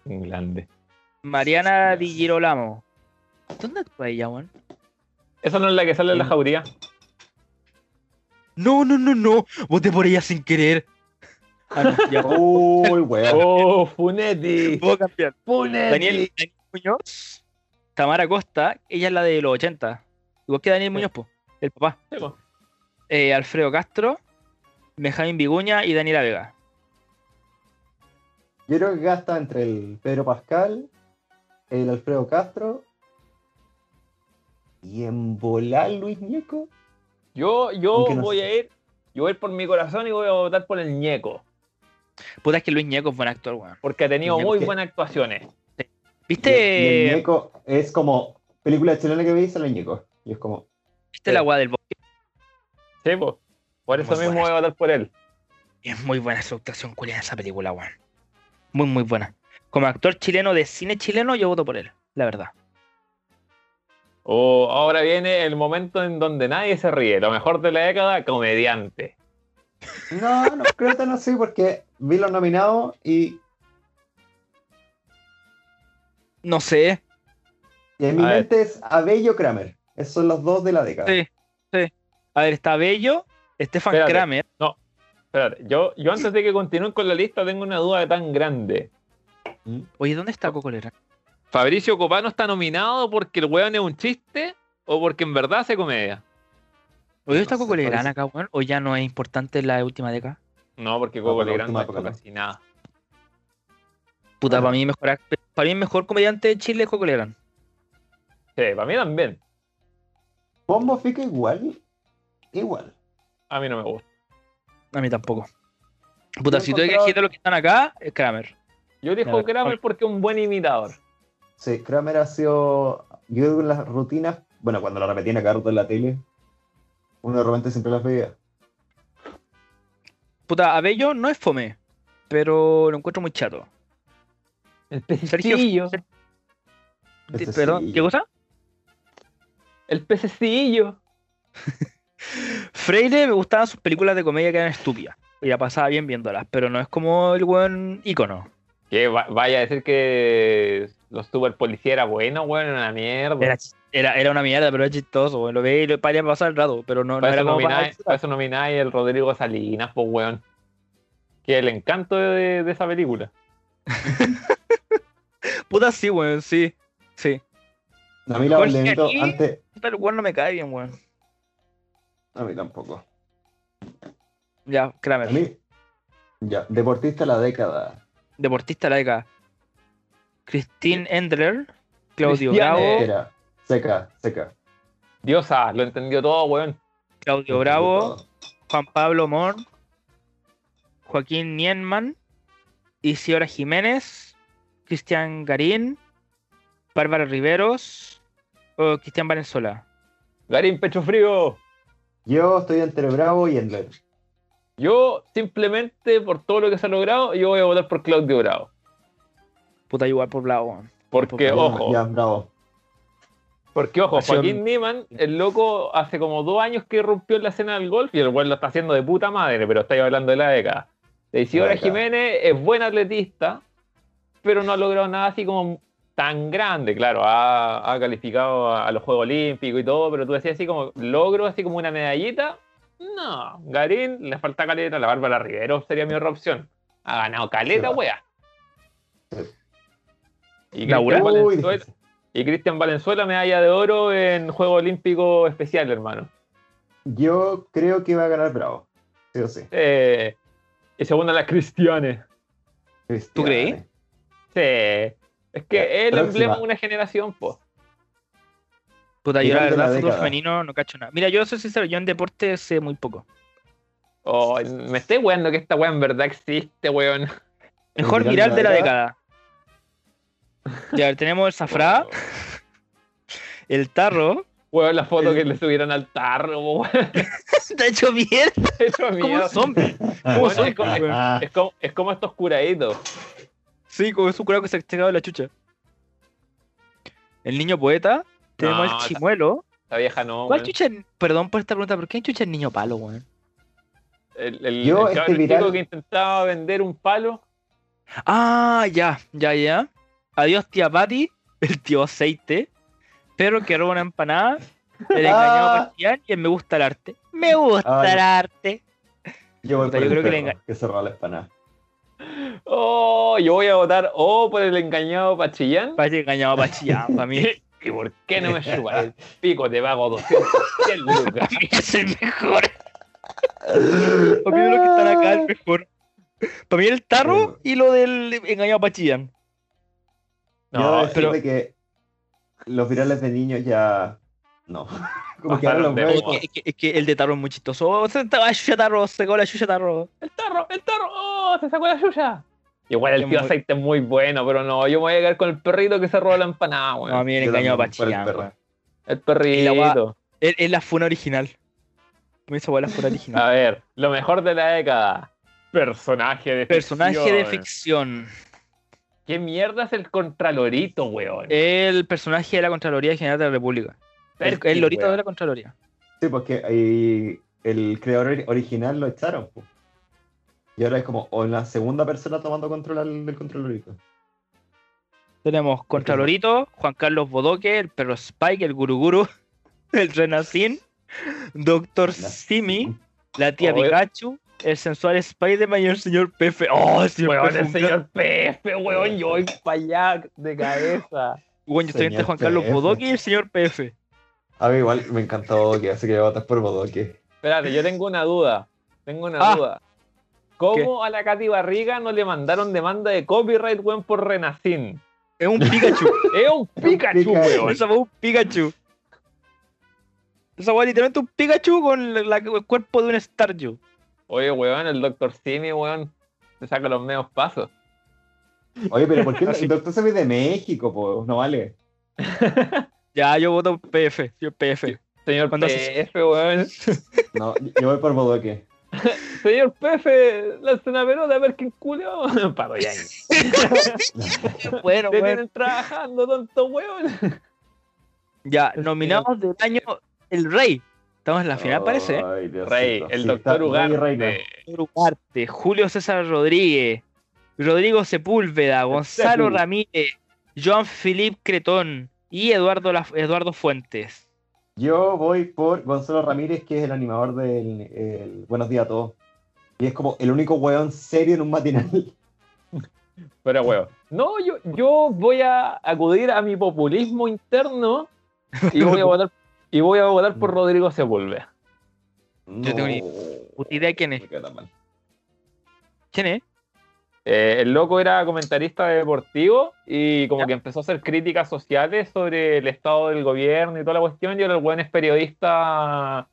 un grande. Mariana Sí, Di Girolamo. ¿Dónde actúa ella, weón? Esa no es la que sale en la jauría. No, no, no, no. Voté por ella sin querer. Ah, no, ya, Uy, weón. Oh, Funetti. [LAUGHS] puedo cambiar. Funetti. Daniel, Daniel Muñoz. Eh, Tamara Costa, ella es la de los 80. Igual que Daniel Sí. Muñoz, po, el papá. Sí, po. Eh, Alfredo Castro, Benjamín Viguña y Daniela Vega. Yo creo que gasta entre el Pedro Pascal, el Alfredo Castro y en volar Luis Ñeco. Yo, yo Aunque no voy sé. a ir, yo voy a ir por mi corazón y voy a votar por el ñeco, Puta, es que Luis Ñeco es buen actor, weón. porque ha tenido Ñeco, muy ¿qué? buenas actuaciones. Y el- y el ¿Viste, Ñeco es como película chilena que veis, sale Ñeco. Y es como, ¿viste la agua del bosque? Sí, po. Por eso Muy mismo buenas. voy a votar por él. Es muy buena su actuación, culia, en esa película, weón. Muy, muy buena. Como actor chileno de cine chileno, yo voto por él, la verdad. O ahora viene el momento en donde nadie se ríe. Lo mejor de la década, comediante. no, no, creo que no sé, porque vi los nominados y, No sé, y en mi A ver. mente es Abello Kramer. Esos son los dos de la década. Sí. A ver, está Bello, Stefan Espérate. Kramer. Espérate, yo, yo antes de que continúen con la lista tengo una duda tan grande. ¿Mm? Oye, ¿dónde está Cocolera? ¿Fabricio Copano está nominado porque el weón es un chiste o porque en verdad hace comedia? Oye, ¿dónde No está sé, Cocolera parece- acá, weón? ¿O ya no es importante la última década? No, porque No, Coco por la Legrand última no ha hecho época, no. casi nada. Puta, Bueno. para mí mejor act- para mí el mejor comediante de Chile es Cocolera. Sí, para mí también. Bombo Fica igual, igual. A mí no me gusta. A mí tampoco. Puta, Yo si tuve que encontraba- elegir de los que están acá, es Kramer. Yo Ya, elijo ver, Kramer ¿cuál? porque es un buen imitador. Sí, Kramer ha sido. Yo creo que en las rutinas, bueno, cuando la repetían acá rato en la tele, uno de repente siempre las veía. Puta, Abello no es fome, pero lo encuentro muy chato. El Sergio. pececillo. Ser- Este Perdón, sí. ¿qué cosa? El pececillo. Freire me gustaban sus películas de comedia que eran estúpidas. Y la pasaba bien viéndolas, pero no es como el buen ícono. Que va- vaya a decir que los super policía era bueno, weón, era una mierda. Era, chis- era, era una mierda, pero era chistoso. weón. Lo veía y lo para pasar el rato, pero no, no para, era eso como para- nomináis, para eso nomináis el Rodrigo Salinas, pues weón. Que el encanto de, de esa película. Puta, sí, weón, sí. Sí. A mí la Jorge Valdebenito Aguirre. antes. Puta, el weón no me cae bien, weón. A mí tampoco. Ya, A Kramer. mí. Ya, deportista de la década. Deportista laica. Christine Endler. Claudio Cristiane. Bravo. Eh. Era seca, seca. Diosa, lo entendió todo, weón. Claudio Bravo. Juan Pablo Mor. Joaquín Nienman. Isidora Jiménez. Cristian Garín. Bárbara Riveros. O Cristian Valenzuela. Garín Pecho Frío. Yo estoy entre Bravo y Endler. Yo simplemente por todo lo que se ha logrado, yo voy a votar por Claudio Bravo. Puta, igual por Bravo, weón. Porque, Ya, ojo, Ya, Bravo. porque ojo, Ha sido- Joaquín Niemann, el loco hace como dos años que irrumpió en la escena del golf y el weón lo está haciendo de puta madre, pero estáis hablando de la década. De Isidora La década. Jiménez es buen atletista, pero no ha logrado nada así como tan grande, claro, ha, ha calificado a, a los Juegos Olímpicos y todo, pero tú decías así como, logro así como una medallita, no, Garín, le falta caleta, la Bárbara Rivero sería mi otra opción. Ha ganado caleta, Sí, va. wea. Y ¿Laura? Cristian Uy, Valenzuela, difícil. y Cristian Valenzuela, medalla de oro en Juego Olímpico Especial, hermano. yo creo que va a ganar Bravo. Sí o sí. Eh, y segunda las Cristianes. Cristiane. creí? Sí. Es que Ya, es el próxima. emblema de una generación, po. Puta, yo Final la de la verdad, fútbol década. femenino no cacho nada. Mira, yo soy sincero, yo en deporte sé muy poco. Oh, me estoy weando que esta wea en verdad existe, weón. Mejor viral viral de la década. Ya, a ver, tenemos el [LAUGHS] Zafra, el Tarro. Weón, la foto El- que le subieron al tarro, po, weón. [LAUGHS] Está hecho bien. Eso es Como mierda. un zombie. Bueno, son, es, como, weón? Ah, es como- es como estos curaditos. Sí, como es un curado que se ha sacado la chucha. El niño poeta. Tenemos No, el chimuelo. Esta vieja no, ¿Cuál weón. chucha? es- Perdón por esta pregunta, pero ¿qué chucha es el niño palo, weón? El, el, Yo, el este cabrón viral- chico que intentaba vender un palo. Ah, ya, ya, ya. Adiós, tía Patty. El tío aceite. Pedro que roba una empanada. El engañado Ah. parcial y el me gusta el arte. Me gusta Ay. el arte. yo voy Puta, por yo el creo que le perro, que cerró la espanada. Oh, yo voy a votar oh por el engañado Pachillán. Parece engañado para chillar, para mí. Y, ¿Y por qué no me subas el pico? Te pago 210 lucas. [LAUGHS] es el mejor. Para mí, lo que están acá es el mejor. Para mí, el tarro y lo del engañado para Chillán. No, No, pero... pero que los virales de niños ya. No. [LAUGHS] Como que ahora los Pasaron de veo. moda. y- Es que, es que el de tarro es muy chistoso. Oh, se estaba Yuya Tarro, se sacó la Yuya Tarro. el tarro, el tarro, oh, se sacó la suya. Igual el Es tío muy- aceite es muy bueno, pero no, yo me voy a quedar con el perrito que se roba la empanada, weón. No, a mí el yo engañado para también, por el Chillán. perro. weón. El Y la perrito. gua- Es es la funa original. Me hizo la [LAUGHS] funa original. A ver, lo mejor de la década. Personaje de Personaje de ficción. ficción. ¿Qué mierda es el Contralorito, weón? El personaje de la Contraloría General de la República. Eh, El, Perkin, el lorito weón. de la Contraloría. Sí, porque ahí el creador ori- original lo echaron. po. Y ahora es como o la segunda persona tomando control al- del control lógico. Tenemos Contralorito, Juan Carlos Bodoque, el perro Spike, el Guruguru, [LAUGHS] el Renacín, Doctor La- Simi, la tía Oh, eh. Pikachu, el sensual Spider-Man y el señor Pepe. ¡Oh, el señor Weón, Pepe! el un gran- señor Pepe, weón, yo voy para allá de cabeza. Weón, yo estoy entre Señor Juan Carlos PF. Bodoque y el señor PF. A mí igual me encantó que así que votas por Bodoque. Espérate, yo tengo una duda. Tengo una Ah. duda. ¿Cómo a la Katy Barriga no le mandaron demanda de copyright, weón, por Renacín? Es un Pikachu. Es un Pikachu, Pikachu. weón. Esa fue un Pikachu. Esa fue literalmente un Pikachu con la- el cuerpo de un Staryu. Oye, weón, el Dr. Simi, weón, se saca los medios pasos. Oye, pero [LAUGHS] ¿por qué Así. el doctor se ve de México? po? No vale. Ya, yo voto PF, yo PF. Señor Cuando haces- PF, weón. No, yo voy por Bodoque. Señor PF, lanza una pelota a ver quién culio. [LAUGHS] Paro ya. Bueno, Te [LAUGHS] bueno. tienen trabajando, tonto, weón. Ya, nominados del año El Rey. Estamos en la final, parece. ¿eh? Ay, Diosito. Rey, el Sí, doctor está- Rey, reina. Ugarte. Pedro Ugarte, Julio César Rodríguez, Rodrigo Sepúlveda, Gonzalo Sepu. Ramírez, Joan Philippe Cretón y Eduardo, La- Eduardo Fuentes. Yo voy por Gonzalo Ramírez, que es el animador del el Buenos Días a Todos. Y es como el único weón serio en un [LAUGHS] matinal. Pero, weón. No, yo, yo voy a acudir a mi populismo interno y voy a votar, y voy a votar por Rodrigo Sepúlveda. Yo tengo ni puta idea quién es. Me queda tan mal. ¿Quién es? Eh, el loco era comentarista deportivo y como Ya. que empezó a hacer críticas sociales sobre el estado del gobierno y toda la cuestión. Y ahora el weón es periodista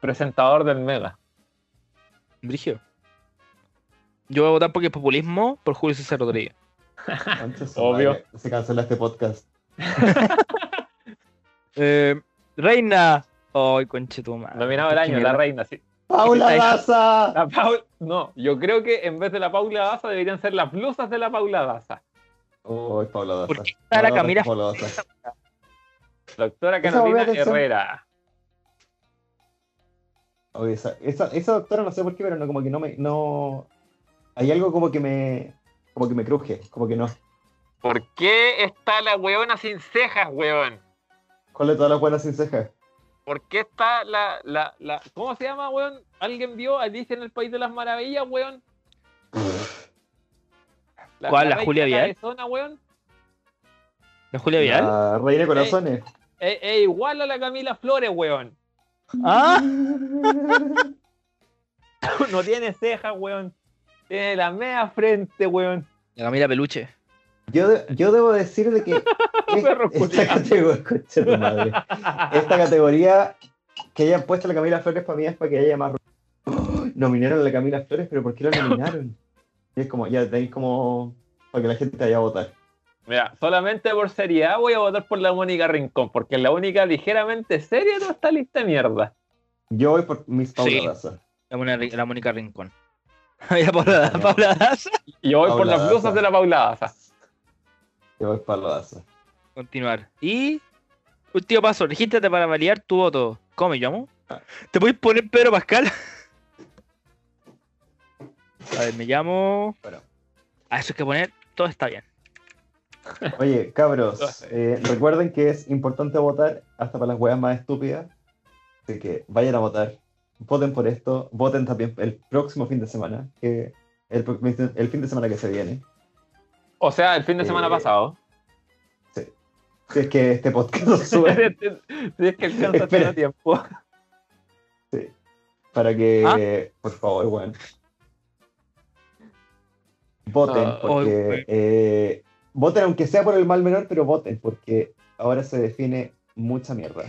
presentador del Mega. Brigio. Yo voy a votar porque populismo por Julio César Rodríguez. Concha su Obvio. madre, Se cancela este podcast. Eh, reina. Ay, conchetumar. Nominado del año, la reina. sí. ¡Paula Está- Daza! La Paul- no, yo creo que en vez de la Paula Daza deberían ser las blusas de la Paula Daza. Oh, es Paula Daza. ¿Por qué está la No, no, Camila? no, Paula Daza. Doctora Esa Carolina buena atención. Herrera. Oye, esa, esa, esa doctora no sé por qué, pero no, como que no me. No... Hay algo como que me. Como que me cruje. Como que no. ¿Por qué está la weona sin cejas, weón? ¿Cuál de todas las buenas sin cejas? ¿Por qué está la, la, la... ¿Cómo se llama, weón? ¿Alguien vio Alicia en el País de las Maravillas, weón? ¿Cuál, la reina Julia Vial? cabezona, weón. ¿La Julia Vial? La reina de corazones. Es es igual a la Camila Flores, weón. [LAUGHS] Ah, Eh. No tiene cejas, weón. Tiene la media frente, weón. la Camila Peluche. Yo, de- yo debo decir [LAUGHS] de que. Perro esta, culiao. categoría, concha tu madre. esta categoría que hayan puesto a la Camila Flores para mí es para que haya más. ru- Nominaron a la Camila Flores, pero ¿por qué la nominaron? Y es como, ya tenéis como. para que la gente vaya a votar. Mira, solamente por seriedad voy a votar por la Mónica Rincón, porque es la única ligeramente seria de esta lista de mierda. Yo voy por Miss Paula Sí. Daza. La, Mona- la Mónica [LAUGHS] Rincón. Ya Paula, No. Paula Daza. Y yo voy por Paula las blusas Daza. de la Paula Daza. Yo voy por Paula Daza. Continuar. Y. Último paso, regístrate para validar tu voto. ¿Cómo me llamo? Ah. ¿Te puedes poner Pedro Pascal? [LAUGHS] A ver, me llamo. Bueno. A eso hay que poner. Todo está bien. Oye, cabros, eh, recuerden que es importante votar hasta para las weas más estúpidas. Así que vayan a votar. Voten por esto. Voten también el próximo fin de semana. que- el, pro- el fin de semana que se viene. O sea, el fin de Eh, semana pasado. sí. Si es que este podcast lo [LAUGHS] sube [LAUGHS] si es que alcanza Espera. todo el tiempo. para que, ¿Ah? por favor, weón. Voten, Ah, porque. oye. eh, voten, aunque sea por el mal menor, pero voten, porque ahora se define mucha mierda.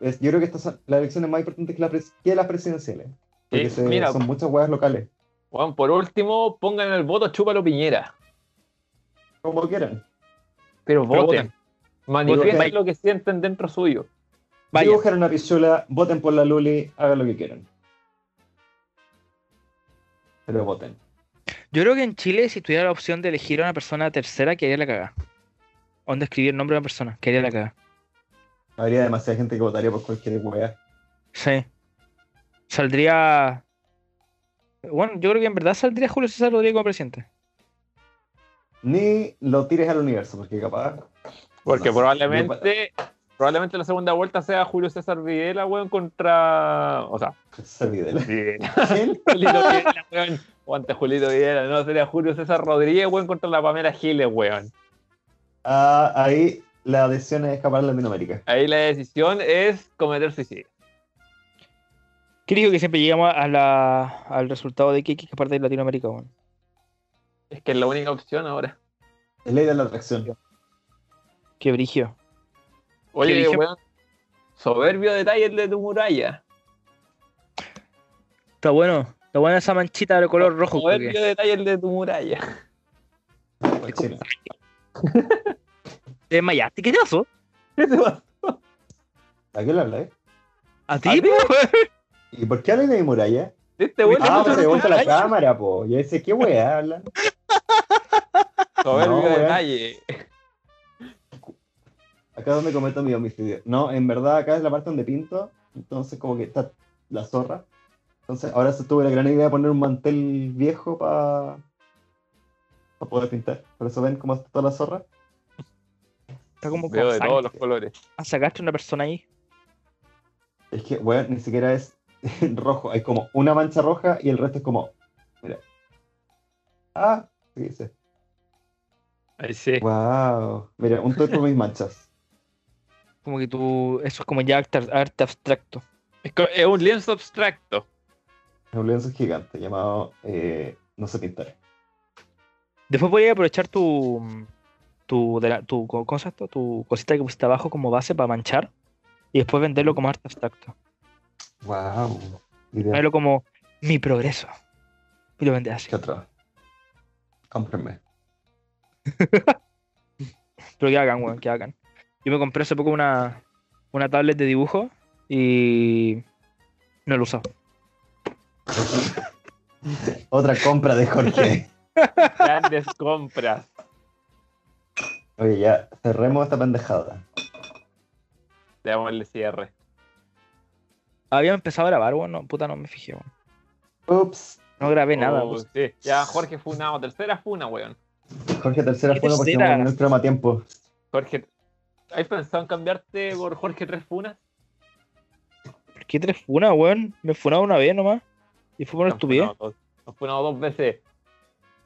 Es- yo creo que estas son las elecciones más importantes que, la pres- que las presidenciales. Porque Sí, se- Eh, mira, son muchas weas locales. Juan, por último, pongan el voto Chúpalo Piñera. Como quieran. Pero Pero voten. voten. Manifiesten Voten. lo que sienten dentro suyo. Vaya. Dibujen una pichula, voten por la Luli, hagan lo que quieran. Pero voten. Yo creo que en Chile, si tuviera la opción de elegir a una persona tercera, que haría la cagada. Onda escribir el nombre de una persona, que haría la cagada. Habría demasiada gente que votaría por cualquier wea. Sí. Saldría. Bueno, yo creo que en verdad saldría Julio César Rodríguez como presidente. Ni lo tires al universo, porque capaz. No Porque sé, probablemente, probablemente la segunda vuelta sea Julio César Videla, weón, contra. O sea, yo pa- Se olvide la- Videla. ¿Quién? Julito Videla, weón. O ante Julito Videla, no, sería Julio César Rodríguez, weón, contra la Pamela Giles, weón. Ah, ahí la adhesión es escapar a Latinoamérica. Ahí la decisión es cometer suicidio. Creo que siempre llegamos a la, al resultado de que que es parte de Latinoamérica, bueno. Es que es la única opción ahora. Es ley de la atracción. Qué brigio. Oye, dije? weón. Soberbio detalle el de tu muralla. Está bueno. Está buena esa manchita de color rojo. creo Soberbio que. detalle el de tu muralla. Cochina. ¿Te desmayaste? ¿Qué te pasó? ¿Qué te pasa? ¿A qué le habla, eh? ¿A ¿A ti? ti? pues? ¿Y por qué habla de mi muralla? Este weón Ah, le se puso vuelta un la cámara, po. Yo dice, ¿qué wea habla? Soberbio No, weón. detalle. Acá es donde cometo mi homicidio. No, en verdad acá es la parte donde pinto. Entonces como que está la zorra. Entonces ahora se tuve la gran idea de poner un mantel viejo para poder pintar. Por eso ven cómo está toda la zorra. Está como con Veo de sangre. todos los colores. Ah, Sacaste una persona ahí. Es que, weón, ni siquiera es [LAUGHS] rojo. Hay como una mancha roja y el resto es como. Mira. Ah, sí, dice. Ahí sí. Wow. Mira, un toy por mis manchas. Como que tú. Eso es como ya arte, arte abstracto. Es, co- es un lienzo abstracto. Un lienzo gigante llamado. eh, no sé pintar. Después podrías aprovechar tu. Tu, de la- tu, co- ¿cómo se llama esto? tu cosita que pusiste abajo como base para manchar y después venderlo como arte abstracto. Wow. Verlo como mi progreso. Y lo vendes así. ¿Qué otra? Cómprenme. Pero que hagan, weón, que hagan. Yo me compré hace poco una, una tablet de dibujo y no lo he usado. Otra compra de Jorge. Grandes compras. Oye, ya cerremos esta pendejada. Le damos el cierre. Había empezado a grabar, weón, no, puta, no me fijé, weón. Ups. No grabé nada, pues. Oh, weón. sí. Ya Jorge Funado, tercera funa, weón. Jorge tercera ¿Qué fue porque tercera? no entramos a tiempo. Jorge, ¿has pensado en cambiarte por Jorge tres funas? ¿Por qué tres funas, weón? Me funaron una vez nomás. Y fue por Nos estupidez. funado dos- Nos funado dos veces.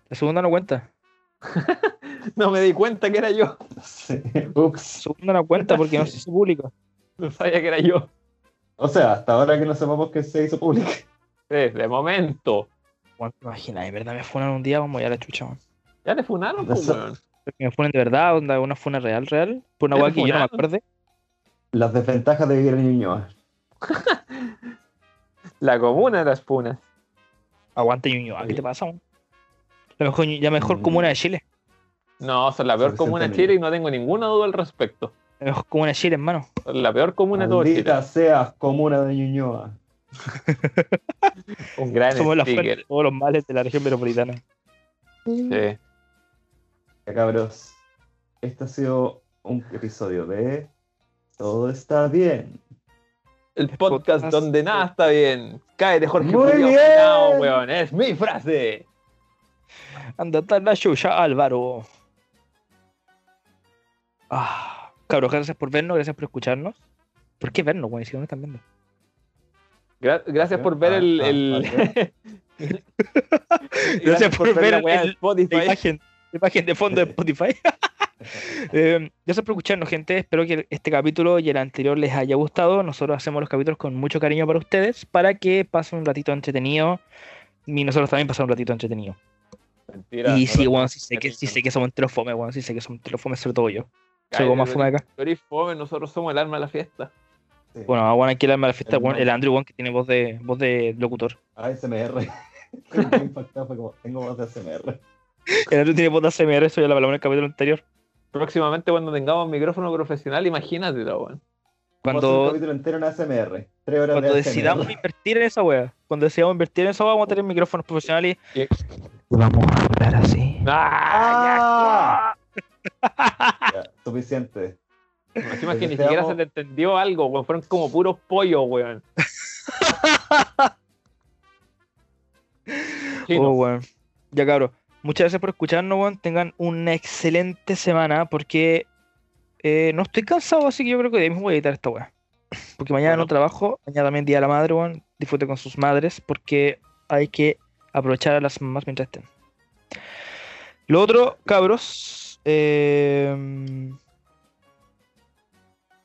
La segunda no cuenta. No me di cuenta que era yo. Sí. Ups. La segunda no cuenta porque no se hizo público. No sabía que era yo. O sea, hasta ahora que no sepamos que se hizo público. Sí, de momento. Weón, te imaginas, de verdad me funaron un día, vamos ya la chucha, weón. Ya te funaron, pues, Eso- weón. Pero que me funen de verdad, onda, una funa real, real. Por una Ya weá te que yo no me funaron. acuerde. Las desventajas de vivir en Ñuñoa. La comuna de las funas. Aguante, Ñuñoa, ¿qué te pasa, weón? La mejor, la mejor Mm. comuna de Chile. No, son la peor Suficiente comuna de amigo. Chile y no tengo ninguna duda al respecto. La mejor comuna de Chile, hermano. Son la peor comuna de todo Chile. Maldita seas, comuna de Ñuñoa. Un gran Somos la fuente de sticker. todos los males de la región metropolitana. Sí. Ya, cabros, este ha sido un episodio de Todo está bien. El podcast, podcast donde de- nada está bien. Cáete, Jorge. ¡Muy culiao, bien! funao, weón. Es mi frase. Anda a la chucha, Álvaro. Ah, cabros, gracias por vernos, gracias por escucharnos. ¿Por qué vernos, güey? Si no nos están viendo. Gra- gracias por ver el. Ah, ah, el- [LAUGHS] ah, gracias por ver la weá de Spotify. [LAUGHS] imagen, la imagen de fondo de Spotify. [LAUGHS] Eh, gracias por escucharnos, gente. Espero que este capítulo y el anterior les haya gustado. Nosotros hacemos los capítulos con mucho cariño para ustedes, para que pasen un ratito entretenido. Y nosotros también pasamos un ratito entretenido. Mentira. y no sí, lo- weón, sí sé que, sí sé que somos entre los fome, weón. Sí sé que somos entre los fome, sobre todo yo. Soy como más fome acá. Tú eres fome, nosotros somos el alma de la fiesta. Sí. Bueno, ah, bueno, aquí el alma de la fiesta, El weón, no. el Andrew, weón, que tiene voz de, voz de locutor. [LAUGHS] [LAUGHS] ASMR. Me quedé impactado, fue como, tengo voz de ASMR. El Andrew tiene voz de ASMR, eso ya lo hablamos en el capítulo anterior. Próximamente cuando tengamos micrófono profesional, imagínatelo, weón. Vamos a hacer un Cuando, capítulo entero en ASMR. Tres horas cuando de decidamos ASMR. invertir en esa wea, cuando decidamos invertir en esa wea, vamos a tener micrófonos profesionales y... Vamos a hablar así. ¡Ah! Ya, suficiente. Encima Les que ni deseamos- siquiera se le entendió algo, weón. Fueron como puros pollos, [LAUGHS] weón. Chinos. Oh, weón. Ya cabros, muchas gracias por escucharnos, weón. Tengan una excelente semana porque eh, no estoy cansado, así que yo creo que hoy mismo voy a editar esta weá. Porque mañana Bueno. no trabajo, mañana también día de la madre, weón. Disfrute con sus madres porque hay que aprovechar a las mamás mientras estén. Lo otro, cabros, eh...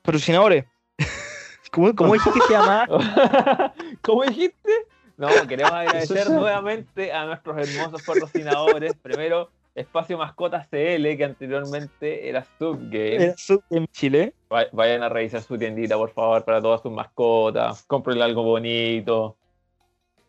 patrocinadores. [LAUGHS] ¿Cómo, ¿Cómo dije que [LAUGHS] se llama? ¿Cómo dijiste? No, queremos agradecer Oh. [LAUGHS] Eso sí. nuevamente a nuestros hermosos patrocinadores. Primero, Espacio Mascotas CL, que anteriormente era Subgame. El sur en Chile. Va- Vayan a revisar su tiendita, por favor, para todas sus mascotas. Cómprenle algo bonito.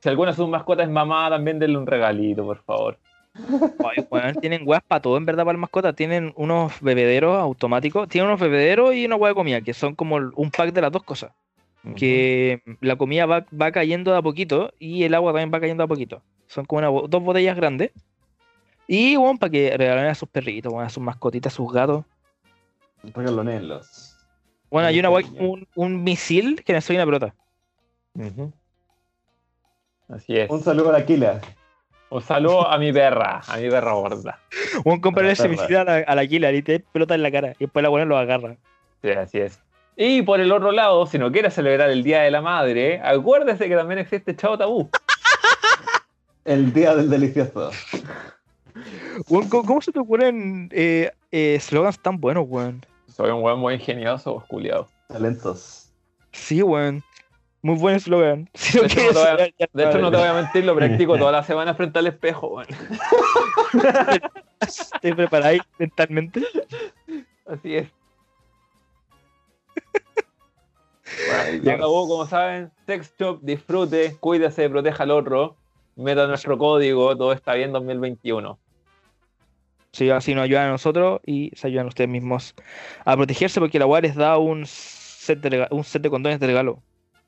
Si alguna de sus mascotas es mamá, también denle un regalito, por favor. Ay, weón, tienen weas para todo, en verdad, para la mascota. Tienen unos bebederos automáticos. Tienen unos bebederos y una hueá de comida, que son como el- un pack de las dos cosas. Que la comida va, va cayendo de a poquito y el agua también va cayendo de a poquito. Son como una bo- dos botellas grandes. Y, bueno, para que regalen a sus perritos, weón, a sus mascotitas, a sus gatos. Regalonenlos. Bueno, hay Ay, una hueá- cariño. un, un misil que necesita una pelota. Ujú. Así es. Un saludo a la Kila. Un saludo a mi perra, a mi perra gorda. Weón, comprarle Una ese perra. misil a la, a la Kila y te da pelota en la cara. Y después la buena lo agarra. Sí, así es. Y por el otro lado, si no quieres celebrar el Día de la Madre, acuérdese que también existe Chao Tabú. El día del delicioso. Weón, ¿cómo, cómo se te ocurren eh, eh, slogans tan buenos, weón? Soy un buen muy ingenioso, vos, culiao. Talentos. Sí, weón. Muy buen eslogan. [LAUGHS] Si lo De hecho, quieres no te voy a- saber, ya De hecho, no te voy sabes. a mentir, lo practico todas las semanas frente al espejo. weón. ¿Te preparáis mentalmente? Así es. Ay, Ya Dios. acabó, como saben, Sex Shop, disfrute, cuídese, proteja al otro. Meta nuestro código, todo está bien 2021. Sí, así nos ayudan a nosotros y se ayudan ustedes mismos a protegerse porque la UAR les da un set de, rega- un set de condones de regalo.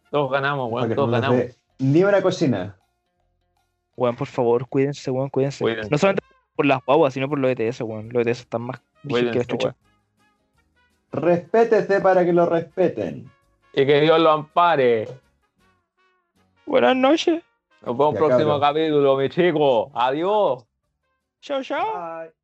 Todos ganamos, Para weón, que todos no nos ganamos. dé Ni una cocina. Weón, por favor, cuídense, weón, cuídense. Cuídense. No solamente por las guaguas, sino por los ETS, weón. Los ETS están más vigiles que la Cuídense, chucha. weón. Respétese para que lo respeten. Y que Dios lo ampare. Buenas noches. Nos vemos en Ya, un próximo cabros. capítulo, mi chico. Adiós. Chao, chao. Bye.